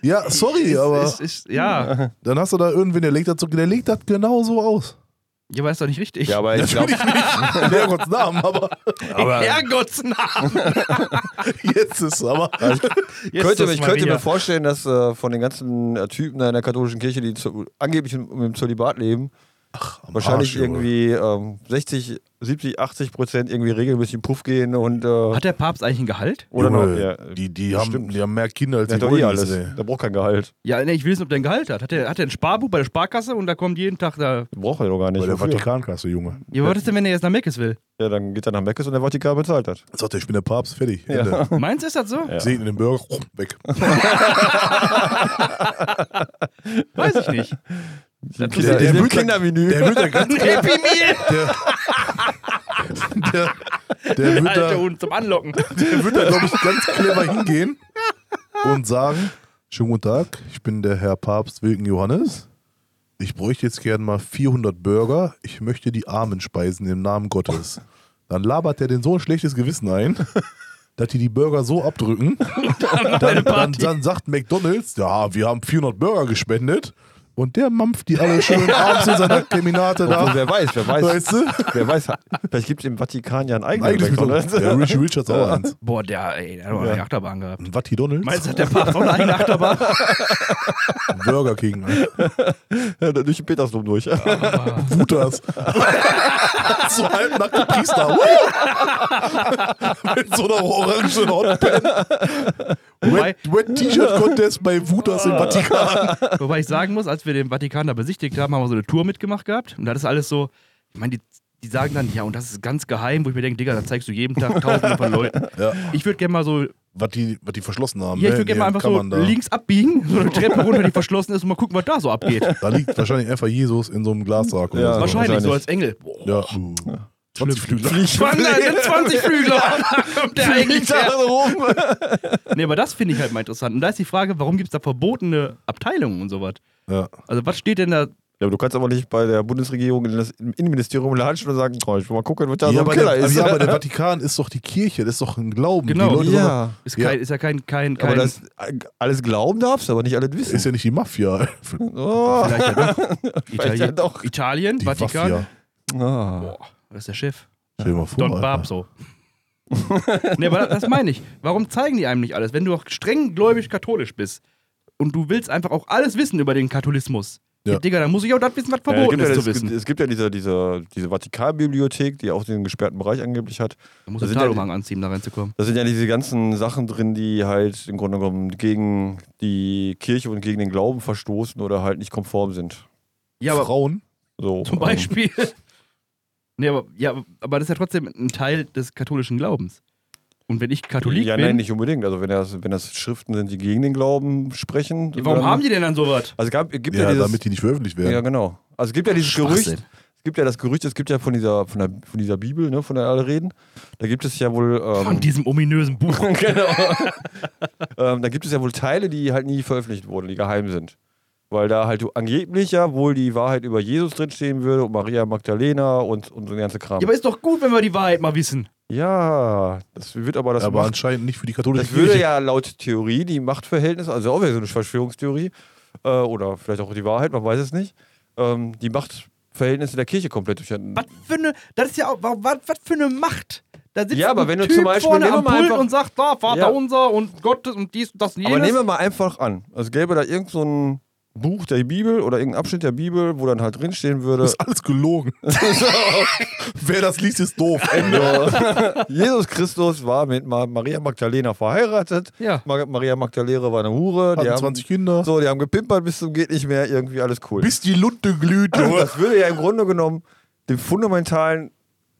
S2: ja, sorry, aber
S4: Ist, ist, ja,
S2: Dann hast du da irgendwen, der legt das, so, der legt das genau so aus.
S4: ihr weißt doch nicht richtig.
S3: Ja, aber ich glaube,
S2: In Herrgotts Namen, aber
S4: In Herrgotts Namen!
S2: jetzt ist aber.
S4: Jetzt
S3: könnte,
S4: ist
S3: ich könnte
S4: Maria.
S3: mir vorstellen, dass äh, von den ganzen äh, Typen da in der katholischen Kirche, die zu, angeblich im- im Zölibat leben,
S2: am
S3: wahrscheinlich
S2: Arsch, Junge.
S3: irgendwie ähm, 60, 70, 80 Prozent irgendwie regelmäßig in Puff gehen und äh,
S4: Hat der Papst eigentlich ein Gehalt?
S3: oder
S2: Junge,
S3: noch. Ja,
S2: die, die,
S3: bestimmt.
S2: haben, die haben mehr Kinder als
S3: der hat
S2: die
S3: doch eh
S2: Bullen,
S3: alles.
S2: ey.
S3: Der braucht kein Gehalt.
S4: Ja, nee, ich will wissen, ob der ein Gehalt hat. Hat der, hat der ein Sparbuch bei der Sparkasse und da kommt jeden Tag da.
S3: Der braucht er doch gar nicht.
S2: Bei der
S3: Wofür?
S2: Vatikankasse, Junge.
S4: Ja, was ist denn, wenn er jetzt nach Meckes will?
S3: Ja, dann geht er nach Meckes und der Vatikan bezahlt hat.
S2: Sagt er, ich bin der Papst, fertig. Ende.
S3: Ja.
S4: Meins ist das so?
S3: Ja.
S2: Segen in den Burger, weg.
S4: Weiß ich nicht. Das ist
S2: Der-
S4: ja
S2: der
S3: Im
S2: wird-
S3: Kindermenü.
S2: Der wird da ganz
S4: ein Happy Meal!
S2: der, der wird
S4: Alter
S2: da,
S4: Hund zum Anlocken.
S2: der wird da glaube ich, ganz clever hingehen und sagen: Schönen guten Tag, ich bin der Herr Papst Wilken Johannes. Ich bräuchte jetzt gern mal 400 Burger. Ich möchte die Armen speisen im Namen Gottes. Dann labert der den so ein schlechtes Gewissen ein, dass die die Burger so abdrücken. Dann, dann, dann sagt McDonalds: Ja, wir haben 400 Burger gespendet. Und der mampft die alle schön abends in seiner Keminate
S3: Obwohl,
S2: da.
S3: wer weiß, wer weiß.
S2: Weißt du?
S3: Wer weiß. Vielleicht gibt es im Vatikan ja einen eigenen
S2: Eigentlich
S3: McDonald's.
S2: McDonald's. Ja, Richie Rich hat's auch eins.
S4: Boah, der, ey, der hat aber eine Achterbahn gehabt.
S2: Ein Watti Donalds?
S4: Meinst du, hat der Papst auch eine eigene Achterbahn?
S2: Burger King.
S3: Ja, dann durch den Petersdom durch.
S2: Ah, Butas. so halbnackte Priester. Woo! Mit so einer orangen Hotpen.
S4: Wobei-
S2: Wet, Wet T-Shirt Contest bei Wutas im Vatikan.
S4: Wobei ich sagen muss, als wir den Vatikan da besichtigt haben, haben wir so eine Tour mitgemacht gehabt. Und da ist alles so, ich meine, die, die sagen dann, ja, und das ist ganz geheim, wo ich mir denke, Digga, da zeigst du jeden Tag tausende von Leuten.
S2: Ja,
S4: Ich würde gerne mal so, ja,
S2: was die, was die verschlossen haben.
S4: ich würde
S2: ne,
S4: gerne mal
S2: in ihren
S4: einfach so
S2: Kammern da.
S4: links abbiegen, so eine Treppe runter, die verschlossen ist und mal gucken, was da so abgeht.
S2: Da liegt wahrscheinlich einfach Jesus in so einem Glassack. oder
S3: Ja,
S2: so.
S4: Wahrscheinlich, so
S3: wahrscheinlich.
S4: als Engel.
S2: Ja. 20 Flügel.
S4: Schwanger, sind 20 Flügler. Da kommt der eigentlich her. Nee, aber das finde ich halt mal interessant. Und da ist die Frage, warum gibt es da verbotene Abteilungen und sowas?
S2: Ja.
S4: Also, was steht denn da?
S3: Ja, aber du kannst aber nicht bei der Bundesregierung in das im Innenministerium latschen und sagen, komm, ich will mal gucken, was da so
S2: Ja,
S3: im
S2: aber
S3: Keller
S2: der,
S3: ist.
S2: ja, aber der Vatikan ist doch die Kirche, das ist doch ein Glauben.
S4: Genau.
S2: Die Leute
S3: Ja.
S2: sagen,
S4: Ist,
S2: Ja.
S4: kein, ist ja kein. kein, kein
S3: aber das alles glauben darfst, aber nicht alles wissen.
S2: ist Ah. ja nicht die Mafia.
S3: Oh.
S4: vielleicht ja doch.
S3: Vielleicht ja doch.
S4: ne? Italien,
S2: Die
S4: Vatikan.
S2: Mafia.
S3: Ah.
S4: Boah, das ist der Chef.
S2: Stell dir mal vor.
S4: Don
S2: Alter.
S4: Babso. nee, aber das meine ich. Warum zeigen die einem nicht alles? Wenn du auch streng gläubig-katholisch bist und du willst einfach auch alles wissen über den Katholismus.
S2: Ja.
S4: Ja. Digga, dann muss ich auch das wissen, was
S3: Ja, es
S4: verboten
S3: gibt ja,
S4: ist
S3: das,
S4: zu wissen.
S3: Es gibt ja diese, diese, diese Vatikanbibliothek, die auch diesen gesperrten Bereich angeblich hat.
S4: Da muss
S3: da
S4: ich
S3: sind ja die-
S4: Talumhang anziehen, da reinzukommen.
S3: Da sind ja diese ganzen Sachen drin, die halt im Grunde genommen gegen die Kirche und gegen den Glauben verstoßen oder halt nicht konform sind.
S4: Ja, aber
S2: Frauen.
S3: So, ähm,
S4: zum Beispiel. nee, aber, ja, aber das ist ja trotzdem ein Teil des katholischen Glaubens. Und wenn ich Katholik
S3: Ja,
S4: bin,
S3: nein, nicht unbedingt. Also wenn das, wenn das Schriften sind, die gegen den Glauben sprechen.
S4: warum
S3: dann-
S4: haben die denn dann sowas?
S3: Also gab, gibt ja,
S2: Ja,
S3: dieses,
S2: damit die nicht veröffentlicht werden.
S3: ja genau. Also es gibt ja dieses Gerücht.
S4: Schwachsinn.
S3: Es gibt ja das Gerücht, es gibt ja von dieser, von der, von dieser Bibel, ne, von der alle reden. Da gibt es ja wohl. Ähm,
S4: Von diesem ominösen Buch.
S3: genau. ähm, da gibt es ja wohl Teile, die halt nie veröffentlicht wurden, die geheim sind. Weil da halt angeblich ja wohl die Wahrheit über Jesus drinstehen würde und Maria Magdalena und, und so den ganzen Kram.
S4: Ja, aber ist doch gut, wenn wir die Wahrheit mal wissen.
S3: Ja, das wird aber das
S2: aber
S3: Macht-
S2: anscheinend nicht für die katholische
S3: Das würde
S2: Kirche.
S3: ja laut Theorie die Machtverhältnisse, also auch wieder so eine Verschwörungstheorie, äh, oder vielleicht auch die Wahrheit, man weiß es nicht, ähm, die Machtverhältnisse der Kirche komplett durcheinander.
S4: Was für eine, das ist ja auch, was, was für eine Macht. Da sitzt
S3: Ja, aber
S4: ein
S3: wenn du
S4: typ
S3: zum Beispiel-
S4: vorne
S3: nehmen wir
S4: am
S3: mal
S4: Pult
S3: einfach-
S4: und sagt, da, Vater
S3: Ja.
S4: unser und Gottes und dies und das und jenes.
S3: Aber nehmen wir mal einfach an, es gäbe da irgend so ein Buch der Bibel oder irgendein Abschnitt der Bibel, wo dann halt drinstehen würde,
S2: ist alles gelogen. Wer das liest, ist doof.
S3: Jesus Christus war mit Ma- Maria Magdalena verheiratet.
S4: Ja.
S3: Ma- Maria Magdalena war eine Hure. Die
S2: Hatten
S3: haben,
S2: 20 Kinder.
S3: So, die haben gepimpert bis zum geht nicht mehr. Irgendwie alles cool.
S2: Bis die Lunte glüht, Junge.
S3: das würde ja im Grunde genommen dem fundamentalen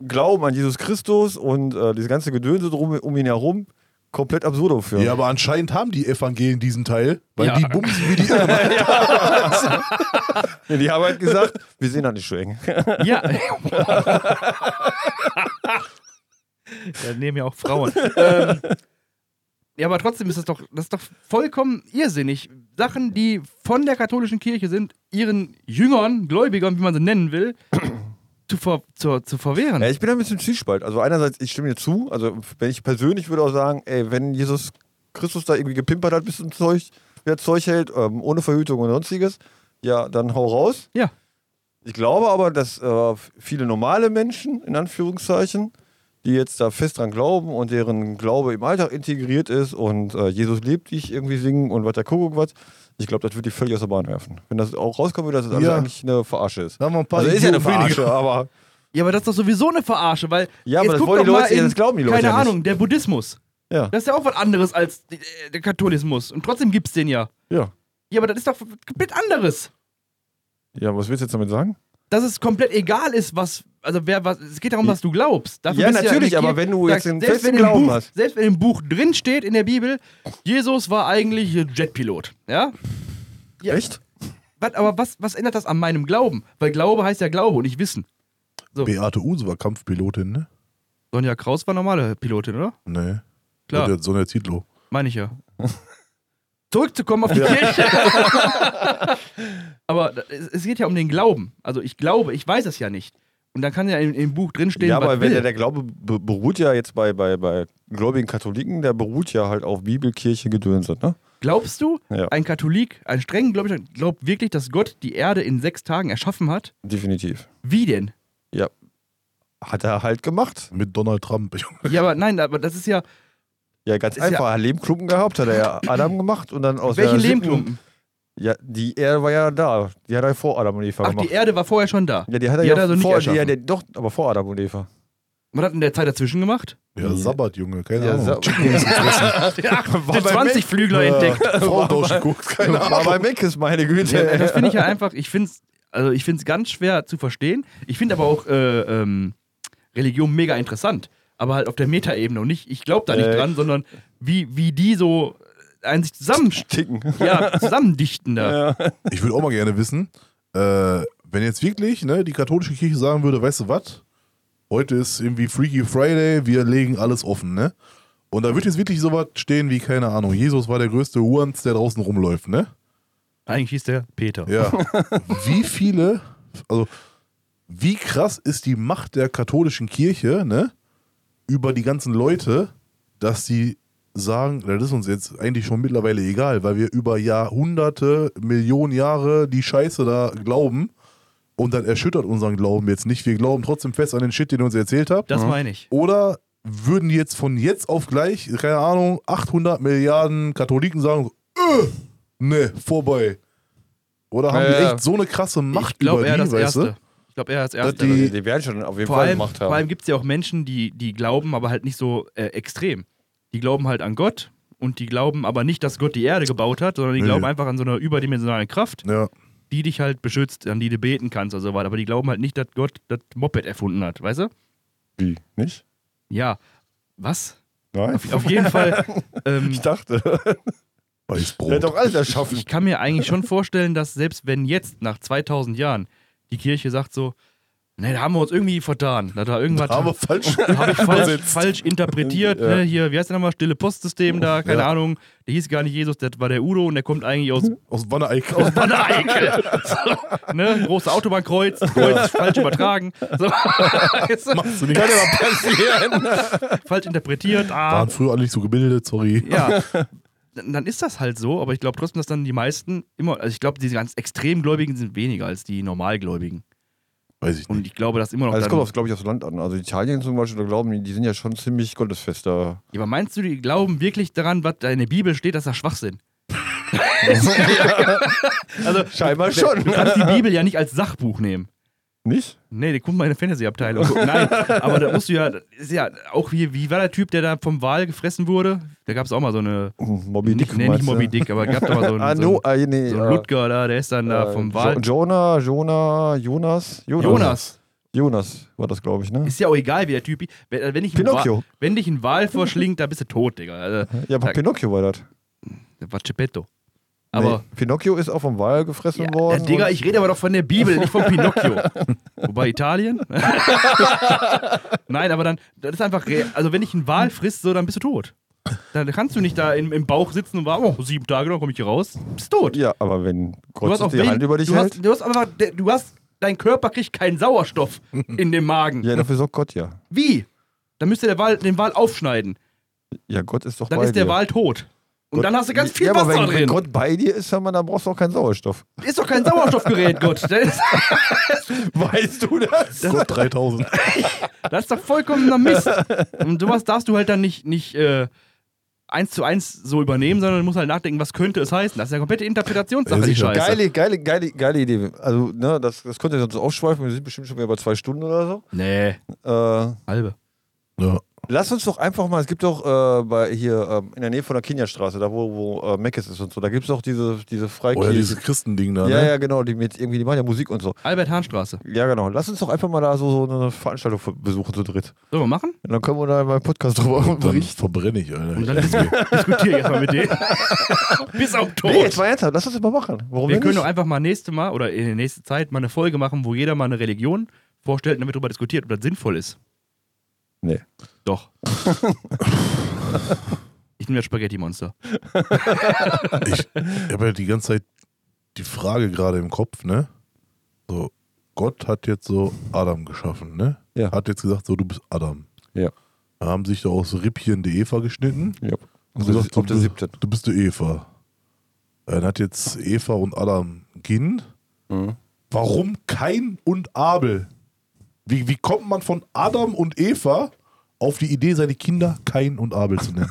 S3: Glauben an Jesus Christus und äh, dieses ganze Gedönse drum um ihn herum komplett absurd führen.
S2: Ja, aber anscheinend haben die Evangelien diesen Teil, weil
S4: Ja.
S2: die bumsen wie die Irren.
S3: Nee, Die haben halt gesagt, wir sehen das nicht so eng.
S4: Ja. da nehmen ja auch Frauen. ähm, ja, aber trotzdem ist das doch, das ist doch vollkommen irrsinnig. Sachen, die von der katholischen Kirche sind, ihren Jüngern, Gläubigern, wie man sie nennen will, zu, ver, zu, zu verwehren.
S3: Ja, ich bin ein bisschen Zwiespalt. Also einerseits, ich stimme dir zu, also wenn ich persönlich würde auch sagen, ey, wenn Jesus Christus da irgendwie gepimpert hat bis zum Zeug, wer Zeug hält, ähm, ohne Verhütung und sonstiges, ja, dann hau raus.
S4: Ja.
S3: Ich glaube aber, dass äh, viele normale Menschen, in Anführungszeichen, die jetzt da fest dran glauben und deren Glaube im Alltag integriert ist und äh, Jesus lebt dich irgendwie singen und was der Kuckuck was. Ich glaube, das würde die völlig aus der Bahn werfen. Wenn das auch rauskommen würde, dass das alles
S2: Ja.
S3: eigentlich eine Verarsche ist.
S2: Da haben wir ein paar
S3: also ist ja eine
S2: Idioten weniger.
S3: Verarsche, aber
S4: Ja, aber das ist doch sowieso eine Verarsche, weil.
S3: Ja,
S4: jetzt
S3: aber das
S4: guck
S3: wollen die
S4: doch mal
S3: Leute- ja, das glauben die Leute
S4: Keine
S3: ja nicht.
S4: Ahnung, der Buddhismus.
S3: ja.
S4: Das ist ja auch was anderes als äh, der Katholismus. Und trotzdem gibt's den ja.
S3: Ja,
S4: Ja, aber das ist doch was komplett anderes.
S3: ja was willst du jetzt damit sagen?
S4: Dass es komplett egal ist, was. Also, wer was. Es geht darum, was du glaubst. Dafür
S3: Ja,
S4: bist du
S3: natürlich,
S4: in der
S3: aber wenn du jetzt einen
S4: selbst
S3: festen
S4: wenn im
S3: Glauben
S4: Buch,
S3: hast.
S4: Selbst wenn im Buch drin steht in der Bibel, Jesus war eigentlich Jetpilot. Ja? Ja.
S3: Echt?
S4: Was, aber was, was ändert das an meinem Glauben? Weil Glaube heißt ja Glaube und nicht Wissen.
S2: Beate Use war Kampfpilotin, ne?
S4: Sonja Kraus war normale Pilotin, oder?
S2: Nee.
S4: Klar.
S2: So eine Titlo.
S4: Meine ich ja. Zurückzukommen auf die Kirche. aber da- es es geht ja um den Glauben. Also ich glaube, ich weiß es ja nicht. Und dann kann ja im, im Buch drinstehen,
S3: ja, aber
S4: was
S3: wenn
S4: will.
S3: der, der Glaube be- beruht ja jetzt bei, bei, bei gläubigen Katholiken, der beruht ja halt auf Bibel, Kirche, Gedönse, ne?
S4: Glaubst du,
S3: Ja.
S4: ein Katholik, ein streng Gläubiger, glaubt wirklich, dass Gott die Erde in sechs Tagen erschaffen hat?
S3: Definitiv.
S4: Wie denn?
S3: Ja. Hat er halt gemacht.
S2: Mit Donald Trump. Junge.
S4: Ja, aber nein, aber das ist ja.
S3: Ja, ganz
S4: Ist ja-
S3: einfach. Hat Lehmklumpen gehabt, hat er ja Adam gemacht und dann aus
S4: welche
S3: der siebten-
S4: Lehmklumpen?
S3: Ja, die Erde war ja da. Die hat er vor Adam und Eva
S4: Ach,
S3: gemacht.
S4: die Erde war vorher schon da.
S3: ja, die hat er
S4: die
S3: ja
S4: hat er also nicht
S3: vor, die, ja,
S4: erschaffen.
S3: die, doch, aber vor Adam und Eva.
S4: Was hat in der Zeit dazwischen gemacht?
S2: Ja, Sabbat, Junge. Keine
S3: Ja,
S2: Ahnung.
S3: Sa-
S4: Ach,
S3: bei
S4: der 20 Flügler entdeckt.
S2: Frau durchguckt. Keine
S3: war
S2: Ahnung.
S3: bei Meckes, meine Güte.
S4: Ja, das finde ich ja einfach, ich finde es also ich find's ganz schwer zu verstehen. Ich finde aber auch äh, ähm, Religion mega interessant, aber halt auf der Metaebene und nicht, ich glaube da nicht
S3: Äh.
S4: dran, sondern wie, wie die so äh, einen sich zusammen,
S3: Ticken.
S4: ja, zusammendichten da.
S2: Ich würde auch mal gerne wissen, äh, wenn jetzt wirklich ne, die katholische Kirche sagen würde, weißt du was, heute ist irgendwie Freaky Friday, wir legen alles offen, ne? Und da wird jetzt wirklich sowas stehen wie, keine Ahnung, Jesus war der größte Hurens, der draußen rumläuft, ne?
S4: Eigentlich hieß der Peter.
S2: Ja. wie viele, also wie krass ist die Macht der katholischen Kirche, ne? Über die ganzen Leute, dass die sagen, das ist uns jetzt eigentlich schon mittlerweile egal, weil wir über Jahrhunderte, Millionen Jahre die Scheiße da glauben und dann erschüttert unseren Glauben jetzt nicht. Wir glauben trotzdem fest an den Shit, den ihr uns erzählt habt.
S4: Das meine ich.
S2: Oder würden die jetzt von jetzt auf gleich, keine Ahnung, 800 Milliarden Katholiken sagen, äh, ne, vorbei. Oder haben
S3: Ja,
S2: die
S3: ja.
S2: echt so eine krasse Macht
S4: ich glaube
S2: über
S4: eher
S2: die,
S4: das
S2: weißt du?
S4: Erste. Ich glaube eher das Erste.
S2: die-
S3: Die, die werden schon auf jeden
S4: vor
S3: Fall
S4: allem,
S3: gemacht
S4: vor allem
S3: haben.
S4: gibt es ja auch Menschen, die, die glauben, aber halt nicht so äh, extrem. Die glauben halt an Gott und die glauben aber nicht, dass Gott die Erde gebaut hat, sondern die
S2: Nee.
S4: glauben einfach an so eine überdimensionale Kraft.
S2: Ja,
S4: die dich halt beschützt, an die du beten kannst und so weiter. Aber die glauben halt nicht, dass Gott das Moped erfunden hat, weißt du?
S3: Wie? Nicht?
S4: Ja. Was?
S3: Nein.
S4: Auf, auf jeden Fall. Ähm,
S3: Ich dachte, der
S2: Weißbrot.
S3: hat doch alles erschaffen.
S4: ich kann mir eigentlich schon vorstellen, dass selbst wenn jetzt nach 2000 Jahren die Kirche sagt so, ne, da haben wir uns irgendwie vertan. Da hat da irgendwas
S2: aber falsch.
S4: habe ich falsch, falsch interpretiert.
S3: Ja.
S4: Ne, hier, wie heißt der nochmal? Stille Postsystem da, keine
S2: Ja.
S4: Ahnung. Der hieß gar nicht Jesus, das war der Udo und der kommt eigentlich aus
S2: Aus Wanne-Eickel. Aus
S4: Wanne-Eickel. So, ne? Große Autobahnkreuz, Kreuz falsch übertragen. So. Jetzt,
S2: du nicht.
S4: falsch interpretiert. Ah,
S2: Waren früher alle nicht so gebildet, sorry.
S4: ja. Dann dann ist das halt so, aber ich glaube trotzdem, dass dann die meisten immer, also ich glaube, diese ganz Extremgläubigen sind weniger als die Normalgläubigen.
S2: Weiß ich
S4: Und
S2: nicht.
S4: ich glaube, dass immer noch.
S3: Also es
S4: dann,
S3: kommt, aufs, glaube ich, aufs Land an. Also Italien zum Beispiel, da glauben die, die sind ja schon ziemlich gottesfester.
S4: Ja, aber meinst du, die glauben wirklich daran, was da in der Bibel steht, dass das Schwachsinn? also,
S3: Scheinbar
S4: Du kannst die Bibel ja nicht als Sachbuch nehmen.
S3: Nicht?
S4: Nee, die kommt mal in der Fantasy-Abteilung. gucken. Nein, aber da musst du ja, das ist ja auch wie, wie war der Typ, der da vom Wal gefressen wurde? Da gab es auch mal so eine,
S3: Moby Dick.
S4: nicht, nee, nicht
S3: meinst du?
S4: Moby Dick, aber gab da mal so einen,
S3: Ah,
S4: so
S3: no, ah, nee.
S4: einen, so einen
S3: äh,
S4: Ludger da, der ist dann da
S3: äh,
S4: vom Wal.
S3: Jo- Jonah, Jonah, Jonas.
S4: Jonas,
S3: Jonas war das, glaube ich, ne?
S4: ist ja auch egal, wie der Typ, wenn, wenn, ich ein
S3: Pinocchio.
S4: Wal, wenn dich ein Wal verschlingt, da bist du tot, Digga. Also,
S3: Ja, aber
S4: da-
S3: Pinocchio war das.
S4: das war Geppetto. Aber,
S3: nee, Pinocchio ist auch vom Wal gefressen
S4: ja,
S3: worden.
S4: ja, Äh, Digga,
S3: und-
S4: ich rede aber doch von der Bibel, nicht von Pinocchio. Wobei Italien? Nein, aber dann, das ist einfach, re- also wenn ich einen Wal frisst, so, dann bist du tot. Dann kannst du nicht da im, im Bauch sitzen und warten, oh, sieben Tage, dann komme ich hier raus, bist tot.
S3: Ja, aber wenn
S4: du hast
S3: Gott
S4: auch
S3: die
S4: wen-
S3: Hand über dich halt?
S4: du
S3: hält.
S4: hast, du hast einfach, de- du hast, dein Körper kriegt keinen Sauerstoff in dem Magen.
S3: Ja, dafür sorgt Gott ja.
S4: Wie? Dann müsste der Wal den Wal aufschneiden.
S3: Ja, Gott ist doch
S4: Dann
S3: bei
S4: ist der
S3: dir.
S4: Wal tot. Und dann hast du ganz viel
S3: ja, aber
S4: Wasser
S3: wenn, wenn
S4: drin.
S3: Gott bei dir ist, dann brauchst du auch keinen Sauerstoff.
S4: Ist doch kein Sauerstoffgerät, Gott. Das ist,
S3: Weißt du das?
S2: Gott 3000.
S4: das ist doch vollkommener Mist. Und sowas darfst du halt dann nicht, nicht äh, eins zu eins so übernehmen, sondern du musst halt nachdenken, was könnte es heißen. Das ist ja komplette Interpretationssache,
S2: Ja,
S4: die
S2: sicher.
S4: Scheiße.
S3: Geile, geile, geile, geile Idee. Also, ne, das, das könnte sonst ausschweifen. Wir sind bestimmt schon wieder bei zwei Stunden oder so.
S4: Nee,
S3: Äh,
S4: halbe.
S2: Ja.
S3: lass uns doch einfach mal, es gibt doch äh, bei hier ähm, in der Nähe von der Kenia-Straße, da wo, wo äh, Meckes ist und so, da gibt es auch diese, diese
S2: Oder
S3: Freikirche.
S2: dieses Christending da.
S3: ja,
S2: ne?
S3: ja, genau, die mit irgendwie, die machen ja Musik und so.
S4: Albert-Hahn-Straße.
S3: Ja, genau. Lass uns doch einfach mal da so, so eine Veranstaltung ver- besuchen zu dritt.
S4: Sollen wir machen?
S3: Und dann können wir da mal einen Podcast drüber
S2: Dann
S3: berichten.
S2: verbrenne ich, Alter.
S4: Und dann diskutiere ich erstmal mit denen. Bis auf Tod.
S3: Nee, jetzt mal ernsthaft, lass uns das mal machen. Warum
S4: wir
S3: denn
S4: können doch
S3: nicht?
S4: einfach mal nächste Mal oder in der nächsten Zeit mal eine Folge machen, wo jeder mal eine Religion vorstellt und damit darüber diskutiert, ob das sinnvoll ist.
S3: Nee.
S4: Doch. ich nehme das Spaghetti-Monster.
S2: Ich habe ja die ganze Zeit die Frage gerade im Kopf, ne? So, Gott hat jetzt so Adam geschaffen, ne?
S3: Ja.
S2: Hat jetzt gesagt, so, du bist Adam.
S3: Ja.
S2: Da haben sich da aus Rippchen die Eva geschnitten und
S3: Ja.
S4: Also
S3: Auf der-
S2: gesagt,
S3: auf
S2: du,
S3: der siebten.
S2: du bist die Eva. Dann hat jetzt Eva und Adam ein Kind.
S3: Mhm.
S2: Warum Kain und Abel? Wie, wie kommt man von Adam und Eva auf die Idee, seine Kinder Kain und Abel zu nennen?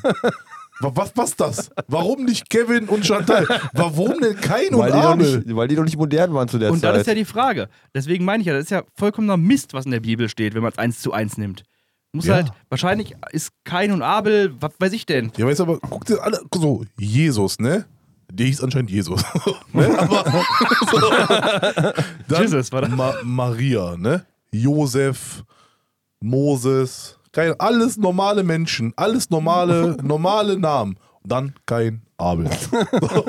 S2: Wa- Was passt das? Warum nicht Kevin und Chantal? Warum denn Kain und
S3: Weil die, doch
S2: Abel?
S3: nicht, weil die doch nicht modern waren zu der
S4: Und
S3: Zeit.
S4: das ist ja die Frage. Deswegen meine ich ja, das ist ja vollkommener Mist, was in der Bibel steht, wenn man es eins zu eins nimmt. Muss
S2: Ja.
S4: halt, wahrscheinlich ist Kain und Abel, was weiß ich denn?
S2: Ja, weißt du, aber guck dir alle, so, Jesus, ne? Der hieß anscheinend Jesus. ne? Aber, so. Dann
S4: Jesus war das.
S2: Ma Maria, ne? Josef, Moses, kein, alles normale Menschen, alles normale, normale Namen. Und dann kein Abel. So.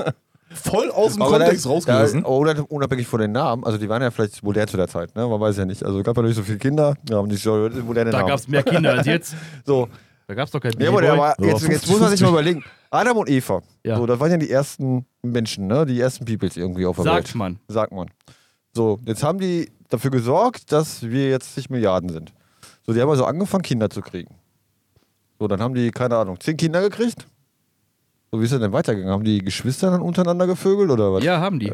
S2: Voll aus dem
S3: Aber
S2: Kontext
S3: da-
S2: rausgerissen.
S3: Da, oder unabhängig von den Namen, also die waren ja vielleicht modern zu der Zeit, ne? man weiß ja nicht. Also gab ja nicht so viele Kinder, da haben die so moderne
S4: Da
S3: Namen.
S4: gab es mehr Kinder als jetzt.
S3: so.
S4: Da gab es doch kein
S3: Genau. Ja, aber der
S4: Babyboy.
S3: war,
S2: Ja,
S3: jetzt,
S2: 50,
S3: jetzt muss man sich mal überlegen. Adam und Eva,
S4: Ja.
S3: so, das waren ja die ersten Menschen, ne? die ersten Peoples irgendwie auf der
S4: Sagt
S3: Welt.
S4: man.
S3: Sagt man. So, jetzt haben die dafür gesorgt, dass wir jetzt nicht Milliarden sind. So, die haben also angefangen, Kinder zu kriegen. So, dann haben die, keine Ahnung, zehn Kinder gekriegt. So, wie ist das denn weitergegangen? Haben die Geschwister dann untereinander gevögelt oder was?
S4: Ja, haben die.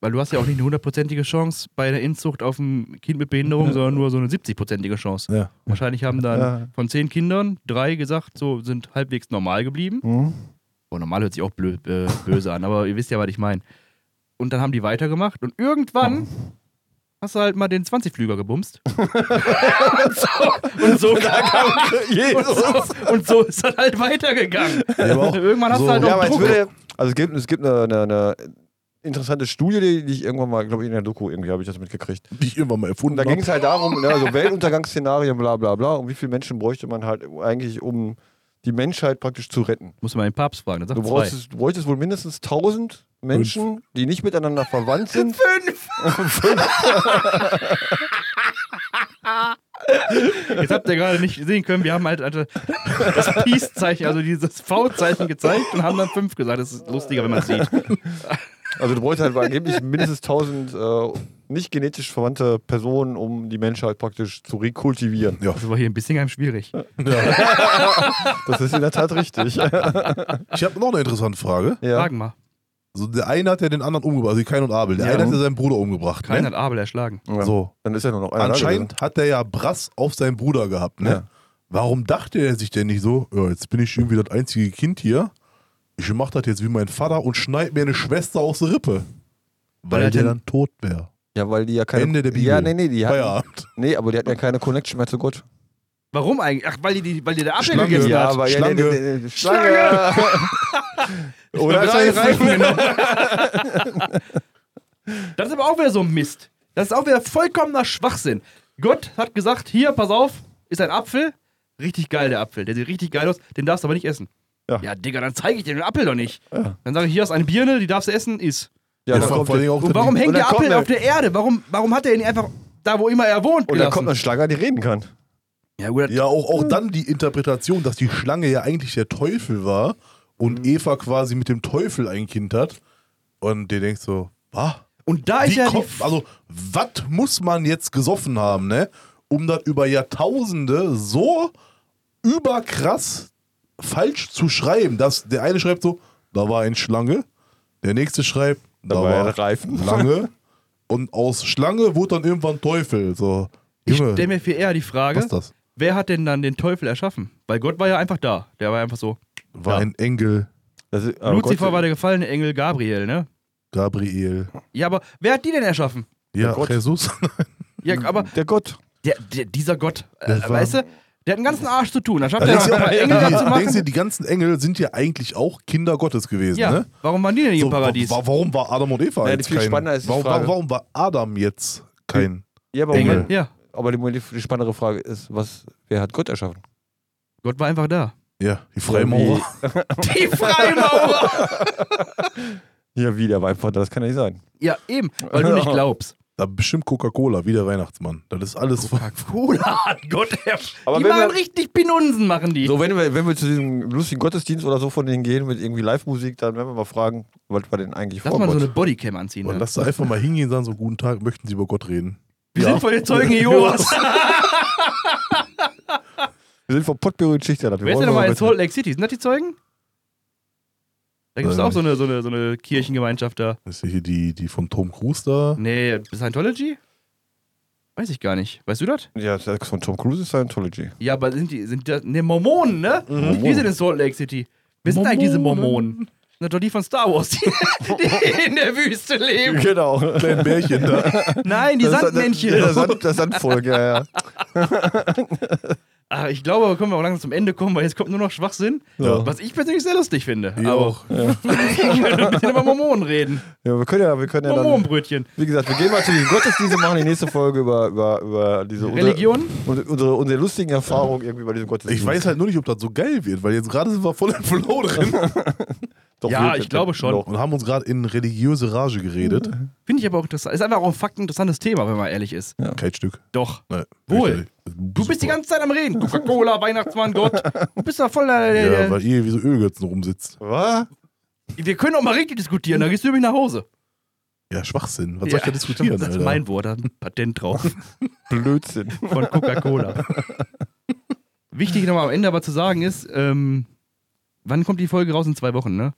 S4: Weil du hast ja auch nicht eine hundertprozentige Chance bei der Inzucht auf ein Kind mit Behinderung, sondern nur so eine 70-prozentige Chance.
S2: Ja.
S4: Wahrscheinlich haben dann
S3: Ja.
S4: von zehn Kindern drei gesagt, so sind halbwegs normal geblieben.
S3: Mhm.
S4: Oh, normal hört sich auch blö äh, böse an, aber ihr wisst ja, was ich meine. Und dann haben die weitergemacht und irgendwann
S3: Oh.
S4: hast du halt mal den 20-Flüger gebumst. und, so, und, so kam, und, so, und so ist das halt weitergegangen.
S2: Ja, aber auch
S4: irgendwann hast
S2: so-
S4: du halt
S3: Ja,
S4: noch
S3: aber jetzt
S4: Druck.
S3: würde, also es gibt, es gibt eine, eine, eine interessante Studie, die, die ich irgendwann mal, glaube ich, in der Doku irgendwie habe ich das mitgekriegt.
S2: Die ich irgendwann mal
S3: Und
S2: erfunden
S3: da ging
S2: habe.
S3: es halt darum, ne, so Weltuntergangsszenarien, bla bla bla, und wie viele Menschen bräuchte man halt eigentlich, um die Menschheit praktisch zu retten.
S4: Muss man den Papst fragen, dann
S3: Du
S4: sagt zwei.
S3: brauchst, du bräuchtest wohl mindestens 1000 Menschen, die nicht miteinander verwandt sind.
S4: Jetzt habt ihr gerade nicht sehen können, wir haben halt also das Peace-Zeichen, also dieses V-Zeichen gezeigt und haben dann fünf gesagt. Das ist lustiger, wenn man es sieht.
S3: Also du bräuchtest halt angeblich mindestens 1000 äh, nicht genetisch verwandte Personen, um die Menschheit praktisch zu rekultivieren.
S2: Ja,
S4: Das war hier in Bissingheim schwierig.
S3: Das ist in der Tat richtig. ja.
S2: ich habe noch eine interessante Frage.
S4: Fragen mal.
S2: So, der eine hat ja den anderen umgebracht, also Kain und Abel. Der
S3: Ja.
S2: eine hat ja seinen Bruder umgebracht.
S4: Keiner
S2: ne?
S4: hat Abel erschlagen.
S3: Ja.
S2: So,
S3: Dann ist ja nur noch einer da
S2: Anscheinend hat er ja Brass auf seinen Bruder gehabt, ne?
S3: Ja.
S2: Warum dachte er sich denn nicht so, ja, jetzt bin ich irgendwie das einzige Kind hier, ich mach das jetzt wie mein Vater und schneid mir eine Schwester aus der Rippe. Weil,
S4: er
S2: der
S4: denn-
S2: dann tot wäre.
S3: Ja, weil die ja keine.
S2: Ende der Bibel.
S3: Ja, nee, nee, die hatten,
S2: Feierabend.
S3: nee, aber die hatten ja keine Connection mehr zu Gott.
S4: Warum eigentlich? Ach, weil die, die, weil die der Abel
S2: Schlange.
S4: gegessen
S2: Ja,
S4: hat.
S2: aber- Schlange.
S3: nee, Schlange! Oder drei
S4: Drei Reifen genommen. das ist aber auch wieder so ein Mist. Das ist auch wieder vollkommener Schwachsinn. Gott hat gesagt, hier, pass auf, ist ein Apfel. Richtig geil, der Apfel. Der sieht richtig geil aus. Den darfst du aber nicht essen.
S3: Ja.
S4: Ja, Digga, dann zeige ich dir den Apfel doch nicht. Dann sage ich, hier ist eine Birne, die darfst du essen, isst.
S3: Ja, dann
S2: vor-
S3: kommt
S2: vor allen
S3: die-
S2: Dingen auch
S4: Und
S2: der-
S4: warum hängt
S3: Und dann
S4: der Apfel
S3: kommt er-
S4: auf der Erde? Warum, warum hat er ihn nicht einfach da, wo immer er wohnt,
S3: Und dann kommt
S4: gelassen?
S3: eine Schlange, die reden kann.
S4: ja, gut,
S2: Ja, auch, auch dann die Interpretation, dass die Schlange ja eigentlich der Teufel war und
S3: Mhm.
S2: Eva quasi mit dem Teufel ein Kind hat. Und dir denkst so, was?
S4: Und da Ah, ist
S2: Wie
S4: ja die,
S2: kommt, also, was muss man jetzt gesoffen haben, ne? Um das über Jahrtausende so überkrass falsch zu schreiben. Das, der eine schreibt so, da war ein Schlange. Der nächste schreibt, da,
S3: Da war ein
S2: war
S3: Reifen.
S2: Lange. Und aus Schlange wurde dann irgendwann Teufel. So,
S4: Ich
S2: Junge,
S4: stelle mir viel eher die Frage,
S2: was ist das?
S4: wer hat denn dann den Teufel erschaffen? Weil Gott war ja einfach da. Der war einfach so.
S2: War
S4: Ja.
S2: ein Engel,
S3: Das ist, aber
S4: Luzifer
S3: Gott,
S4: war der gefallene Engel Gabriel, ne?
S2: Gabriel.
S4: Ja, aber wer hat die denn erschaffen?
S2: Ja,
S3: Gott.
S2: Jesus.
S4: Ja, aber
S3: der Gott.
S4: der, der, dieser Gott, äh,
S2: Hm. Das war-
S4: weißt du, der hat einen ganzen Arsch zu tun. Dann schafft
S2: Da
S4: er
S2: denkst
S4: noch
S2: du
S4: ein paar
S2: auch,
S4: Engel dazu
S2: die, denkst du,
S4: machen.
S2: die ganzen Engel sind ja eigentlich auch Kinder Gottes gewesen,
S4: Ja,
S2: ne?
S4: warum waren die denn nicht
S2: So,
S4: im Paradies?
S2: wa- Warum war Adam und Eva
S3: Ja, die
S2: jetzt
S3: viel
S2: kein...
S3: spannender ist die
S2: warum,
S3: Frage. Hm.
S2: warum war Adam jetzt kein...
S3: Ja, aber,
S4: Engel? Ja,
S3: aber die, die, die spannendere Frage ist, was, wer hat Gott erschaffen?
S4: Gott war einfach da.
S2: Ja, die Freimaurer.
S4: Die Freimaurer!
S3: Ja, wie, der war einfach da, das kann ja nicht sein.
S4: ja, eben, weil du nicht glaubst.
S2: Da bestimmt Coca-Cola, wie der Weihnachtsmann. Das ist alles...
S4: Cola hat Gott ersch-
S3: Aber
S4: Die
S3: wenn
S4: machen
S3: wir-
S4: richtig Pinunsen, machen die.
S3: So, wenn wir, wenn wir zu diesem lustigen Gottesdienst oder so von denen gehen mit irgendwie Live-Musik, dann werden wir mal fragen, was war denn eigentlich
S4: Lass
S3: vor
S4: mal so
S3: Gott?
S4: eine Bodycam anziehen.
S2: oh Und
S4: Ne?
S2: lass da einfach mal hingehen und sagen so, guten Tag, möchten Sie über Gott reden?
S4: Wir sind von den Zeugen Jehovas.
S3: wir sind vom Potpourri und Schichter. Wir
S4: Wer ist
S3: wollen
S4: denn nochmal in
S3: mit-
S4: Salt Lake City? Sind das die Zeugen? Da gibt es
S2: Weiß
S4: auch
S2: nicht.
S4: so eine, so, eine, so eine Kirchengemeinschaft da.
S2: Ist hier die, die von Tom Cruise da?
S4: Nee, Scientology? Weiß ich gar nicht. Weißt du das?
S3: Ja, das ist von Tom Cruise ist Scientology.
S4: Ja, aber sind die, sind die, ne, Mormonen, ne?
S3: Mhm.
S4: Die sind in Salt Lake City. Wer sind eigentlich diese Mormonen? Das sind doch die von Star Wars, die, die in der Wüste leben.
S3: Genau.
S2: Klein Bärchen da.
S4: Nein, die Sandmännchen.
S3: Das, das, das Sandvolk, ja, ja.
S4: Ach, Ah, ich glaube, wir können wir auch langsam zum Ende kommen, weil jetzt kommt nur noch Schwachsinn.
S2: Ja.
S4: Was ich persönlich sehr lustig finde.
S2: Die
S4: aber
S2: auch.
S4: ich könnte ein bisschen über Mormonen reden.
S3: ja. Wir können ja, wir können ja dann,
S4: Mormonenbrötchen.
S3: wie gesagt, wir gehen mal zu diesem Gottesdienst und machen die nächste Folge über, über, über diese unsere-
S4: Religion?
S3: Unsere, unsere, unsere lustigen Erfahrungen irgendwie bei diesem Gottesdienst.
S2: Ich weiß halt nur nicht, ob das so geil wird, weil jetzt gerade sind wir voll im Flow drin
S3: Doch,
S4: Ja,
S3: wir-
S4: ich glaube schon.
S3: Doch.
S2: und haben uns gerade in religiöse Rage geredet.
S4: Finde ich aber auch interessant. Ist einfach auch ein fakt interessantes Thema, wenn man ehrlich ist.
S2: Kein Stück.
S4: Doch.
S2: Nein,
S4: Wohl.
S2: Du
S4: Du bist die ganze Zeit am Reden. Coca-Cola, Weihnachtsmann, Gott. Du bist da voll der, der,
S2: Ja,
S4: der,
S2: weil ihr wie so Ölgötzen rumsitzt.
S3: Was?
S4: Wir können auch mal richtig diskutieren, dann gehst du nämlich nach Hause.
S2: Ja, Schwachsinn. Was soll ich da diskutieren,
S4: Das ist
S2: Alter?
S4: mein Wort, da hat ein Patent drauf
S3: Blödsinn.
S4: von Coca-Cola. Wichtig nochmal am Ende aber zu sagen ist, ähm, wann kommt die Folge raus? In zwei Wochen, ne?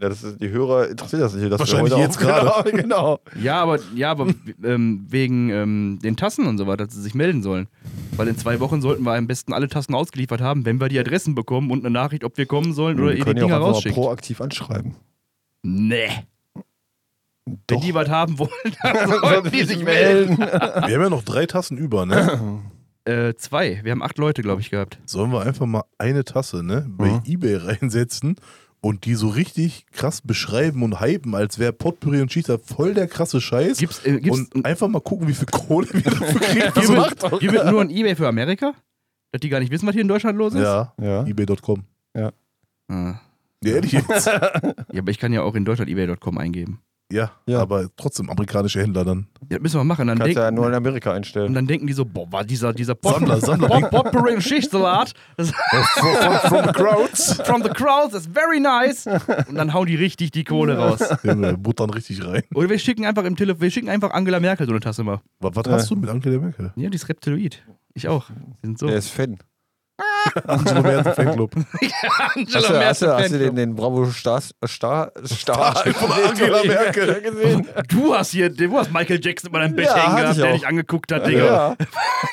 S3: Ja, das ist, die Hörer interessiert das nicht. Dass
S2: Wahrscheinlich
S3: wir heute
S2: jetzt gerade.
S3: Genau, genau.
S4: Ja, aber, ja, aber ähm, wegen ähm, den Tassen und so weiter, dass sie sich melden sollen. Weil in zwei Wochen sollten wir am besten alle Tassen ausgeliefert haben, wenn wir die Adressen bekommen und eine Nachricht, ob wir kommen sollen oder
S3: wir
S4: ihr die
S3: können ja auch
S4: Dinger
S3: einfach mal
S4: rausschickt.
S3: proaktiv anschreiben.
S4: Nee. Wenn
S3: Doch.
S4: die was haben wollen, dann sollten die sich melden.
S2: Wir haben ja noch drei Tassen über, ne?
S4: Äh, zwei. Wir haben acht Leute, glaube ich, gehabt.
S2: Sollen wir einfach mal eine Tasse, ne? Bei
S3: Mhm.
S2: Ebay reinsetzen und die so richtig krass beschreiben und hypen, als wäre Potpourri und Cheetah voll der krasse Scheiß.
S4: Gibt's, äh, gibt's,
S2: und einfach mal gucken, wie viel Kohle wir dafür kriegen.
S4: Hier wird, hier wird nur ein Ebay für Amerika? Dass die gar nicht wissen, was hier in Deutschland los ist?
S2: Ja,
S3: Ja.
S2: ebay.com.
S4: Ah.
S2: Ja, ehrlich jetzt.
S4: Ja, aber ich kann ja auch in Deutschland ebay.com eingeben.
S2: Ja,
S3: Ja.
S2: aber trotzdem amerikanische Händler dann.
S4: Ja, das müssen wir machen. Dann
S3: Kannst
S4: denk,
S3: ja nur in Amerika
S4: und
S3: einstellen.
S4: dann denken die so, boah, war dieser, dieser Pot
S2: Sammler, Sammler.
S4: Pot- Potpourri und Schichtsalat das-
S2: From the crowds.
S4: from the crowds is very nice. Und dann hauen die richtig die Kohle raus.
S2: Junge, buttern richtig rein.
S4: Oder wir schicken einfach im Telefon, wir schicken einfach Angela Merkel so eine Tasse mal.
S2: Was, was hast du mit Angela Merkel?
S4: Ja, die ist Reptiloid. Ich auch. Wir sind so.
S3: Der ist Fan.
S2: Angela Merkel Fanclub.
S3: Hast du, hast du, hast du den,
S4: Fanclub.
S3: den Bravo Stars, Star, Star,
S2: Von Angela Merkel.
S3: gesehen?
S4: Du hast hier, du hast Michael Jackson in meinem Bett
S3: Ja,
S4: hängen
S3: hatte
S4: gehabt,
S3: ich
S4: der
S3: auch.
S4: dich angeguckt hat, Digga.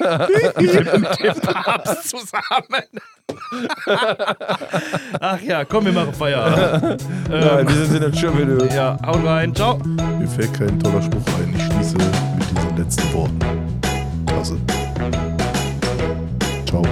S3: Ja.
S4: mit dem Papst zusammen. Ach ja, komm, wir machen Feierabend.
S3: Nein,
S4: ähm,
S3: wir sind in schön Video.
S4: ja, haut rein, ciao.
S2: Mir fällt kein toller Spruch ein. Ich schließe mit diesen letzten Worten. Klasse. Ciao.